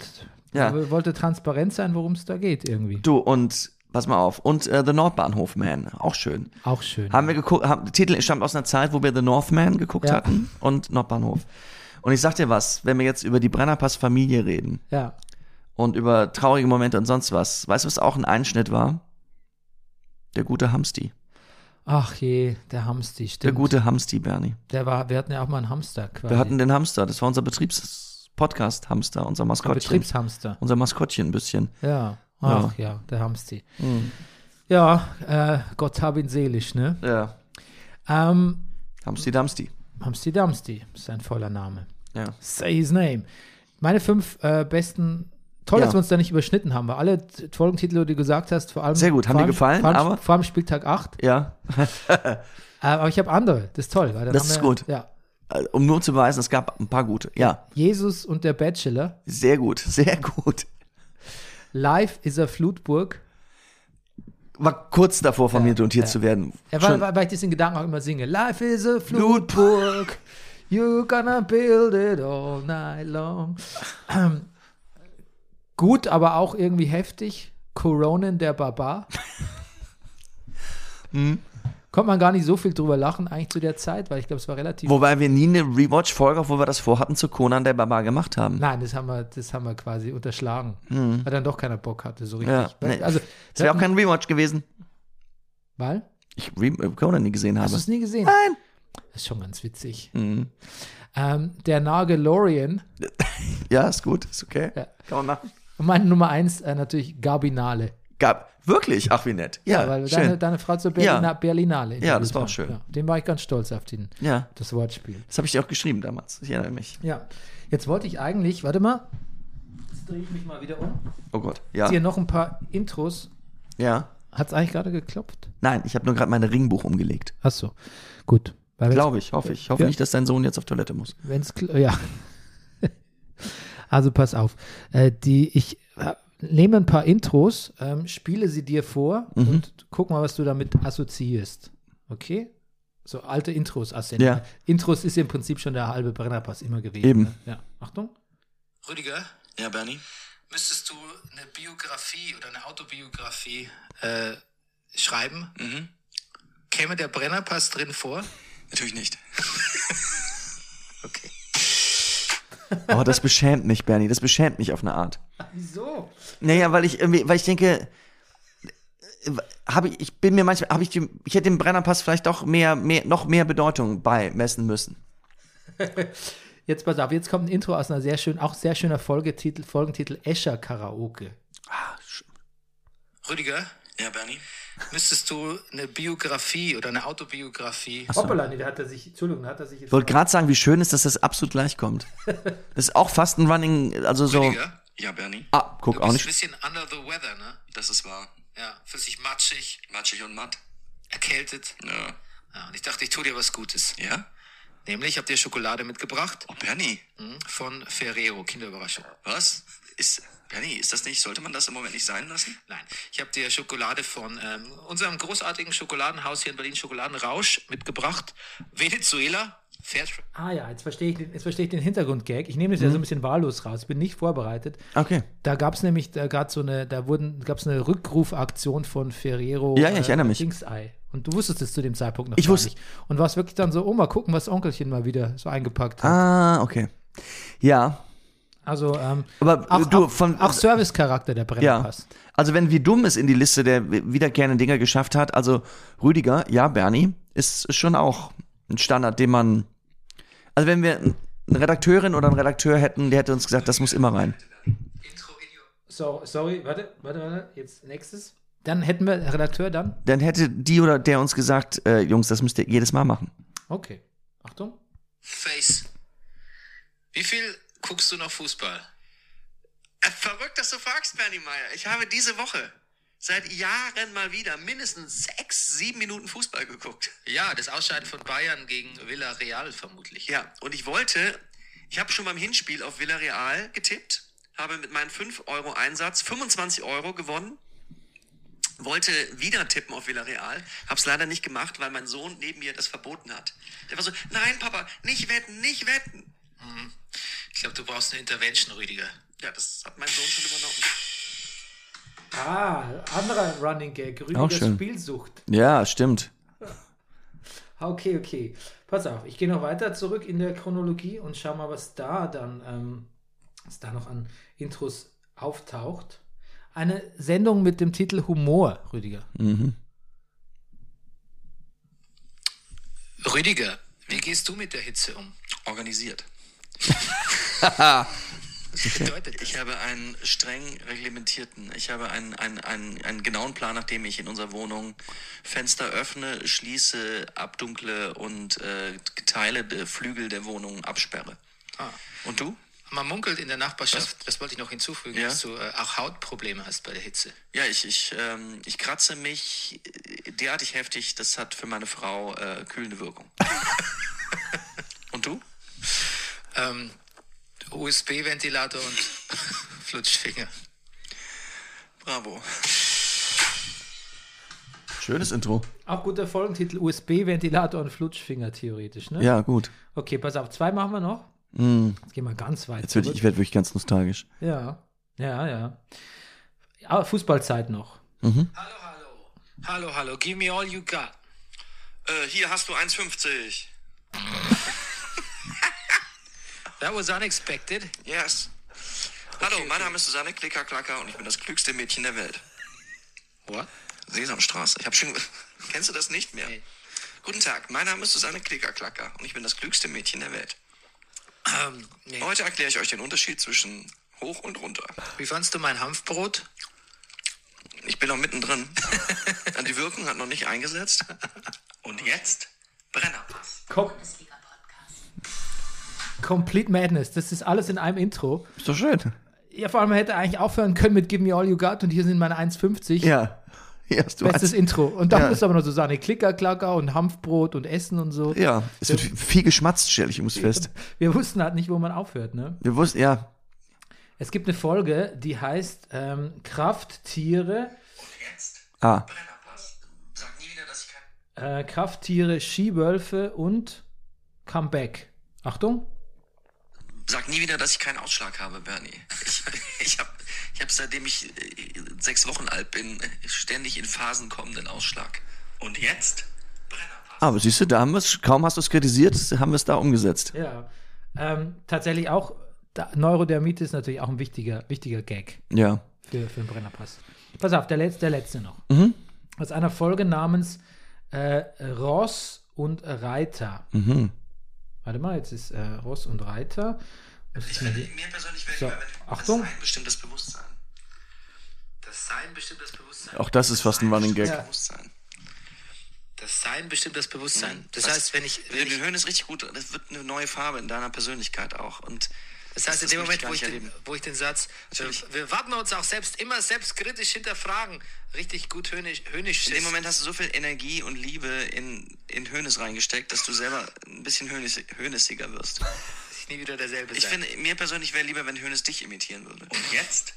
[SPEAKER 2] Ja.
[SPEAKER 1] man wollte transparent sein, worum es da geht irgendwie.
[SPEAKER 2] Du, und pass mal auf. Und äh, The Nordbahnhof Man, auch schön.
[SPEAKER 1] Auch schön.
[SPEAKER 2] Haben wir geguckt, haben, der Titel stammt aus einer Zeit, wo wir The Northman geguckt
[SPEAKER 1] Ja.
[SPEAKER 2] hatten und Nordbahnhof. Und ich sag dir was, wenn wir jetzt über die Brennerpass-Familie reden,
[SPEAKER 1] ja.
[SPEAKER 2] und über traurige Momente und sonst was. Weißt du, was auch ein Einschnitt war? Der gute Hamsti.
[SPEAKER 1] Ach je, der Hamsti, stimmt.
[SPEAKER 2] Der gute Hamsti, Bernie.
[SPEAKER 1] Der war, wir hatten ja auch mal einen Hamster quasi.
[SPEAKER 2] Wir hatten den Hamster. Das war unser Betriebspodcast-Hamster, unser
[SPEAKER 1] einen
[SPEAKER 2] Maskottchen.
[SPEAKER 1] Betriebshamster.
[SPEAKER 2] Unser Maskottchen ein bisschen.
[SPEAKER 1] Ja. Ach ja, der Hamsti.
[SPEAKER 2] Mhm.
[SPEAKER 1] Ja, äh, Gott hab ihn selig, ne?
[SPEAKER 2] Ja.
[SPEAKER 1] Ähm,
[SPEAKER 2] Hamsti Damsti.
[SPEAKER 1] Hamsti Damsti ist sein voller Name.
[SPEAKER 2] Ja.
[SPEAKER 1] Say his name. Meine fünf äh, besten. Toll,
[SPEAKER 2] Ja.
[SPEAKER 1] dass wir uns da nicht überschnitten haben, weil alle T- Folgentitel, die du gesagt hast, vor allem.
[SPEAKER 2] Sehr gut, haben
[SPEAKER 1] vor
[SPEAKER 2] dir
[SPEAKER 1] allem-
[SPEAKER 2] gefallen,
[SPEAKER 1] vor allem,
[SPEAKER 2] aber-
[SPEAKER 1] Vor allem Spieltag 8.
[SPEAKER 2] Ja.
[SPEAKER 1] Äh, aber ich habe andere. Das ist toll. Weil dann
[SPEAKER 2] Das
[SPEAKER 1] haben
[SPEAKER 2] ist
[SPEAKER 1] wir,
[SPEAKER 2] gut.
[SPEAKER 1] Ja.
[SPEAKER 2] Äh, Um nur zu beweisen, es gab ein paar gute. Ja.
[SPEAKER 1] Jesus und der Bachelor.
[SPEAKER 2] Sehr gut. Sehr gut.
[SPEAKER 1] Live is a Flutburg.
[SPEAKER 2] War kurz davor von mir notiert zu werden.
[SPEAKER 1] Ja, weil,
[SPEAKER 2] Schon-
[SPEAKER 1] weil, weil ich diesen Gedanken auch immer singe. Life is a Flutburg. You gonna build it all night long. Ähm, gut, aber auch irgendwie heftig. Coronan der Barbar.
[SPEAKER 2] Hm.
[SPEAKER 1] Konnte man gar nicht so viel drüber lachen, eigentlich zu der Zeit, weil ich glaube, es war relativ.
[SPEAKER 2] Wobei wir nie eine Rewatch-Folge, obwohl wir das vorhatten, zu Conan der Barbar gemacht haben.
[SPEAKER 1] Nein, das haben, wir, das haben wir quasi unterschlagen. Weil dann doch keiner Bock hatte, so richtig.
[SPEAKER 2] Hm. Ja, nee.
[SPEAKER 1] Also,
[SPEAKER 2] Das wäre auch kein Rewatch gewesen.
[SPEAKER 1] weil?
[SPEAKER 2] Ich Re äh, Conan nie gesehen
[SPEAKER 1] Hast du
[SPEAKER 2] habe.
[SPEAKER 1] es nie gesehen?
[SPEAKER 2] Nein.
[SPEAKER 1] Das ist schon ganz witzig.
[SPEAKER 2] Mhm.
[SPEAKER 1] Ähm, der Nagelorian.
[SPEAKER 2] Ja, ist gut, ist okay.
[SPEAKER 1] Ja.
[SPEAKER 2] Kann man machen.
[SPEAKER 1] Und meine Nummer eins äh, natürlich Gabinale.
[SPEAKER 2] Gab, wirklich? Ach, wie nett. Ja,
[SPEAKER 1] weil wir deine,
[SPEAKER 2] Ah, schön.
[SPEAKER 1] deine Frau zur Berlina,
[SPEAKER 2] Ja.
[SPEAKER 1] Berlinale.
[SPEAKER 2] Ja, das
[SPEAKER 1] interviewt
[SPEAKER 2] war auch
[SPEAKER 1] haben.
[SPEAKER 2] schön.
[SPEAKER 1] Ja, dem war ich ganz stolz auf den,
[SPEAKER 2] ja,
[SPEAKER 1] das Wortspiel.
[SPEAKER 2] das habe ich dir auch geschrieben damals. Ich erinnere mich.
[SPEAKER 1] Ja, jetzt wollte ich eigentlich, warte mal, jetzt drehe ich mich mal wieder um.
[SPEAKER 2] Oh Gott. Ja.
[SPEAKER 1] Hier noch ein paar Intros.
[SPEAKER 2] ja.
[SPEAKER 1] Hat es eigentlich gerade geklopft?
[SPEAKER 2] Nein, ich habe nur gerade meine Ringbuch umgelegt.
[SPEAKER 1] Ach so, gut. Weil wenn's-
[SPEAKER 2] Glaube ich, hoffe ich. Ich Hoffe
[SPEAKER 1] Ja.
[SPEAKER 2] nicht, dass dein Sohn jetzt auf Toilette muss.
[SPEAKER 1] Wenn's, kl- ja. Also pass auf. Äh, die, ich äh, nehme ein paar Intros, ähm, spiele sie dir vor
[SPEAKER 2] Mhm.
[SPEAKER 1] und guck mal, was du damit assoziierst. Okay? So alte Intros assoziieren.
[SPEAKER 2] Ja.
[SPEAKER 1] Intros ist im Prinzip schon der halbe Brennerpass immer gewesen.
[SPEAKER 2] Eben.
[SPEAKER 1] Ne? Ja. Achtung.
[SPEAKER 4] Rüdiger,
[SPEAKER 2] Ja, Bernie.
[SPEAKER 4] müsstest du eine Biografie oder eine Autobiografie äh, schreiben?
[SPEAKER 2] Mhm.
[SPEAKER 4] Käme der Brennerpass drin vor?
[SPEAKER 2] Natürlich nicht. okay. Oh, das beschämt mich, Bernie. Das beschämt mich auf eine Art.
[SPEAKER 1] Wieso?
[SPEAKER 2] Naja, weil ich irgendwie, weil ich denke, habe ich, ich bin mir manchmal, habe ich, dem- ich hätte dem Brennerpass vielleicht doch mehr, mehr, noch mehr Bedeutung beimessen müssen.
[SPEAKER 1] Jetzt pass auf, jetzt kommt ein Intro aus einer sehr schönen, auch sehr schöner Folgetitel, Folgentitel Escher Karaoke.
[SPEAKER 4] Ah, Rüdiger,
[SPEAKER 2] Ja, Bernie.
[SPEAKER 4] müsstest du eine Biografie oder eine Autobiografie?
[SPEAKER 1] Hoppala, nee, da hat er sich, Entschuldigung, da hat er sich jetzt.
[SPEAKER 2] Ich wollte gerade sagen, wie schön ist, dass das absolut gleich kommt. Das ist auch fast ein Running, also so.
[SPEAKER 4] Rüdiger,
[SPEAKER 5] Ja, Bernie,
[SPEAKER 2] Ah,
[SPEAKER 4] du
[SPEAKER 2] guck
[SPEAKER 4] bist
[SPEAKER 2] auch
[SPEAKER 4] ein
[SPEAKER 2] nicht.
[SPEAKER 4] bisschen under the weather, ne?
[SPEAKER 5] das ist wahr.
[SPEAKER 4] Ja, fühlst dich matschig,
[SPEAKER 5] Matschig und matt.
[SPEAKER 4] erkältet.
[SPEAKER 5] Ja.
[SPEAKER 4] Ja, und ich dachte, ich tue dir was Gutes.
[SPEAKER 5] Ja?
[SPEAKER 4] Nämlich, ich habe dir Schokolade mitgebracht
[SPEAKER 5] Oh, Bernie,
[SPEAKER 4] hm, von Ferrero, Kinderüberraschung.
[SPEAKER 5] was? Ist,
[SPEAKER 2] Penny, ist das nicht, sollte man das im Moment nicht sein lassen?
[SPEAKER 4] Nein, ich habe dir Schokolade von ähm, unserem großartigen Schokoladenhaus hier in Berlin, Schokoladenrausch, mitgebracht. Venezuela, Fairtrade.
[SPEAKER 1] Ah ja, jetzt verstehe ich, den- jetzt verstehe ich den Hintergrundgag. Ich nehme
[SPEAKER 2] Mhm.
[SPEAKER 1] das ja so ein bisschen wahllos raus. Ich bin nicht vorbereitet.
[SPEAKER 2] Okay.
[SPEAKER 1] Da gab es nämlich da gerade so eine, da wurden, gab es eine Rückrufaktion von Ferrero
[SPEAKER 2] Ja, ja, ich erinnere mich.
[SPEAKER 1] Dingsei. Und du wusstest es zu dem Zeitpunkt noch
[SPEAKER 2] Ich
[SPEAKER 1] gar
[SPEAKER 2] wusste-
[SPEAKER 1] nicht. Und warst wirklich dann so, oh, mal gucken, was Onkelchen mal wieder so eingepackt hat.
[SPEAKER 2] Ah, okay. Ja,
[SPEAKER 1] Also, ähm,
[SPEAKER 2] aber äh,
[SPEAKER 1] auch,
[SPEAKER 2] du,
[SPEAKER 1] auch,
[SPEAKER 2] von,
[SPEAKER 1] auch Servicecharakter der
[SPEAKER 2] ja.
[SPEAKER 1] Brennerpass.
[SPEAKER 2] Also wenn wie dumm es in die Liste der wiederkehrenden Dinger geschafft hat, also Rüdiger, ja, Bernie, ist schon auch ein Standard, den man, also wenn wir eine Redakteurin oder einen Redakteur hätten, der hätte uns gesagt, das muss immer rein.
[SPEAKER 4] Intro in your
[SPEAKER 1] So, sorry, warte, warte, warte, jetzt nächstes. Dann hätten wir Redakteur dann.
[SPEAKER 2] Dann hätte die oder der uns gesagt, äh, Jungs, das müsst ihr jedes Mal machen.
[SPEAKER 1] Okay. Achtung.
[SPEAKER 4] face. Wie viel guckst du noch Fußball?
[SPEAKER 5] Äh, Verrückt, dass du fragst, Bernie Meyer. Ich habe diese Woche seit Jahren mal wieder mindestens sechs, sieben Minuten Fußball geguckt.
[SPEAKER 4] Ja, das Ausscheiden von Bayern gegen Villarreal vermutlich.
[SPEAKER 5] Ja, und ich wollte, ich habe schon beim Hinspiel auf Villarreal getippt, habe mit meinem 5-Euro-Einsatz 25 Euro gewonnen, wollte wieder tippen auf Villarreal, habe es leider nicht gemacht, weil mein Sohn neben mir das verboten hat. Der war so, nein, Papa, nicht wetten, nicht wetten.
[SPEAKER 4] Ich glaube, du brauchst eine Intervention, Rüdiger.
[SPEAKER 5] Ja, das hat mein Sohn schon übernommen.
[SPEAKER 1] Ah, anderer Running Gag,
[SPEAKER 2] Auch
[SPEAKER 1] Rüdigers
[SPEAKER 2] schön.
[SPEAKER 1] Spielsucht. Ah,
[SPEAKER 2] Ja, stimmt.
[SPEAKER 1] Okay, okay. Pass auf, ich gehe noch weiter zurück in der Chronologie und schau mal, was da dann, ähm, was da noch an Intros auftaucht. Eine Sendung mit dem Titel Humor, Rüdiger.
[SPEAKER 4] Rüdiger, wie gehst du mit der Hitze um?
[SPEAKER 5] Organisiert.
[SPEAKER 4] Bedeutet das?
[SPEAKER 5] Ich habe einen streng reglementierten, ich habe einen, einen, einen, einen genauen Plan, nach dem ich in unserer Wohnung Fenster öffne, schließe, abdunkle und äh, Teile der Flügel der Wohnung absperre.
[SPEAKER 4] Ah.
[SPEAKER 5] Und du?
[SPEAKER 4] Man munkelt in der Nachbarschaft, das wollte ich noch hinzufügen,
[SPEAKER 5] Ja?
[SPEAKER 4] dass du äh, auch Hautprobleme hast bei der Hitze.
[SPEAKER 5] Ja, ich, ich, ähm, ich kratze mich äh, derartig heftig, das hat für meine Frau äh, kühlende Wirkung. und du?
[SPEAKER 4] Ähm, USB-Ventilator und Flutschfinger.
[SPEAKER 5] Bravo.
[SPEAKER 2] Schönes Intro.
[SPEAKER 1] Auch guter Folgentitel, USB-Ventilator und Flutschfinger theoretisch, ne?
[SPEAKER 2] Ja, gut.
[SPEAKER 1] Okay, pass auf, zwei machen wir noch. Jetzt gehen wir ganz weit
[SPEAKER 2] Jetzt werd ich, ich werde wirklich ganz nostalgisch.
[SPEAKER 1] Ja, ja, ja. Aber Fußballzeit noch.
[SPEAKER 4] Hallo, hallo. Hallo, hallo. Give me all you got.
[SPEAKER 5] Äh, hier hast du 1,50.
[SPEAKER 4] That was unexpected.
[SPEAKER 5] Yes. Hallo, mein Name ist Susanne Klicker-Klacker und ich bin das klügste Mädchen der Welt.
[SPEAKER 4] What?
[SPEAKER 5] Sesamstraße. Ich habe schon. Kennst du das nicht mehr?
[SPEAKER 4] Nee.
[SPEAKER 5] Guten Tag, mein Name ist Susanne Klicker-Klacker und ich bin das klügste Mädchen der Welt.
[SPEAKER 4] Ähm, nee.
[SPEAKER 5] Heute erkläre ich euch den Unterschied zwischen hoch und runter.
[SPEAKER 4] Wie fandst du mein Hanfbrot?
[SPEAKER 5] Ich bin noch mittendrin. Die Wirkung hat noch nicht eingesetzt. Und jetzt Brennerpass.
[SPEAKER 1] Kom Complete Madness, das ist alles in einem Intro.
[SPEAKER 2] Ist doch schön.
[SPEAKER 1] Ja, vor allem man hätte eigentlich aufhören können mit Give Me All You Got und hier sind meine 1,50.
[SPEAKER 2] Ja. Hier hast du
[SPEAKER 1] Bestes Intro. Und dann
[SPEAKER 2] Ja.
[SPEAKER 1] ist aber noch so Sahne Klicker, Klacker und Hanfbrot und Essen und so.
[SPEAKER 2] Ja, es wird viel geschmatzt, stelle ich uns fest.
[SPEAKER 1] Wir wussten halt nicht, wo man aufhört, ne?
[SPEAKER 2] Wir wussten, ja.
[SPEAKER 1] Es gibt eine Folge, die heißt ähm, Krafttiere,
[SPEAKER 2] Ah,
[SPEAKER 5] Sag nie wieder, dass ich kein.
[SPEAKER 1] äh, Krafttiere, Skiwölfe und Comeback. Achtung.
[SPEAKER 5] Sag nie wieder, dass ich keinen Ausschlag habe, Bernie. Ich, ich habe ich hab seitdem ich äh, sechs Wochen alt bin, ständig in Phasen kommenden Ausschlag. Und jetzt? Brennerpass.
[SPEAKER 2] Ah, aber siehst du, da haben wir es, kaum hast du es kritisiert, haben wir es da umgesetzt.
[SPEAKER 1] Ja. Ähm, tatsächlich auch, da, Neurodermitis ist natürlich auch ein wichtiger, wichtiger Gag.
[SPEAKER 2] Ja.
[SPEAKER 1] für, für den Brennerpass. Pass auf, der letzte, der letzte noch.
[SPEAKER 2] Mhm.
[SPEAKER 1] Aus einer Folge namens äh, Ross und Reiter.
[SPEAKER 2] Mhm.
[SPEAKER 1] Warte mal, jetzt ist äh, Ross und Reiter. Was ist denn die?
[SPEAKER 5] Mir persönlich wäre
[SPEAKER 1] So,
[SPEAKER 5] lieber, wenn ich-
[SPEAKER 1] Achtung.
[SPEAKER 5] Das ist ein bestimmtes Bewusstsein.
[SPEAKER 4] Das Sein bestimmt das Bewusstsein.
[SPEAKER 2] Auch das ist fast ein Running Gag.
[SPEAKER 1] Ja.
[SPEAKER 5] Bewusstsein.
[SPEAKER 4] Das Sein bestimmt das Bewusstsein. Das
[SPEAKER 5] Mhm. Was-
[SPEAKER 4] heißt, wenn ich,
[SPEAKER 5] Wir
[SPEAKER 4] wenn ich
[SPEAKER 5] hören es richtig gut. Das wird eine neue Farbe in deiner Persönlichkeit auch. Und
[SPEAKER 4] das heißt, in dem
[SPEAKER 5] möchte
[SPEAKER 4] Moment, wo ich,
[SPEAKER 5] gar nicht
[SPEAKER 4] den,
[SPEAKER 5] erleben.
[SPEAKER 4] wo ich den Satz, wir,
[SPEAKER 5] Natürlich.
[SPEAKER 4] wir warten uns auch selbst immer selbstkritisch hinterfragen, richtig gut höhnisch, höhnisch
[SPEAKER 5] In dem
[SPEAKER 4] ist.
[SPEAKER 5] Moment hast du so viel Energie und Liebe in, in Hönes reingesteckt, dass du selber ein bisschen Hönes, Hönesiger wirst.
[SPEAKER 4] Hoeneß nie wieder derselbe
[SPEAKER 5] Ich
[SPEAKER 4] sein.
[SPEAKER 5] finde, mir persönlich wäre lieber, wenn Hönes dich imitieren würde.
[SPEAKER 4] Und jetzt?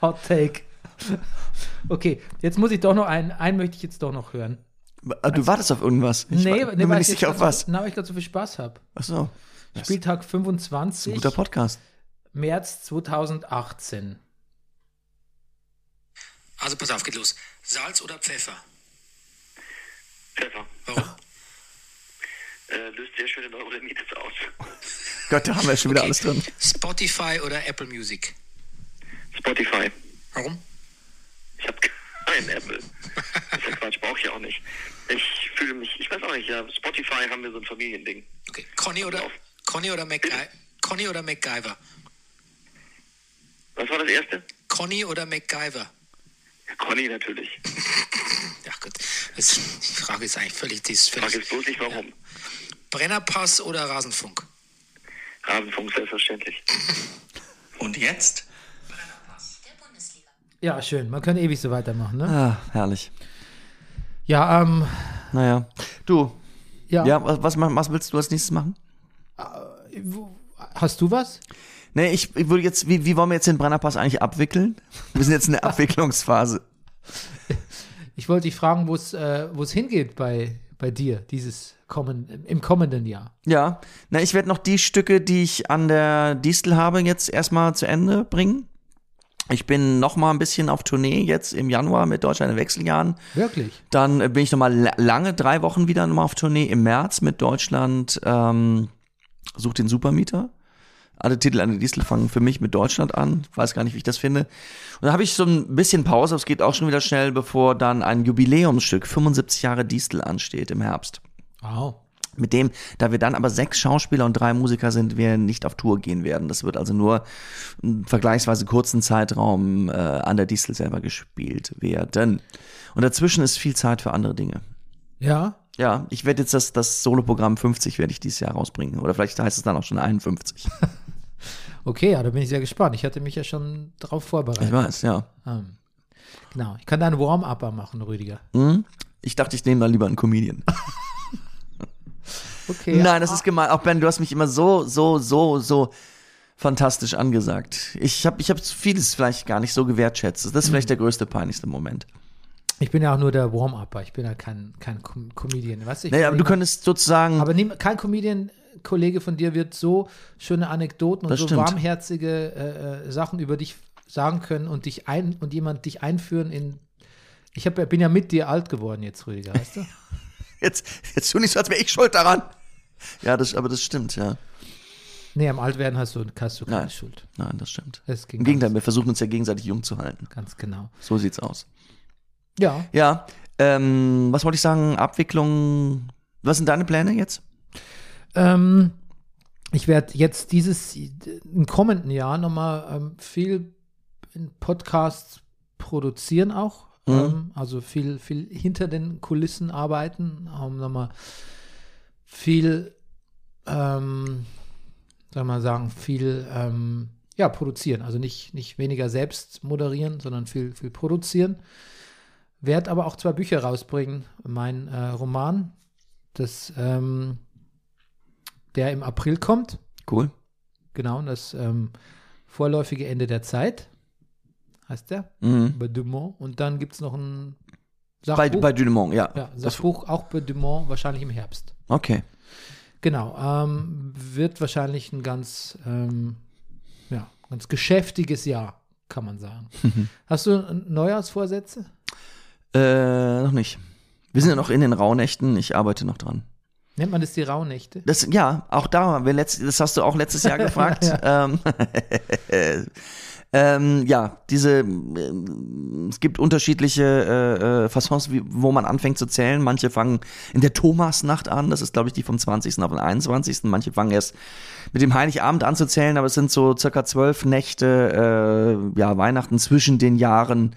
[SPEAKER 1] Hot Take. Okay, jetzt muss ich doch noch einen, einen möchte ich jetzt doch noch hören.
[SPEAKER 2] Ah, Du wartest auf irgendwas. Ich war, bin mir
[SPEAKER 1] weil
[SPEAKER 2] nicht
[SPEAKER 1] ich
[SPEAKER 2] sicher,
[SPEAKER 1] jetzt
[SPEAKER 2] auf
[SPEAKER 1] grad
[SPEAKER 2] was.
[SPEAKER 1] So, na, weil ich gerade so viel Spaß habe.
[SPEAKER 2] Achso. Das ist
[SPEAKER 1] Spieltag
[SPEAKER 2] ein
[SPEAKER 1] 25,
[SPEAKER 2] guter Podcast.
[SPEAKER 1] März 2018.
[SPEAKER 4] Also pass auf, geht los. Salz oder Pfeffer?
[SPEAKER 6] Pfeffer.
[SPEAKER 4] Warum?
[SPEAKER 6] Äh, löst sehr schön den Neurodermitis aus.
[SPEAKER 2] Gott, da haben wir schon wieder
[SPEAKER 4] Okay.
[SPEAKER 2] alles drin.
[SPEAKER 4] Spotify oder Apple Music?
[SPEAKER 6] Spotify.
[SPEAKER 4] Warum?
[SPEAKER 6] Ich habe kein Apple. Das ist ja Quatsch, brauche ich ja auch nicht. Ich fühle mich, ich weiß auch nicht, ja, Spotify haben wir so ein Familiending.
[SPEAKER 4] Okay. Conny
[SPEAKER 6] Genau.
[SPEAKER 4] oder, Conny oder Äh, MacGyver? Conny oder MacGyver?
[SPEAKER 6] Was war das erste?
[SPEAKER 4] Conny oder MacGyver?
[SPEAKER 6] Ja, Conny natürlich.
[SPEAKER 4] Ja gut, das, die Frage ist eigentlich völlig... Die ist
[SPEAKER 6] Ich frage
[SPEAKER 4] völlig
[SPEAKER 6] jetzt bloß nicht warum.
[SPEAKER 4] Brennerpass oder Rasenfunk?
[SPEAKER 6] Rasenfunk, selbstverständlich.
[SPEAKER 5] Und jetzt?
[SPEAKER 1] Ja, schön. Man kann ewig so weitermachen, ne?
[SPEAKER 2] Ah, herrlich.
[SPEAKER 1] Ja, ähm,
[SPEAKER 2] Naja. Du,
[SPEAKER 1] ja.
[SPEAKER 2] ja, was, was, mach- was willst du als nächstes machen?
[SPEAKER 1] Hast du was?
[SPEAKER 2] Nee, ich, ich würde jetzt, wie, wie wollen wir jetzt den Brennerpass eigentlich abwickeln? Wir sind jetzt in der Abwicklungsphase.
[SPEAKER 1] Ich wollte dich fragen, wo es äh, wo es hingeht bei, bei dir dieses kommen, im kommenden Jahr.
[SPEAKER 2] Ja, na, ich werde noch die Stücke, die ich an der Distel habe, jetzt erstmal zu Ende bringen. Ich bin noch mal ein bisschen auf Tournee jetzt im Januar mit Deutschland in Wechseljahren.
[SPEAKER 1] Wirklich?
[SPEAKER 2] Dann äh, bin ich noch mal la- lange, drei Wochen wieder noch mal auf Tournee im März mit Deutschland ähm, Sucht den Supermieter. Alle Titel an der Distel fangen für mich mit Deutschland an. Ich weiß gar nicht, wie ich das finde. Und dann habe ich so ein bisschen Pause, aber es geht auch schon wieder schnell, bevor dann ein Jubiläumsstück, 75 Jahre Distel, ansteht im Herbst.
[SPEAKER 1] Wow.
[SPEAKER 2] Mit dem, da wir dann aber sechs Schauspieler und drei Musiker sind, wir nicht auf Tour gehen werden. Das wird also nur einen vergleichsweise kurzen Zeitraum äh, an der Distel selber gespielt werden. Und dazwischen ist viel Zeit für andere Dinge.
[SPEAKER 1] Ja.
[SPEAKER 2] Ja, ich werde jetzt das, das Soloprogramm 50 werde ich dieses Jahr rausbringen. Oder vielleicht heißt es dann auch schon 51.
[SPEAKER 1] Okay, ja, da bin ich sehr gespannt. Ich hatte mich ja schon darauf
[SPEAKER 2] Ich
[SPEAKER 1] vorbereitet.
[SPEAKER 2] weiß, ja.
[SPEAKER 1] Ähm, genau. Ich kann da einen Warm-Upper machen, Rüdiger.
[SPEAKER 2] Hm? Ich dachte, ich nehme da lieber einen Comedian.
[SPEAKER 1] Okay.
[SPEAKER 2] Nein, das ist gemein. Auch Ben, du hast mich immer so, so, so, so fantastisch angesagt. Ich habe ich hab vieles vielleicht gar nicht so gewertschätzt. Das ist vielleicht der größte, peinlichste Moment.
[SPEAKER 1] Ich bin ja auch nur der Warm-Upper. Ich bin ja kein, kein Com Comedian. Weißt du, ich
[SPEAKER 2] Nee,
[SPEAKER 1] bin
[SPEAKER 2] aber du
[SPEAKER 1] jemand-
[SPEAKER 2] könntest sozusagen.
[SPEAKER 1] Aber niem- kein Comedian-Kollege von dir wird so schöne Anekdoten und
[SPEAKER 2] Das
[SPEAKER 1] so
[SPEAKER 2] stimmt.
[SPEAKER 1] warmherzige äh, äh, Sachen über dich sagen können und dich ein und jemand dich einführen in. Ich hab, ja- bin ja mit dir alt geworden jetzt, Rüdiger, weißt du?
[SPEAKER 2] jetzt, jetzt tu nicht so, als wäre ich schuld daran. Ja, das, aber das stimmt, ja.
[SPEAKER 1] Nee, am Altwerden hast du, hast du keine
[SPEAKER 2] Nein.
[SPEAKER 1] Schuld.
[SPEAKER 2] Nein, das stimmt.
[SPEAKER 1] Es ging
[SPEAKER 2] Im Gegenteil,
[SPEAKER 1] ganz,
[SPEAKER 2] wir versuchen uns ja gegenseitig jung zu halten.
[SPEAKER 1] ganz genau.
[SPEAKER 2] So sieht's aus.
[SPEAKER 1] Ja,
[SPEAKER 2] Ja, ähm, was wollte ich sagen? Abwicklung. Was sind deine Pläne jetzt?
[SPEAKER 1] Ähm, ich werde jetzt dieses im kommenden Jahr nochmal ähm, viel in Podcasts produzieren auch.
[SPEAKER 2] Mhm.
[SPEAKER 1] Ähm, also viel, viel hinter den Kulissen arbeiten, um nochmal viel, ähm, soll man sagen, viel ähm, ja, produzieren. Also nicht, nicht weniger selbst moderieren, sondern viel, viel produzieren. Werd aber auch zwei Bücher rausbringen. Mein äh, Roman, das ähm, der im April kommt.
[SPEAKER 2] Cool.
[SPEAKER 1] Genau, das ähm, vorläufige Ende der Zeit heißt der.
[SPEAKER 2] Mhm.
[SPEAKER 1] Bei Dumont. Und dann gibt es noch ein
[SPEAKER 2] Bei,
[SPEAKER 1] Sachbuch.
[SPEAKER 2] bei Dynamon, ja.
[SPEAKER 1] ja,
[SPEAKER 2] das,
[SPEAKER 1] Sachbuch auch bei Dumont, wahrscheinlich im Herbst.
[SPEAKER 2] okay.
[SPEAKER 1] Genau. Ähm, wird wahrscheinlich ein ganz, ähm, ja, ganz geschäftiges Jahr, kann man sagen.
[SPEAKER 2] Mhm.
[SPEAKER 1] Hast du äh, Neujahrsvorsätze?
[SPEAKER 2] Äh, noch nicht. Wir sind ja noch in den Rauhnächten. Ich arbeite noch dran.
[SPEAKER 1] Nennt man das die Rauhnächte?
[SPEAKER 2] Das, ja, auch da haben wir letzt, das hast du auch letztes Jahr gefragt. ähm, ähm, ja, diese, ähm, es gibt unterschiedliche äh, äh, Fassons, wie, wo man anfängt zu zählen. Manche fangen in der Thomasnacht an, das ist, glaube ich, die vom 20. auf den 21. Manche fangen erst mit dem Heiligabend anzuzählen, aber es sind so circa zwölf Nächte, äh, ja, Weihnachten zwischen den Jahren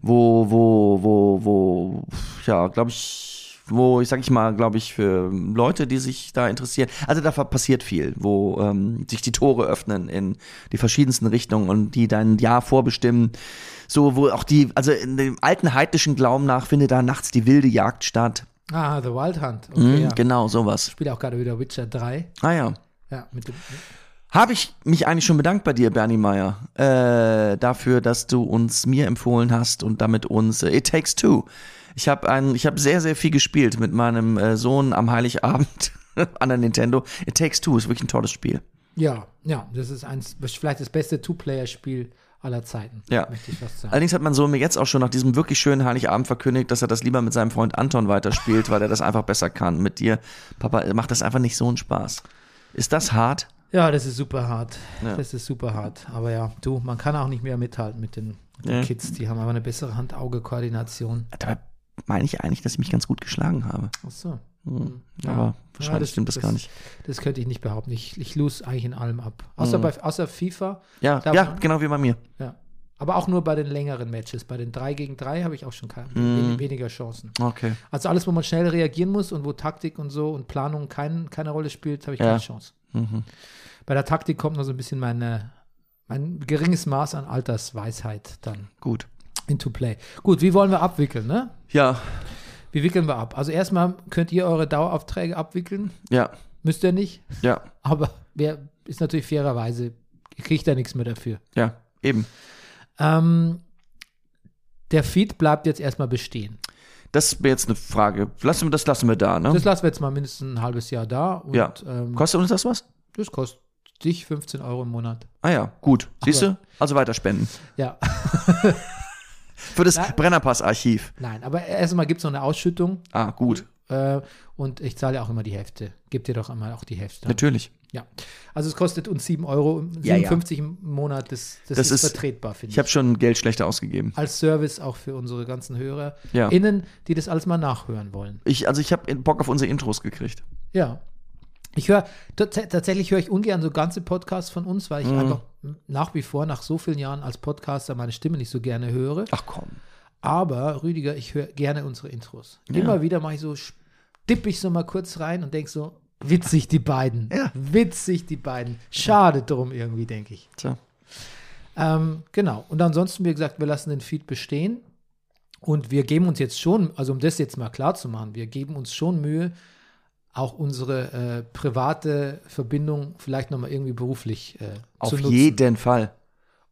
[SPEAKER 2] wo, wo, wo, wo, ja, glaube ich, wo, ich sag ich mal, glaube ich, für Leute, die sich da interessieren. Also da ver- passiert viel, wo ähm, sich die Tore öffnen in die verschiedensten Richtungen und die dein Jahr vorbestimmen. So, wo auch die, also in dem alten heidnischen Glauben nach findet da nachts die wilde Jagd statt.
[SPEAKER 1] Ah, The Wild Hunt. Okay,
[SPEAKER 2] Hm,
[SPEAKER 1] ja.
[SPEAKER 2] Genau, sowas.
[SPEAKER 1] Spiele auch gerade wieder Witcher 3.
[SPEAKER 2] Ah ja.
[SPEAKER 1] Ja, mit dem,
[SPEAKER 2] Habe ich mich eigentlich schon bedankt bei dir, Bernie Meyer, äh, dafür, dass du uns mir empfohlen hast und damit uns äh, It Takes Two. Ich habe hab sehr, sehr viel gespielt mit meinem äh, Sohn am Heiligabend an der Nintendo. It Takes Two ist wirklich ein tolles Spiel.
[SPEAKER 1] ja, ja, das ist eins, vielleicht das beste Two-Player-Spiel aller Zeiten.
[SPEAKER 2] Ja. Also
[SPEAKER 1] Möchte ich fast sagen.
[SPEAKER 2] Allerdings hat mein Sohn mir jetzt auch schon nach diesem wirklich schönen Heiligabend verkündigt, dass er das lieber mit seinem Freund Anton weiterspielt, weil er das einfach besser kann. Mit dir, Papa, macht das einfach nicht so einen Spaß. Ist das hart?
[SPEAKER 1] Ja, das ist super hart. Das ist super hart. Aber ja, du, man kann auch nicht mehr mithalten mit den, mit den
[SPEAKER 2] Nee.
[SPEAKER 1] Kids. Die haben aber eine bessere Hand-Auge-Koordination.
[SPEAKER 2] Dabei meine ich eigentlich, dass ich mich ganz gut geschlagen habe.
[SPEAKER 1] Ach so.
[SPEAKER 2] Aber wahrscheinlich
[SPEAKER 1] das-
[SPEAKER 2] stimmt das,
[SPEAKER 1] das-
[SPEAKER 2] gar nicht.
[SPEAKER 1] Das könnte ich nicht behaupten. Ich, ich lose eigentlich in allem ab.
[SPEAKER 2] Mhm.
[SPEAKER 1] Außer, bei, außer FIFA.
[SPEAKER 2] Ja,
[SPEAKER 1] Da-
[SPEAKER 2] ja, genau wie bei mir.
[SPEAKER 1] ja. Aber auch nur bei den längeren Matches. Bei den 3 gegen 3 habe ich auch schon keine,
[SPEAKER 2] Mhm.
[SPEAKER 1] wen- weniger Chancen.
[SPEAKER 2] Okay.
[SPEAKER 1] Also alles, wo man schnell reagieren muss und wo Taktik und so und Planung kein, keine Rolle spielt, habe ich
[SPEAKER 2] Ja. Mhm.
[SPEAKER 1] keine Chance. Bei der Taktik kommt noch so ein bisschen meine, mein geringes Maß an Altersweisheit dann
[SPEAKER 2] Gut.
[SPEAKER 1] into play. Gut, wie wollen wir abwickeln, ne?
[SPEAKER 2] Ja,
[SPEAKER 1] Wie wickeln wir ab? Also erstmal könnt ihr eure Daueraufträge abwickeln.
[SPEAKER 2] ja,
[SPEAKER 1] Müsst ihr nicht.
[SPEAKER 2] ja,
[SPEAKER 1] Aber wer ist natürlich fairerweise, kriegt da nichts mehr dafür.
[SPEAKER 2] ja, eben.
[SPEAKER 1] Ähm, der Feed bleibt jetzt erstmal bestehen.
[SPEAKER 2] Das wäre jetzt eine Frage. Lassen wir, das lassen wir da, ne?
[SPEAKER 1] Das lassen wir jetzt mal mindestens ein halbes Jahr da. Und,
[SPEAKER 2] ja.
[SPEAKER 1] ähm,
[SPEAKER 2] Kostet uns das was?
[SPEAKER 1] das kostet dich 15 Euro im Monat.
[SPEAKER 2] Ah ja, gut. Siehst du?
[SPEAKER 1] Aber-
[SPEAKER 2] Also weiterspenden.
[SPEAKER 1] Ja,
[SPEAKER 2] Für das Brennerpass-Archiv.
[SPEAKER 1] nein, aber erstmal gibt es noch eine Ausschüttung
[SPEAKER 2] Ah, gut.
[SPEAKER 1] äh, und ich zahle ja auch immer die Hälfte. Gebt ihr doch einmal auch die Hälfte.
[SPEAKER 2] Natürlich.
[SPEAKER 1] Ja. Also es kostet uns 7 Euro,
[SPEAKER 2] Ja, ja.
[SPEAKER 1] 57 im Monat, das, das,
[SPEAKER 2] Das
[SPEAKER 1] ist,
[SPEAKER 2] ist-
[SPEAKER 1] vertretbar, finde
[SPEAKER 2] Ich habe schon Geld schlechter ausgegeben.
[SPEAKER 1] Als Service auch für unsere ganzen Hörer,
[SPEAKER 2] Ja.
[SPEAKER 1] innen, die das alles mal nachhören wollen.
[SPEAKER 2] Ich, also ich habe Bock auf unsere Intros gekriegt.
[SPEAKER 1] Ja. Ich höre, tats tatsächlich höre ich ungern so ganze Podcasts von uns, weil ich
[SPEAKER 2] Mhm.
[SPEAKER 1] einfach nach wie vor nach so vielen Jahren als Podcaster meine Stimme nicht so gerne höre.
[SPEAKER 2] Ach komm.
[SPEAKER 1] Aber, Rüdiger, ich höre gerne unsere Intros. Immer wieder mache ich so, dippe ich so mal kurz rein und denke so, witzig die beiden.
[SPEAKER 2] Ja.
[SPEAKER 1] Witzig die beiden. Schade drum irgendwie, denke ich.
[SPEAKER 2] Tja.
[SPEAKER 1] Ähm, genau. Und ansonsten, wie gesagt, wir lassen den Feed bestehen. Und wir geben uns jetzt schon, also um das jetzt mal klar zu machen, wir geben uns schon Mühe, auch unsere äh, private Verbindung vielleicht nochmal irgendwie beruflich äh,
[SPEAKER 2] Auf
[SPEAKER 1] zu nutzen.
[SPEAKER 2] jeden Fall.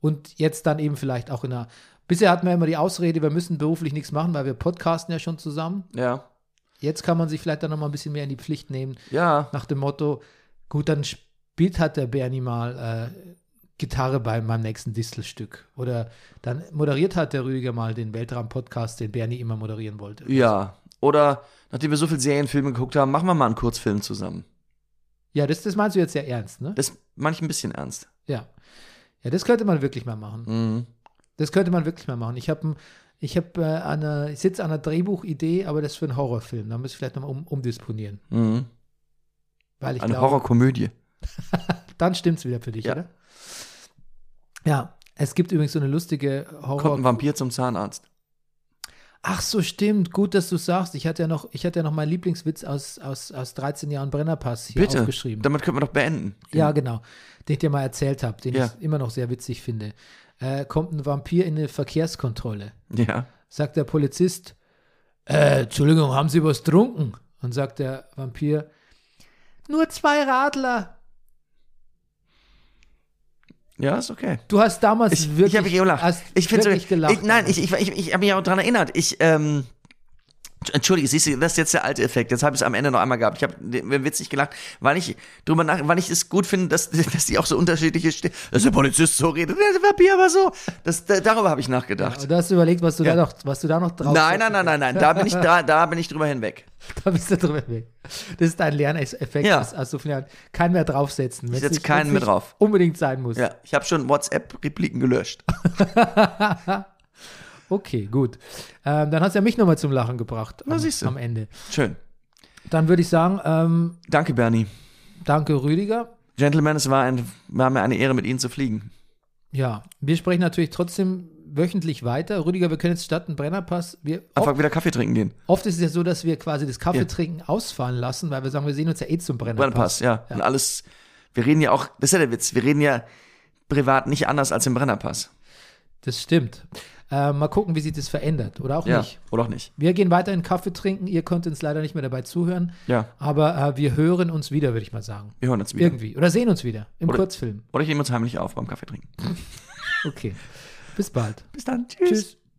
[SPEAKER 1] Und jetzt dann eben vielleicht auch in einer. Bisher hatten wir immer die Ausrede, wir müssen beruflich nichts machen, weil wir podcasten ja schon zusammen.
[SPEAKER 2] Ja.
[SPEAKER 1] Jetzt kann man sich vielleicht dann nochmal ein bisschen mehr in die Pflicht nehmen,
[SPEAKER 2] Ja.
[SPEAKER 1] nach dem Motto, gut, dann spielt halt der Bernie mal äh, Gitarre bei meinem nächsten Distelstück. Oder dann moderiert halt der Rüdiger mal den Weltraum-Podcast, den Bernie immer moderieren wollte.
[SPEAKER 2] Ja. Oder nachdem wir so viel Serienfilme geguckt haben, machen wir mal einen Kurzfilm zusammen.
[SPEAKER 1] Ja, das, das meinst du jetzt ja ernst, ne?
[SPEAKER 2] Das ist manch ein bisschen ernst.
[SPEAKER 1] Ja. Ja, das könnte man wirklich mal machen.
[SPEAKER 2] Mhm.
[SPEAKER 1] Das könnte man wirklich mal machen. Ich habe ich hab, äh, eine, ich sitze an einer Drehbuchidee, aber das ist für einen Horrorfilm. Da muss ich vielleicht nochmal um, umdisponieren.
[SPEAKER 2] Mhm.
[SPEAKER 1] Weil ich
[SPEAKER 2] Eine
[SPEAKER 1] glaube,
[SPEAKER 2] Horrorkomödie.
[SPEAKER 1] dann stimmt's wieder für dich,
[SPEAKER 2] Ja.
[SPEAKER 1] oder? Ja, es gibt übrigens so eine lustige
[SPEAKER 2] Kommt
[SPEAKER 1] Horror.
[SPEAKER 2] ein Vampir zum Zahnarzt.
[SPEAKER 1] Ach so, stimmt. Gut, dass du sagst. Ich hatte ja noch, ich hatte ja noch meinen Lieblingswitz aus, aus, aus 13 Jahren Brennerpass hier
[SPEAKER 2] Bitte.
[SPEAKER 1] aufgeschrieben.
[SPEAKER 2] Damit können wir doch beenden.
[SPEAKER 1] ja, genau. Den ich dir mal erzählt habe, den
[SPEAKER 2] Ja.
[SPEAKER 1] ich immer noch sehr witzig finde. Äh, kommt ein Vampir in eine Verkehrskontrolle.
[SPEAKER 2] Ja.
[SPEAKER 1] Sagt der Polizist, äh, Entschuldigung, haben Sie was getrunken? Und sagt der Vampir, nur zwei Radler.
[SPEAKER 2] Ja, ist okay.
[SPEAKER 1] Du hast damals
[SPEAKER 2] Ich,
[SPEAKER 1] wirklich,
[SPEAKER 2] ich habe gelacht.
[SPEAKER 1] hast
[SPEAKER 2] Ich find's
[SPEAKER 1] wirklich
[SPEAKER 2] okay.
[SPEAKER 1] gelacht.
[SPEAKER 2] Ich, nein, ich, ich, ich, ich habe mich auch daran erinnert. Ich, ähm, entschuldige, siehst du, das ist jetzt der alte Effekt. Jetzt habe ich es am Ende noch einmal gehabt. Ich habe den Witz nicht gelacht, weil ich drüber nach, weil ich es gut finde, dass, dass die auch so unterschiedliche, Sti- dass der Polizist so redet, der Papier aber so. Das, da, darüber habe ich nachgedacht.
[SPEAKER 1] Und da hast du überlegt, was du,
[SPEAKER 2] Ja.
[SPEAKER 1] da, noch, was du da noch drauf
[SPEAKER 2] nein, nein, nein, nein, nein. Da bin ich, da, da bin ich drüber hinweg.
[SPEAKER 1] Da bist du drüber weg. Das ist dein Lerneffekt.
[SPEAKER 2] Ja.
[SPEAKER 1] Ja. Aus so vielen Jahren. Kein mehr draufsetzen. wenn's
[SPEAKER 2] setz
[SPEAKER 1] nicht-
[SPEAKER 2] keinen
[SPEAKER 1] wenn's
[SPEAKER 2] mehr
[SPEAKER 1] nicht
[SPEAKER 2] drauf.
[SPEAKER 1] Unbedingt sein muss.
[SPEAKER 2] Ja, ich habe schon WhatsApp-Repliken gelöscht.
[SPEAKER 1] Okay, gut. Ähm, dann hast du ja mich nochmal zum Lachen gebracht am,
[SPEAKER 2] siehst du.
[SPEAKER 1] am Ende.
[SPEAKER 2] Schön.
[SPEAKER 1] Dann würde ich sagen, ähm,
[SPEAKER 2] Danke, Bernie.
[SPEAKER 1] danke Rüdiger.
[SPEAKER 2] Gentlemen, es war, ein, war mir eine Ehre, mit Ihnen zu fliegen.
[SPEAKER 1] Ja, wir sprechen natürlich trotzdem wöchentlich weiter. Rüdiger, wir können jetzt statt einen Brennerpass, wir, oft,
[SPEAKER 2] Einfach wieder Kaffee trinken gehen.
[SPEAKER 1] oft ist es ja so, dass wir quasi das
[SPEAKER 2] Ja.
[SPEAKER 1] Kaffeetrinken ausfallen lassen, weil wir sagen, wir sehen uns ja eh zum
[SPEAKER 2] Brennerpass,
[SPEAKER 1] Brennerpass.
[SPEAKER 2] ja. Und alles, wir reden ja auch, das ist ja der Witz, wir reden ja privat nicht anders als im Brennerpass.
[SPEAKER 1] Das stimmt. Äh, mal gucken, wie sich das verändert oder auch
[SPEAKER 2] Ja,
[SPEAKER 1] nicht.
[SPEAKER 2] oder auch nicht.
[SPEAKER 1] Wir gehen weiter in Kaffee trinken. Ihr könnt uns leider nicht mehr dabei zuhören.
[SPEAKER 2] Ja.
[SPEAKER 1] Aber äh, wir hören uns wieder, würde ich mal sagen.
[SPEAKER 2] Wir hören uns wieder.
[SPEAKER 1] Irgendwie. Oder sehen uns wieder im
[SPEAKER 2] Oder-
[SPEAKER 1] Kurzfilm.
[SPEAKER 2] Oder ich nehme uns heimlich auf beim Kaffee trinken.
[SPEAKER 1] Okay. Bis bald.
[SPEAKER 2] Bis dann. Tschüss.
[SPEAKER 1] Tschüss.